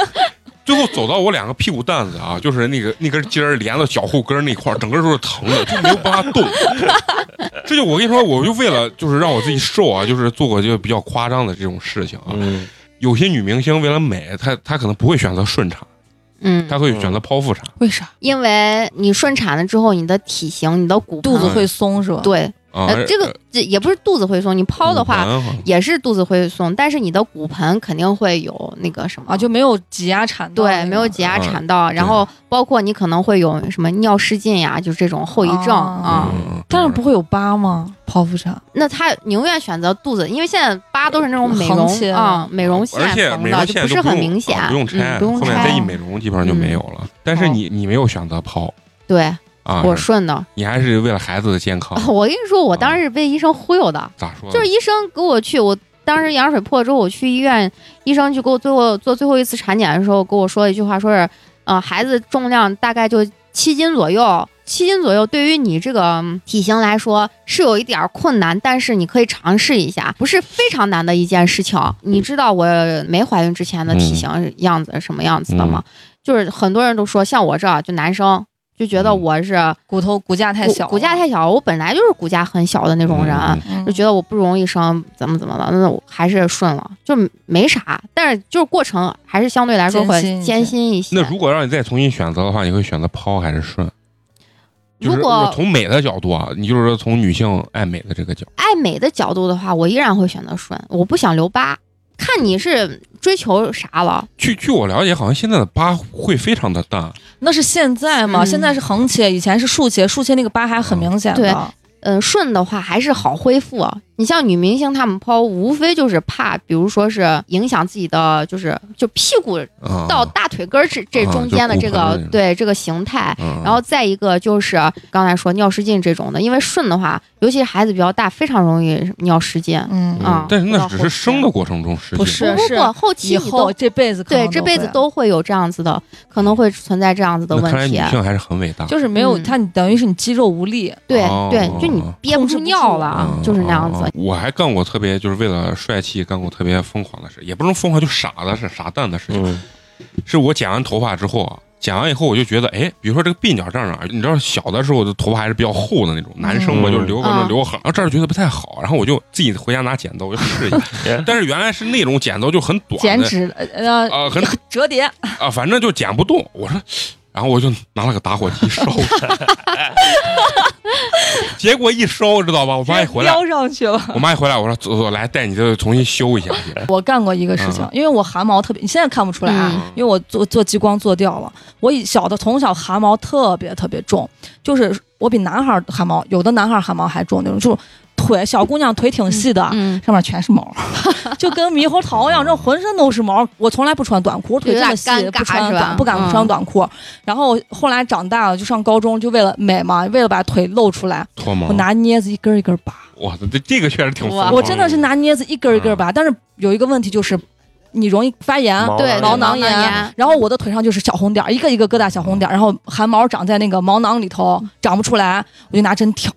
Speaker 1: 最后走到我两个屁股蛋子啊，就是那个那根筋儿连到脚后跟儿那块儿，整个都是疼的，就没有办法动。这就我跟你说，我就为了就是让我自己瘦啊，就是做过就比较夸张的这种事情啊。
Speaker 4: 嗯，
Speaker 1: 有些女明星为了美，她她可能不会选择顺产，
Speaker 3: 嗯，
Speaker 1: 她会选择剖腹产。
Speaker 5: 为啥
Speaker 3: 因为你顺产了之后，你的体型、你的骨
Speaker 5: 肚子
Speaker 1: 嗯
Speaker 3: 盆
Speaker 5: 会松是吧？
Speaker 3: 对
Speaker 1: 啊呃嗯
Speaker 3: 呃，这个这也不是肚子会松，你抛的话，也是肚子会松，但是你的骨盆肯定会有那个什么
Speaker 5: 啊，就没有挤压产道那
Speaker 3: 对，
Speaker 5: 种，
Speaker 3: 没有挤压
Speaker 1: 嗯
Speaker 3: 产道，然后包括你可能会有什么尿失禁呀，就这种后遗症啊。
Speaker 1: 嗯
Speaker 5: 哦但是不会有疤吗？剖腹产
Speaker 3: 那他宁愿选择肚子，因为现在疤都是那种美
Speaker 5: 横
Speaker 3: 容
Speaker 5: 切
Speaker 3: 啊、美容线
Speaker 1: 而且
Speaker 3: 缝
Speaker 1: 美
Speaker 3: 的，
Speaker 1: 容
Speaker 3: 就
Speaker 1: 线
Speaker 3: 不是
Speaker 1: 都
Speaker 3: 很
Speaker 1: 用
Speaker 3: 明显
Speaker 1: 啊，不用拆，
Speaker 3: 嗯不用
Speaker 1: 后面再
Speaker 3: 拆
Speaker 1: 一美容基本上就没有了。但是你你没有选择抛
Speaker 3: 对，
Speaker 1: 啊，
Speaker 3: 我顺的。
Speaker 1: 你还是为了孩子的健康，
Speaker 3: 我跟你说，我当时是被医生忽悠的，
Speaker 1: 咋
Speaker 5: 嗯
Speaker 1: 说呢？
Speaker 3: 就是医生给我去，我当时羊水破了之后，我去医院，医生去给我最后做最后一次产检的时候，跟我说了一句话，说是，呃，孩子重量大概就七斤左右，七斤左右对于你这个嗯体型来说是有一点儿困难，但是你可以尝试一下，不是非常难的一件事情。你知道我没怀孕之前的体型是样子是什么样子的吗？
Speaker 5: 嗯
Speaker 3: 就是很多人都说，像我这儿就男生就觉得
Speaker 1: 嗯
Speaker 3: 我是
Speaker 5: 骨头骨架太
Speaker 3: 骨
Speaker 5: 小，
Speaker 3: 骨架太小，我本来就是骨架很小的那种人。啊
Speaker 1: 嗯
Speaker 5: 嗯
Speaker 3: 就觉得我不容易生，怎么怎么了，那我还是顺了，就没啥。但是就是过程还是相对来说会
Speaker 5: 艰辛一些
Speaker 3: 艰辛一些。
Speaker 1: 那如果让你再重新选择的话，你会选择抛还是顺？就是
Speaker 3: 如果
Speaker 1: 从美的角度啊，你就是说从女性爱美的这个角度，
Speaker 3: 爱美的角度的话，我依然会选择顺，我不想留疤。看你是追求啥了，
Speaker 1: 据据我了解，好像现在的疤会非常的淡，
Speaker 5: 那是现在嘛？
Speaker 3: 嗯
Speaker 5: 现在是横切，以前是竖切，竖切那个疤还很明显的。
Speaker 3: 对嗯，顺的话还是好恢复。啊你像女明星她们抛，无非就是怕，比如说是影响自己的，就是就屁股
Speaker 1: 啊
Speaker 3: 到大腿根儿这这
Speaker 1: 啊
Speaker 3: 中
Speaker 1: 就
Speaker 3: 间的
Speaker 1: 骨
Speaker 3: 这
Speaker 1: 盆的
Speaker 3: 个
Speaker 1: 那种
Speaker 3: 对这个形态，
Speaker 1: 嗯
Speaker 3: 然后再一个就是刚才说尿失禁这种的，因为顺的话，尤其是孩子比较大，非常容易尿失禁。
Speaker 5: 嗯
Speaker 1: 嗯
Speaker 3: 啊
Speaker 1: 但是那
Speaker 3: 到
Speaker 1: 只
Speaker 3: 后
Speaker 1: 是
Speaker 3: 期
Speaker 1: 生的过程中失禁，
Speaker 5: 不
Speaker 3: 不
Speaker 5: 是
Speaker 3: 不
Speaker 5: 是
Speaker 3: 不，后期
Speaker 5: 以
Speaker 3: 你都
Speaker 5: 后这辈子可能
Speaker 3: 对这辈子
Speaker 5: 会
Speaker 3: 都会有这样子的，可能会存在这样子的
Speaker 1: 那看
Speaker 3: 问
Speaker 1: 来女
Speaker 3: 题。啊
Speaker 1: 性还是很伟大，
Speaker 5: 就是没有
Speaker 3: 嗯
Speaker 5: 它，你等于是你肌肉无力，
Speaker 3: 对
Speaker 1: 哦
Speaker 3: 对，就你憋不
Speaker 5: 控制
Speaker 3: 住
Speaker 5: 不
Speaker 3: 尿
Speaker 5: 住
Speaker 3: 了
Speaker 1: 嗯，
Speaker 3: 啊就是那样子
Speaker 1: 嗯。我还干过特别就是为了帅气干过特别疯狂的事，也不是疯狂，就傻的事，傻蛋的事情。
Speaker 4: 嗯，
Speaker 1: 是我剪完头发之后啊，剪完以后我就觉得，哎，比如说这个鬓角这儿啊，你知道小的时候的头发还是比较厚的那种，男生嘛
Speaker 4: 嗯
Speaker 1: 就留个
Speaker 3: 啊
Speaker 1: 留个很，然后这儿觉得不太好，然后我就自己回家拿剪刀我就 试一下
Speaker 4: Yeah，
Speaker 1: 但是原来是那种剪刀就很短
Speaker 5: 减
Speaker 1: 的，
Speaker 5: 脂呃
Speaker 1: 啊、很啊、
Speaker 5: 折叠，
Speaker 1: 反正就剪不动。我说，然后我就拿了个打火机烧， 结果一烧知道吧，我妈一回 来，
Speaker 5: 撩上去了。
Speaker 1: 我妈一回来，我说走走来带你这重新修一下去，
Speaker 5: 我干过一个事情，因为我汗毛特别，你现在看不出来啊，
Speaker 1: 嗯
Speaker 5: 因为我做做激光做掉了。我以小的从小汗毛特别特别重，就是我比男孩儿汗毛，有的男孩儿汗毛还重那种，就是腿小姑娘腿挺细的，
Speaker 3: 嗯，
Speaker 5: 上面全是毛， 就跟猕猴桃一样，这浑身都是毛。我从来不穿短裤，我腿这么细
Speaker 3: 有，点尴尬
Speaker 5: 不穿
Speaker 3: 是吧
Speaker 5: 短，不敢
Speaker 3: 嗯
Speaker 5: 穿短裤。然后后来长大了，就上高中，就为了美嘛，为了把腿露出来，
Speaker 1: 脱毛
Speaker 5: 我。拿镊子一根一根拔。
Speaker 1: 哇，这这个确实挺疯
Speaker 3: 哦
Speaker 1: 狂
Speaker 5: 我真的是拿镊子一根一根
Speaker 1: 嗯
Speaker 5: 拔，但是有一个问题就是，你容易发炎。
Speaker 4: 毛
Speaker 1: 哦
Speaker 3: 对，
Speaker 5: 呃毛
Speaker 3: 毛
Speaker 5: 囊
Speaker 3: 囊
Speaker 5: 炎
Speaker 3: 炎，
Speaker 5: 然后我的腿上就是小红点儿，一个一个疙瘩小红点儿，然后汗毛长在那个毛囊里头，长不出来，我就拿针挑，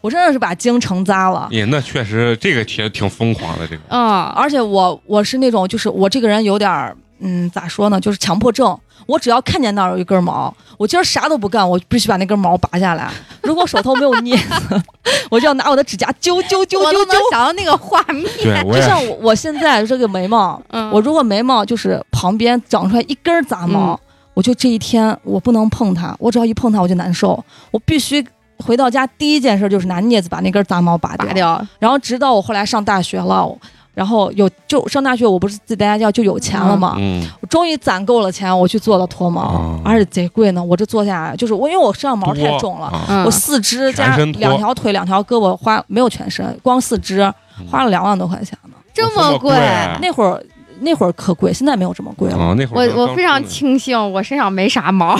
Speaker 5: 我真的是把精成扎了。
Speaker 1: 也哎那确实，这个其实挺疯狂的，这个
Speaker 3: 嗯，
Speaker 5: 而且我我是那种，就是我这个人有点儿，嗯，咋说呢，就是强迫症。我只要看见那儿有一根毛，我今儿啥都不干，我必须把那根毛拔下来。如果手头没有捏， 我就要拿我的指甲揪揪揪
Speaker 3: 我
Speaker 5: 揪
Speaker 3: 都
Speaker 5: 揪
Speaker 3: 能。想到那个画面。
Speaker 1: 对我
Speaker 5: 就
Speaker 1: 也
Speaker 5: 像我我现在这个眉毛，
Speaker 3: 嗯，
Speaker 5: 我如果眉毛就是旁边长出来一根杂毛，我就这一天我不能碰它，我只要一碰它我就难受，我必须。回到家第一件事就是拿镊子把那根杂毛拔掉，
Speaker 3: 拔掉，
Speaker 5: 然后直到我后来上大学了，我然后有就上大学，我不是自己在家教就有钱了嘛，
Speaker 1: 嗯
Speaker 5: 我终于攒够了钱，我去做了脱毛，
Speaker 1: 哦
Speaker 5: 而且贼贵呢。我这做下来就是我，因为我身上毛太
Speaker 1: 多
Speaker 5: 重了，
Speaker 1: 啊
Speaker 3: 嗯
Speaker 5: 我，四肢
Speaker 1: 全
Speaker 5: 加
Speaker 1: 身脱
Speaker 5: 两条腿、两条胳膊花没有全身，光四肢
Speaker 1: 嗯
Speaker 5: 花了两万多块钱呢。
Speaker 3: 这
Speaker 1: 这么
Speaker 3: 么贵
Speaker 1: 贵。啊
Speaker 5: 那会儿那会儿可贵，现在没有这么贵了。
Speaker 1: 啊，那
Speaker 3: 我
Speaker 1: 会儿
Speaker 3: 我非常
Speaker 1: 清，
Speaker 3: 庆幸我身上没啥毛，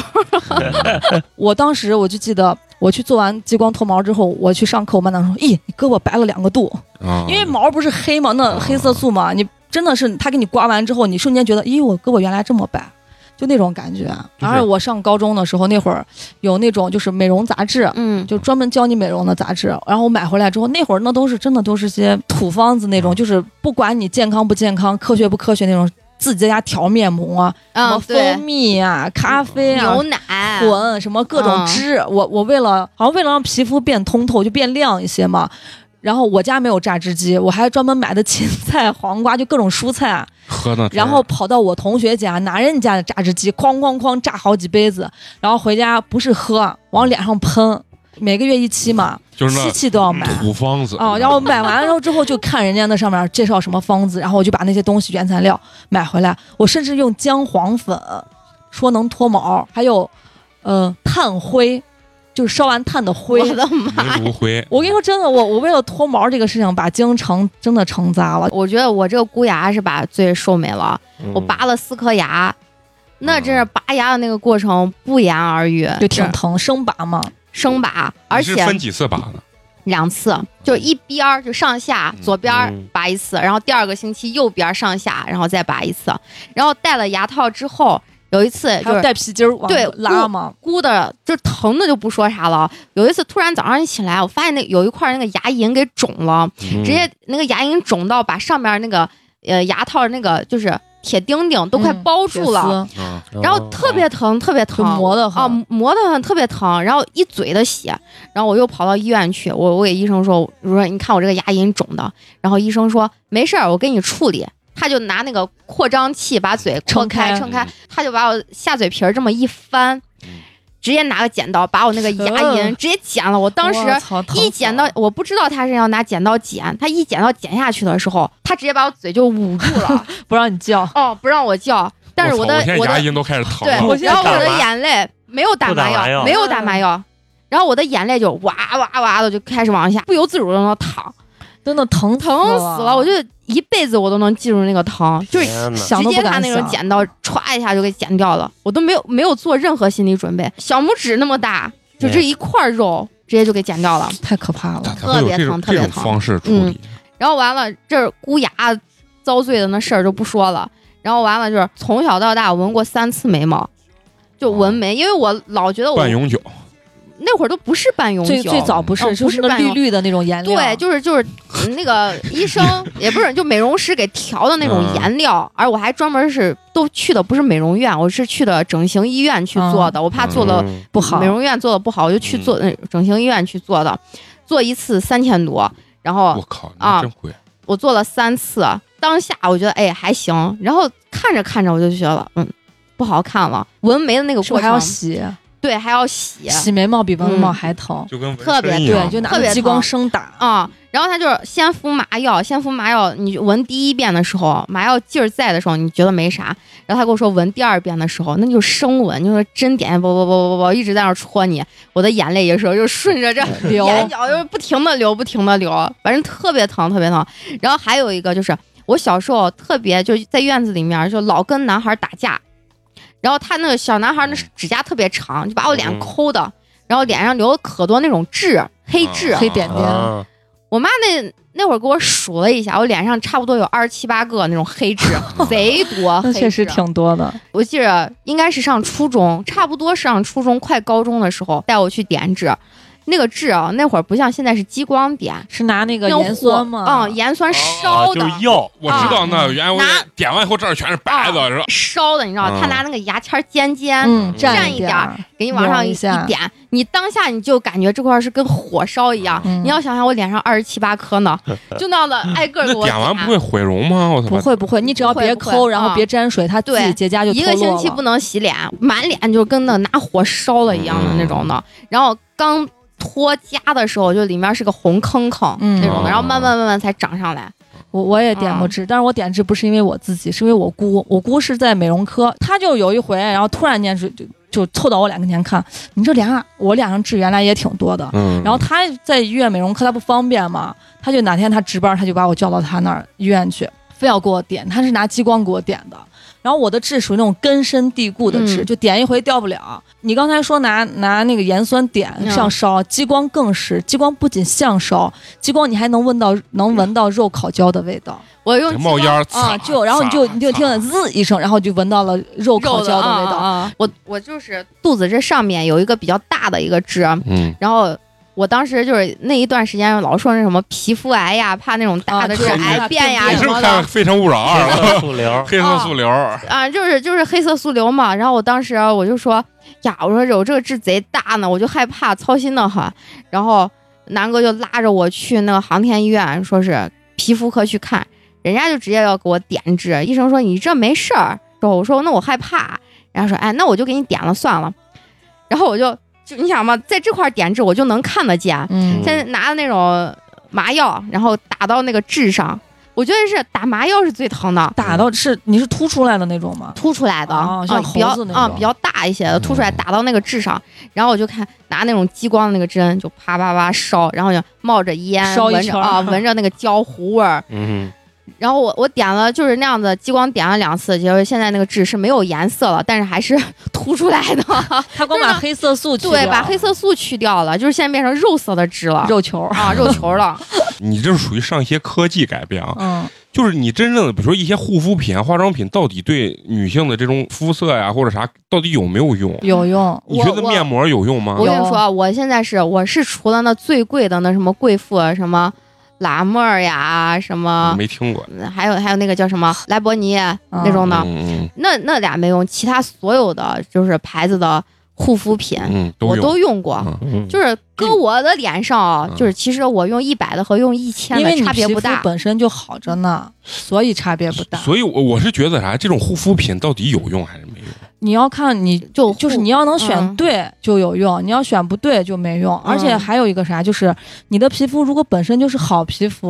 Speaker 5: 我当时我就记得。我去做完激光脱毛之后，我去上课，我班长说：“咦，你胳膊白了两个度。”
Speaker 1: 啊
Speaker 5: 因为毛不是黑嘛，
Speaker 1: 嗯
Speaker 5: 那黑色素嘛，你真的是他给你刮完之后，你瞬间觉得，咦，我胳膊原来这么白，就那种感觉。
Speaker 1: 就是
Speaker 5: 然后我上高中的时候，那会儿有那种就是美容杂志。
Speaker 3: 嗯，
Speaker 5: 就专门教你美容的杂志，然后我买回来之后，那会儿那都是真的都是些土方子那
Speaker 1: 嗯
Speaker 5: 种，就是不管你健康不健康、科学不科学那种，自己在家调面膜啊，什么
Speaker 3: 嗯，对
Speaker 5: 蜂，蜜啊、咖啡啊、
Speaker 3: 牛奶，
Speaker 5: 混什么各种
Speaker 3: 哎嗯
Speaker 5: 汁，我我为了好像为了让皮肤变通透，就变亮一些嘛。然后我家没有榨汁机，我还专门买的芹菜、黄瓜，就各种蔬菜，
Speaker 1: 喝那汁儿，
Speaker 5: 然后跑到我同学家拿人家的榨汁机，哐哐哐榨好几杯子，然后回家不是喝，往脸上喷，每个月一期嘛，
Speaker 1: 就是
Speaker 5: 七
Speaker 1: 那
Speaker 5: 期都要买。
Speaker 1: 土方子
Speaker 5: 哦，然后买完了之后之后就看人家那上面介绍什么方子，然后我就把那些东西原材料买回来。我甚至用姜黄粉，说能脱毛，还有，呃，炭灰，就是烧完炭的灰。
Speaker 3: 我的妈！
Speaker 1: 民族灰，
Speaker 5: 我跟你说真的，我我为了脱毛这个事情，把经常真的成渣了。
Speaker 3: 我觉得我这个箍牙是把罪受没了，
Speaker 1: 嗯
Speaker 3: 我拔了四颗牙，那
Speaker 1: 啊
Speaker 3: 真是拔牙的那个过程不言而喻，
Speaker 5: 就挺
Speaker 3: 是
Speaker 5: 疼，生拔嘛，
Speaker 3: 生拔，而
Speaker 1: 你是
Speaker 3: 且
Speaker 1: 分几次拔的？
Speaker 3: 两次，就一边儿就上下
Speaker 1: 嗯
Speaker 3: 左边儿
Speaker 4: 嗯
Speaker 3: 拔一次，然后第二个星期右边儿上下，然后再拔一次，然后戴了牙套之后，有一次
Speaker 5: 还
Speaker 3: 就
Speaker 5: 有
Speaker 3: 是
Speaker 5: 带皮筋儿往
Speaker 3: 对
Speaker 5: 拉嘛，
Speaker 3: 箍的，就疼的就不说啥了。有一次突然早上一起来，我发现那有一块那个牙龈给肿了，
Speaker 5: 嗯
Speaker 3: 直
Speaker 4: 直
Speaker 3: 接那个牙龈肿到把上面那个呃牙套那个就是铁钉钉都快
Speaker 5: 嗯
Speaker 3: 包
Speaker 5: 铁
Speaker 3: 住了，
Speaker 5: 丝，哦
Speaker 1: 嗯，
Speaker 3: 然后特别疼，特别
Speaker 5: 就
Speaker 3: 疼，
Speaker 5: 磨的
Speaker 3: 啊，
Speaker 5: 很。
Speaker 3: 磨得很特别疼，然后一嘴的血，然后我又跑到医院去，我我给医生说，我说你看我这个牙龈肿的，然后医生说没事儿，我给你处理，他就拿那个扩张器把嘴
Speaker 5: 撑
Speaker 3: 扩开
Speaker 5: 开嗯
Speaker 3: 撑开，他就把我下嘴皮儿这么一翻
Speaker 1: 嗯，
Speaker 3: 直接拿个剪刀把我那个牙龈
Speaker 5: 呃
Speaker 3: 直接剪了，我当时
Speaker 5: 我操疼
Speaker 3: 一剪
Speaker 5: 死
Speaker 3: 到
Speaker 5: 了，
Speaker 3: 我不知道他是要拿剪刀剪，他一剪刀剪下去的时候，他直接把我嘴就捂住 了，
Speaker 5: 不让你叫，
Speaker 3: 哦，不让我叫，但是
Speaker 1: 我操
Speaker 3: 的
Speaker 1: 我现在
Speaker 3: 我
Speaker 1: 牙
Speaker 3: 的
Speaker 1: 龈都开始疼
Speaker 3: 对
Speaker 1: 了。，
Speaker 5: 我现在嗯
Speaker 3: 然后
Speaker 4: 打
Speaker 3: 我的
Speaker 4: 麻
Speaker 3: 眼泪没有打
Speaker 4: 不打
Speaker 3: 麻
Speaker 4: 麻药
Speaker 3: 没有打麻药，然后我的眼泪就哇哇哇的就开始往下，不由自主的那淌，
Speaker 5: 真的疼
Speaker 3: 疼死了，我就一辈子我都能记住那个疼，就是
Speaker 4: 天呐
Speaker 5: 想
Speaker 3: 直
Speaker 5: 都
Speaker 3: 接
Speaker 5: 不
Speaker 3: 他
Speaker 5: 敢
Speaker 3: 那种
Speaker 5: 想
Speaker 3: 剪刀歘一下就给剪掉了，我都没有没有做任何心理准备，小拇指那么大，就
Speaker 1: 哎
Speaker 3: 这一块肉直接就给剪掉了。
Speaker 5: 太可怕了
Speaker 1: 咋。咋会有这种
Speaker 3: 特
Speaker 1: 这
Speaker 3: 别疼特别
Speaker 1: 种
Speaker 3: 疼
Speaker 1: 方式处理？
Speaker 3: 然后完了，这儿箍牙遭罪的那事儿就不说了。然后完了，就是从小到大纹过三次眉毛，就纹眉，因为我老觉得我
Speaker 1: 半永久，
Speaker 3: 那会儿都不是半永久，
Speaker 5: 最最早不是，
Speaker 3: 哦
Speaker 5: 就
Speaker 3: 不
Speaker 5: 是
Speaker 3: 是
Speaker 5: 那
Speaker 3: 半
Speaker 5: 绿
Speaker 3: 永
Speaker 5: 绿的那种颜料，
Speaker 3: 对，就是就是嗯那个医生也不是，就美容师给调的那种
Speaker 4: 嗯
Speaker 3: 颜料，而我还专门是都去的不是美容院，我是去的整形医院去做的，我怕做了
Speaker 4: 嗯
Speaker 5: 不好
Speaker 3: 美。容院做的不好，我就去做呃整形医院去做的，做一次三千多，然
Speaker 1: 我
Speaker 3: 后
Speaker 1: 靠，
Speaker 3: 啊
Speaker 1: 那真贵！
Speaker 3: 我做了三次，当下我觉得哎还行，然后看着看着我就觉得嗯不好看了，纹眉的那个
Speaker 5: 是不
Speaker 3: 过
Speaker 5: 是还要
Speaker 3: 程，
Speaker 5: 洗？
Speaker 3: 对还要洗，
Speaker 5: 洗眉毛比纹毛还疼。
Speaker 1: 就跟纹
Speaker 3: 特别
Speaker 1: 身一
Speaker 5: 对，
Speaker 1: 样
Speaker 5: 就拿
Speaker 3: 特别
Speaker 5: 个
Speaker 3: 疼
Speaker 5: 激光生打，
Speaker 3: 啊、然后他就是先敷麻药，先敷麻药，你闻第一遍的时候，麻药劲儿在的时候，你觉得没啥，然后他跟我说闻第二遍的时候，那就生闻，就是针点，啵啵啵啵啵啵，一直在那儿戳你，我的眼泪也是就顺着这
Speaker 5: 流
Speaker 3: 嗯眼角就是不停的流，不停的流，反正特别疼，特别疼。然后还有一个就是我小时候特别就是在院子里面就老跟男孩打架，然后他那个小男孩那指甲特别长，就把我脸
Speaker 4: 嗯
Speaker 3: 抠的，然后脸上留了可多那种痣，黑
Speaker 1: 啊
Speaker 3: 痣，
Speaker 5: 黑点点，
Speaker 4: 啊
Speaker 3: 我妈那那会儿给我数了一下，我脸上差不多有二七八个那种黑 痣，贼多。黑
Speaker 5: 那确实
Speaker 3: 痣。
Speaker 5: 挺多的。
Speaker 3: 我记着应该是上初中，差不多上初中快高中的时候，带我去点痣。那个痣啊，那会儿不像现在是激光点，
Speaker 5: 是拿那个
Speaker 3: 那种
Speaker 5: 盐酸
Speaker 3: 火
Speaker 5: 吗？
Speaker 3: 嗯，盐
Speaker 1: 哦
Speaker 3: 酸
Speaker 4: 啊
Speaker 3: 烧
Speaker 4: 就
Speaker 3: 的，
Speaker 4: 是药，
Speaker 1: 我知
Speaker 5: 哦
Speaker 1: 道那原来我
Speaker 3: 拿
Speaker 1: 点完以后这儿全是白的，是吧？
Speaker 3: 烧的，你知道，
Speaker 1: 嗯
Speaker 3: 他拿那个牙签尖尖、
Speaker 5: 嗯，蘸
Speaker 3: 蘸一
Speaker 5: 点
Speaker 3: 点
Speaker 5: 儿
Speaker 3: 儿，给你往上
Speaker 5: 揉一下
Speaker 3: 点，你当下你就感觉这块儿是跟火烧一样。
Speaker 5: 嗯
Speaker 3: 你要想想，我脸上二十七八 颗呢，就那样的挨个儿给
Speaker 1: 那
Speaker 3: 我
Speaker 1: 点完
Speaker 3: 打
Speaker 1: 不会毁容吗？我他
Speaker 5: 不
Speaker 1: 妈！
Speaker 5: 会不会，你只要
Speaker 3: 不会
Speaker 5: 别
Speaker 3: 不会
Speaker 5: 抠，然后
Speaker 3: 啊
Speaker 5: 别沾水，它自己
Speaker 3: 对
Speaker 5: 结痂就
Speaker 3: 一
Speaker 5: 脱
Speaker 3: 个星
Speaker 5: 落
Speaker 3: 期
Speaker 5: 了
Speaker 3: 不能洗脸，满脸就跟那拿火烧了一样
Speaker 1: 嗯
Speaker 3: 的那种的。然后刚脱痂的时候，就里面是个红坑坑、
Speaker 5: 嗯
Speaker 3: 那种
Speaker 1: 哦
Speaker 3: 的，然后慢慢慢慢才长上来。
Speaker 5: 我我也点过
Speaker 3: 嗯
Speaker 5: 痣，但是我点痣不是因为我自己，是因为我姑，我姑是在美容科，她就有一回，然后突然间就就就凑到我脸跟前看，你这脸啊，我脸上痣原来也挺多的，
Speaker 1: 嗯，
Speaker 5: 然后她在医院美容科，她不方便嘛，她就哪天她值班，她就把我叫到她那儿医院去，非要给我点，她是拿激光给我点的。然后我的痣属于那种根深蒂固的痣，
Speaker 3: 嗯
Speaker 5: 就点一回掉不了。你刚才说拿拿那个盐酸点
Speaker 3: 嗯
Speaker 5: 上烧，激光更是，激光不仅像烧，激光你还能闻到能闻到肉烤焦的味道。
Speaker 3: 我用
Speaker 1: 得冒烟儿
Speaker 5: 啊，
Speaker 1: 擦
Speaker 5: 就然后你就
Speaker 1: 擦
Speaker 5: 你就听了
Speaker 1: 擦
Speaker 5: 滋一声，然后就闻到了肉
Speaker 3: 肉
Speaker 5: 烤焦的味道。
Speaker 3: 啊我我就是肚子这上面有一个比较大的一个痣，啊
Speaker 1: 嗯，
Speaker 3: 然后。我当时就是那一段时间老说那什么皮肤癌呀，怕那种大
Speaker 5: 啊
Speaker 3: 的
Speaker 5: 就是是
Speaker 3: 癌变呀
Speaker 5: 啊
Speaker 1: 你
Speaker 3: 什
Speaker 1: 是不
Speaker 3: 么
Speaker 1: 是
Speaker 3: 的
Speaker 1: 看《非诚勿扰二》 了？
Speaker 4: 黑色素瘤，
Speaker 1: 黑
Speaker 5: 哦
Speaker 1: 色素瘤，
Speaker 3: 啊，就是就是黑色素瘤嘛。然后我当时啊我就说呀，我说有这个痣贼大呢，我就害怕，操心的很。然后南哥就拉着我去那个航天医院，说是皮肤科去看，人家就直接要给我点痣。医生说你这没事儿，说我说那我害怕，然后说哎，那我就给你点了算了。然后我就就你想嘛，在这块点痣我就能看得见，
Speaker 5: 嗯
Speaker 3: 现在拿的那种麻药，然后打到那个痣上，我觉得是打麻药是最疼的，
Speaker 5: 打到是你是凸出来的那种吗？
Speaker 3: 凸出来的，啊
Speaker 5: 哦像
Speaker 3: 比较
Speaker 5: 猴子那
Speaker 3: 啊、
Speaker 5: 种
Speaker 3: 比较大一些的，凸出来
Speaker 7: 嗯
Speaker 3: 打到那个痣上，然后我就看拿那种激光的那个针，就啪啪啪烧，然后就冒着烟，
Speaker 5: 烧一
Speaker 3: 闻着
Speaker 5: 圈儿
Speaker 3: 啊，闻着那个焦糊味 儿。
Speaker 4: 嗯
Speaker 3: 然后我我点了就是那样子，激光点了两次，就是现在那个痣是没有颜色了，但是还是 凸出来 的，
Speaker 5: 他光啊把黑色素去
Speaker 3: 对，
Speaker 5: 掉
Speaker 3: 把黑色素去掉了，就是现在变成肉色的痣了，
Speaker 5: 肉球，
Speaker 3: 啊肉球了，
Speaker 1: 你这是属于上一些科技改变啊，
Speaker 5: 嗯，
Speaker 1: 就是你真正的，比如说一些护肤品啊、化妆品，到底对女性的这种肤色呀、或者啥，到底有没有用？
Speaker 5: 有用。
Speaker 1: 你觉得
Speaker 3: 我
Speaker 1: 面膜有用吗
Speaker 3: 我？跟你
Speaker 5: 有
Speaker 3: 说啊，我现在是我是除了那最贵的那什么贵妇啊什么蓝妹儿呀，什
Speaker 5: 啊
Speaker 3: 么
Speaker 1: 没听过
Speaker 3: 嗯还有还有那个叫什么莱博尼那种
Speaker 5: 啊
Speaker 3: 的，
Speaker 1: 嗯
Speaker 3: 那那俩没用，其他所有的就是牌子的护肤品
Speaker 1: 嗯嗯，
Speaker 3: 我
Speaker 1: 有。
Speaker 3: 都用过。
Speaker 1: 嗯
Speaker 4: 嗯，
Speaker 3: 就是搁我的脸上啊
Speaker 1: 嗯，
Speaker 3: 就是其实我用一百的和用一千
Speaker 5: 因为
Speaker 3: 的
Speaker 5: 你
Speaker 3: 差别
Speaker 5: 皮
Speaker 3: 不
Speaker 5: 肤
Speaker 3: 大，
Speaker 5: 本身就好着呢，所以差别不大。
Speaker 1: 所以我，我是觉得啥，这种护肤品到底有用还是没用？
Speaker 5: 你要看你
Speaker 3: 就
Speaker 5: 就是
Speaker 3: 护
Speaker 5: 你要能
Speaker 3: 嗯
Speaker 5: 选对就有用，你要选不对就没用。而且
Speaker 3: 嗯
Speaker 5: 还有一个啥，就是你的皮肤如果本身就是好皮肤，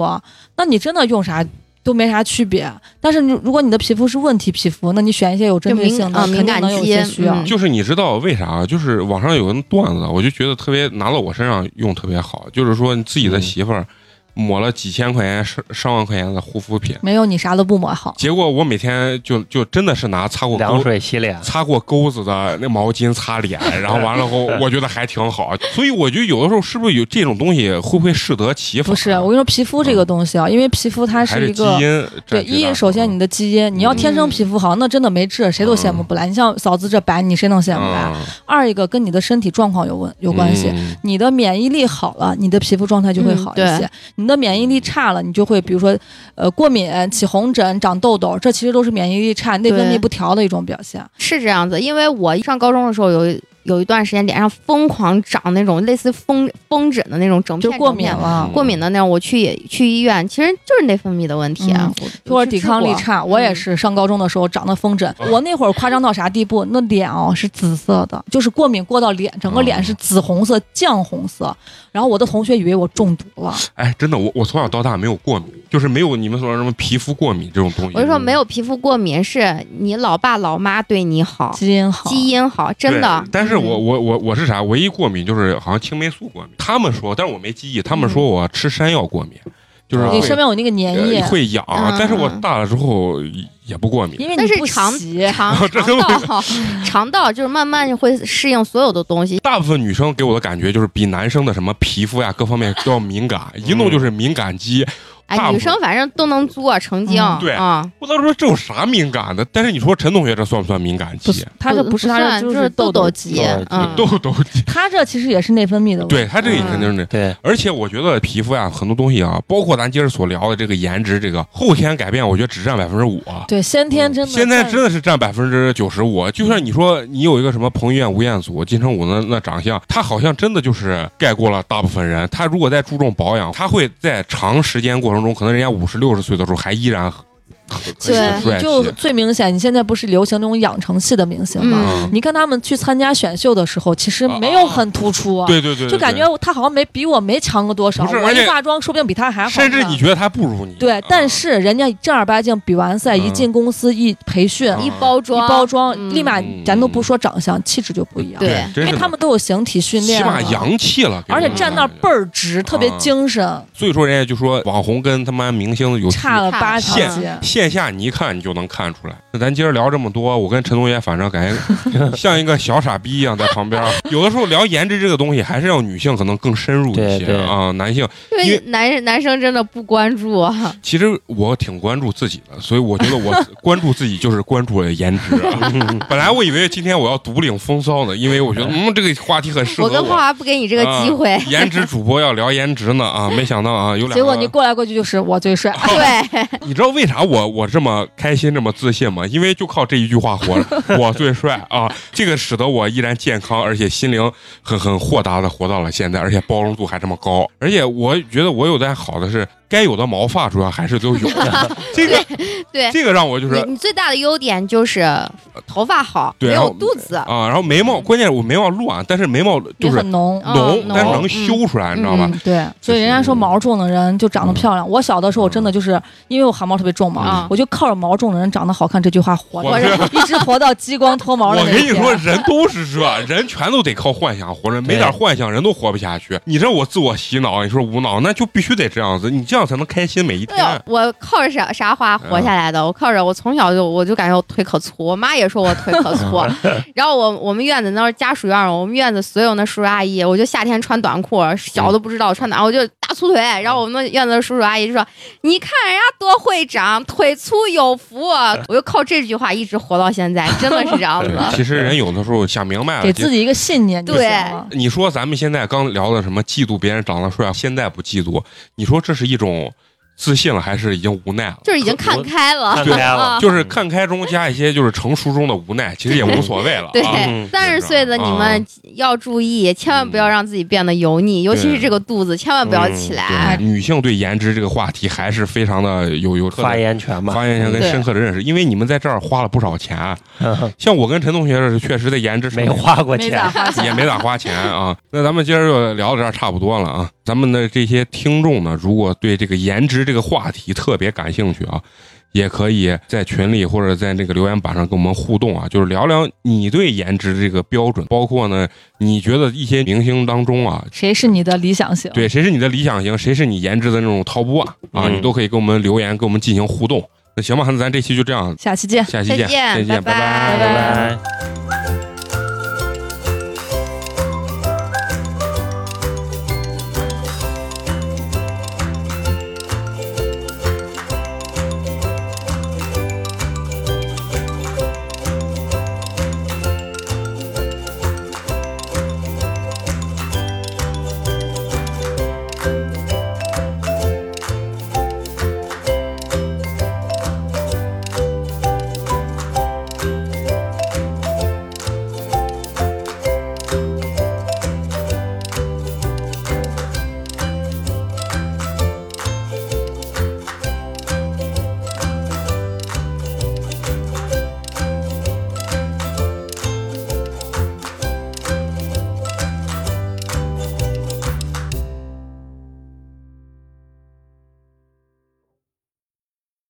Speaker 5: 那你真的用啥都没啥区别。但是你如果你的皮肤是问题皮肤，那你选一些有针对性的，
Speaker 3: 就敏
Speaker 5: 肯定能有一
Speaker 3: 啊敏
Speaker 5: 些
Speaker 3: 感肌
Speaker 5: 需要。
Speaker 3: 嗯
Speaker 1: 就是你知道为啥啊？就是网上有个段子，我就觉得特别拿到我身上用特别好，就是说你自己的
Speaker 5: 嗯
Speaker 1: 媳妇儿抹了几千块钱、上上万块钱的护肤品，
Speaker 5: 没有你啥都不抹好，
Speaker 1: 结果我每天就就真的是拿擦过
Speaker 4: 凉
Speaker 1: 钩。
Speaker 4: 水洗脸，
Speaker 1: 擦过钩子的那毛巾擦脸， 然后完了后，我觉得还挺好，所以我觉得有的时候是不是有这种东西会不会适得其反？啊
Speaker 5: 不是我跟你说皮肤
Speaker 3: 嗯
Speaker 5: 这个东西啊，因为皮肤它
Speaker 1: 还
Speaker 5: 一
Speaker 1: 基
Speaker 5: 个。
Speaker 1: 因
Speaker 5: 对，
Speaker 1: 占据大
Speaker 5: 一
Speaker 1: 部
Speaker 5: 首先
Speaker 1: 分
Speaker 5: 你的基因，你要天生
Speaker 3: 嗯
Speaker 5: 皮肤好，那真的没治，谁都羡慕不来。你像嫂子这白，你谁能羡慕来？
Speaker 1: 嗯
Speaker 5: 二一个跟你的身体状况有问有关系，
Speaker 1: 嗯
Speaker 5: 你的免疫力好了，你的皮肤状态就会好一
Speaker 3: 嗯
Speaker 5: 些；
Speaker 3: 对
Speaker 5: 你的免疫力差了，你就会比如说，呃，过敏、起红疹、长痘痘，这其实都是免疫力差、内分
Speaker 3: 对
Speaker 5: 泌不调的一种表现。
Speaker 3: 是这样子，因为我上高中的时候有一有一段时间脸上疯狂长那种类似风风疹的那种整
Speaker 5: 就
Speaker 3: 片
Speaker 5: 过
Speaker 3: 整
Speaker 5: 敏
Speaker 3: 片
Speaker 5: 了
Speaker 3: 过敏的那种，我去去医院，其实就是内分泌的问题，啊
Speaker 5: 嗯
Speaker 3: 我
Speaker 5: 或
Speaker 3: 我
Speaker 5: 者
Speaker 3: 去
Speaker 5: 抵
Speaker 3: 治
Speaker 5: 抗力
Speaker 3: 过嗯
Speaker 5: 差，我也是上高中的时候长的风疹，
Speaker 1: 嗯
Speaker 5: 我那会儿夸张到啥地步？那脸哦是紫色的，就是过敏过到脸，整个
Speaker 1: 哦
Speaker 5: 脸是紫红色、酱红色。然后我的同学以为我中毒了，
Speaker 1: 哎，真的，我我从小到大没有过敏，就是没有你们所说什么皮肤过敏这种东西。
Speaker 3: 我就说没有皮肤过敏，是你老爸老妈对你好，
Speaker 5: 基因
Speaker 1: 啊
Speaker 5: 好，
Speaker 3: 基因好，真的嗯
Speaker 1: 对。但是我我我我是啥？唯一过敏就是好像青霉素过敏。他们说，但是我没记忆。他
Speaker 3: 嗯
Speaker 1: 们说我吃山药过敏，就是
Speaker 4: 嗯
Speaker 1: 会
Speaker 5: 你身边有那个粘液
Speaker 1: 呃，会痒，
Speaker 3: 哦嗯
Speaker 1: 但是我大了之后也不过敏。
Speaker 5: 因为
Speaker 3: 但
Speaker 5: 你
Speaker 3: 是
Speaker 5: 不
Speaker 3: 肠
Speaker 5: 洗
Speaker 3: 肠肠道，肠道就是慢慢会适应所有的东西。
Speaker 1: 大部分女生给我的感觉就是比男生的什么皮肤呀各方面都要敏感，一弄
Speaker 3: 嗯
Speaker 1: 就是敏感肌。大
Speaker 3: 哎，
Speaker 1: 部
Speaker 3: 女
Speaker 1: 分
Speaker 3: 生反正都能作成精
Speaker 5: 嗯
Speaker 1: 对
Speaker 3: 啊，
Speaker 1: 我当时说这有啥敏感的？但是你说陈同学这算不算敏感
Speaker 5: 不
Speaker 1: 肌
Speaker 5: 是？，他这不是，他
Speaker 3: 算
Speaker 5: 这
Speaker 3: 是
Speaker 5: 是
Speaker 3: 痘
Speaker 5: 痘肌。
Speaker 3: 肌
Speaker 4: 痘痘，肌
Speaker 3: 嗯，
Speaker 1: 痘痘肌。
Speaker 5: 他这其实也是内分泌的问题。
Speaker 1: 对他这个也肯定是那
Speaker 4: 对，
Speaker 1: 而且我觉得皮肤呀、很多东西啊，包括咱今儿所聊的这个颜值，这个后天改变，我觉得只占百分之五。啊
Speaker 5: 对先天真的
Speaker 1: 嗯现在
Speaker 5: 占
Speaker 1: 真的是占百分之九十五。就像你说，你有一个什么彭于晏、吴彦祖、金城武的那长相，他好像真的就是盖过了大部分人。他如果再注重保养，他会在长时间过程中，可能人家五十六十岁的时候还依然很很很
Speaker 5: 对，
Speaker 1: 帅
Speaker 5: 你
Speaker 1: 气。
Speaker 5: 就最明显，你现在不是流行那种养成系的明星吗？
Speaker 3: 嗯，
Speaker 5: 你看他们去参加选秀的时候，其实没有很突出啊，
Speaker 1: 对对对对
Speaker 5: 就感觉他好像没比我没强过多少，
Speaker 1: 不是
Speaker 5: 我
Speaker 1: 而且
Speaker 5: 一化妆说不定比他还好呢。
Speaker 1: 甚至你觉得他不如你。
Speaker 5: 对
Speaker 1: 嗯，
Speaker 5: 但是人家正儿八经比完赛，
Speaker 1: 嗯
Speaker 5: 一进公司一培训，
Speaker 1: 嗯
Speaker 3: 一包
Speaker 5: 一
Speaker 3: 装，
Speaker 5: 包装，立马
Speaker 1: 嗯
Speaker 5: 咱都不说长相，气质就不一样，
Speaker 3: 对
Speaker 1: 真
Speaker 5: 因为
Speaker 1: 是
Speaker 5: 哎他们都有形体训练
Speaker 1: 起码
Speaker 5: 了，
Speaker 1: 洋气了，给
Speaker 5: 而且
Speaker 1: 人
Speaker 5: 站那儿
Speaker 1: 感觉
Speaker 5: 倍儿直，特别
Speaker 1: 嗯
Speaker 5: 精神，
Speaker 1: 所以说人家就说网红跟他妈明星有区别
Speaker 5: 差了八条
Speaker 1: 线
Speaker 5: 街。
Speaker 1: 线下你一看你就能看出来。那咱今儿聊这么多，我跟陈同学反正感觉 像一个小傻逼一样在旁边儿。有的时候聊颜值这个东西，还是要女性可能更深入一
Speaker 4: 对
Speaker 1: 些
Speaker 4: 对
Speaker 1: 啊、男性
Speaker 3: 因
Speaker 1: 因为
Speaker 3: 为男男生真的不关注啊，
Speaker 1: 其实我挺关注自己的，所以我觉得我关注自己就是关注了颜值 啊、本来我以为今天我要独领风骚呢，因为我觉得嗯这个话题很适合
Speaker 3: 我跟
Speaker 1: 我。
Speaker 3: 花 花不给你这个机会
Speaker 1: 啊，颜值主播要聊颜值呢啊！没想到啊，有两个。
Speaker 5: 结果你过来过去就是我最帅，
Speaker 3: 对，
Speaker 1: 你知道为啥我我这么开心这么自信吗？因为就靠这一句话活着， 我最帅啊！这个使得我依然健康，而且心灵很很豁达的活到了现在，而且包容度还这么高。而且我觉得我有点好的是，该有的毛发主要还是都有的。这个
Speaker 3: 对
Speaker 1: 这个让我就是
Speaker 3: 你你最大的优点就是头发好，
Speaker 1: 对
Speaker 3: 没
Speaker 1: 然
Speaker 3: 有
Speaker 1: 后
Speaker 3: 肚子，
Speaker 1: 啊，然后眉毛，关键是我眉毛乱，但是眉毛
Speaker 5: 也
Speaker 1: 就是
Speaker 5: 很浓，
Speaker 3: 嗯
Speaker 1: 浓，但是能
Speaker 3: 嗯
Speaker 1: 修出来，你知道吧
Speaker 5: 嗯？，对，
Speaker 1: 就
Speaker 5: 所以人家
Speaker 1: 是嗯
Speaker 5: 说毛重的人就长得漂亮。我小的时候，我真的就是因为我汗毛特别重嘛
Speaker 3: 嗯，
Speaker 5: 我就靠着毛重的人长得好看这句话活
Speaker 1: 我
Speaker 5: 着，一直活到鸡光脱毛的
Speaker 1: 我
Speaker 5: 那
Speaker 1: 跟
Speaker 5: 一
Speaker 1: 你
Speaker 5: 天。
Speaker 1: 说，人都是这，人全都得靠幻想活着，没
Speaker 4: 对
Speaker 1: 点幻想人都活不下去。你让我自我洗脑，你说无脑，那就必须得这样子，你这样才能开心每一
Speaker 3: 哎呦
Speaker 4: 嗯
Speaker 1: 天，。
Speaker 3: 我靠着啥啥花活下来的？我靠着我从小就我就感觉我腿可粗，我妈也说我腿 可粗。然后我我们院子那是家属院儿，我们院子所有那叔叔阿姨，我就夏天穿短裤，
Speaker 4: 嗯
Speaker 3: 小都不知道穿短，我就大粗腿。然后我们院子的叔叔阿姨就说：“你看人家多会长，腿粗有福。”啊我就靠这句话一直活到现在，真的是这样子。
Speaker 1: 对其实人有的时候想明白了
Speaker 5: 给，自己一个信念就行了。
Speaker 1: 你说咱们现在刚聊的什么嫉妒别人长得帅，现在不嫉妒，你说这是一种自信了，还是已经无奈了？
Speaker 3: 就是已经看开了，
Speaker 4: 看开了
Speaker 3: 啊
Speaker 1: 就是看开中加一些就是成熟中的无奈，其实也无所谓了
Speaker 3: 对
Speaker 1: 啊。
Speaker 4: 嗯，
Speaker 3: 三十岁的你们要注意，千万不要让自己变得油腻，尤其是这
Speaker 4: 嗯
Speaker 3: 个肚子，千万不要起来。啊
Speaker 1: 对女性对颜值这个话题还是非常的有有特
Speaker 4: 发言权嘛，
Speaker 1: 发言性跟深刻的认识，因为你们在这儿花了不少钱。啊
Speaker 4: 嗯
Speaker 1: 像我跟陈同学是确实在颜值上
Speaker 4: 没
Speaker 1: 面
Speaker 4: 花过
Speaker 5: 没
Speaker 4: 钱，
Speaker 5: 咋花
Speaker 1: 也
Speaker 5: 钱，
Speaker 1: 没咋花钱啊。 那咱们今儿就聊到这儿差不多了啊。咱们的这些听众呢，如果对这个颜值这个话题特别感兴趣啊，也可以在群里或者在那个留言板上跟我们互动啊，就是聊聊你对颜值这个标准，包括呢，你觉得一些明星当中啊，
Speaker 5: 谁是你的理想型？
Speaker 1: 对，谁是你的理想型，谁是你颜值的那种 top one 啊，
Speaker 4: 嗯
Speaker 1: 你都可以跟我们留言，跟我们进行互动。那行吧，那咱这期就这样，
Speaker 5: 下期见。
Speaker 1: 下期
Speaker 3: 再
Speaker 1: 见，
Speaker 3: 见
Speaker 1: 再见，
Speaker 3: 拜拜
Speaker 1: 拜
Speaker 4: 拜拜。
Speaker 2: Thank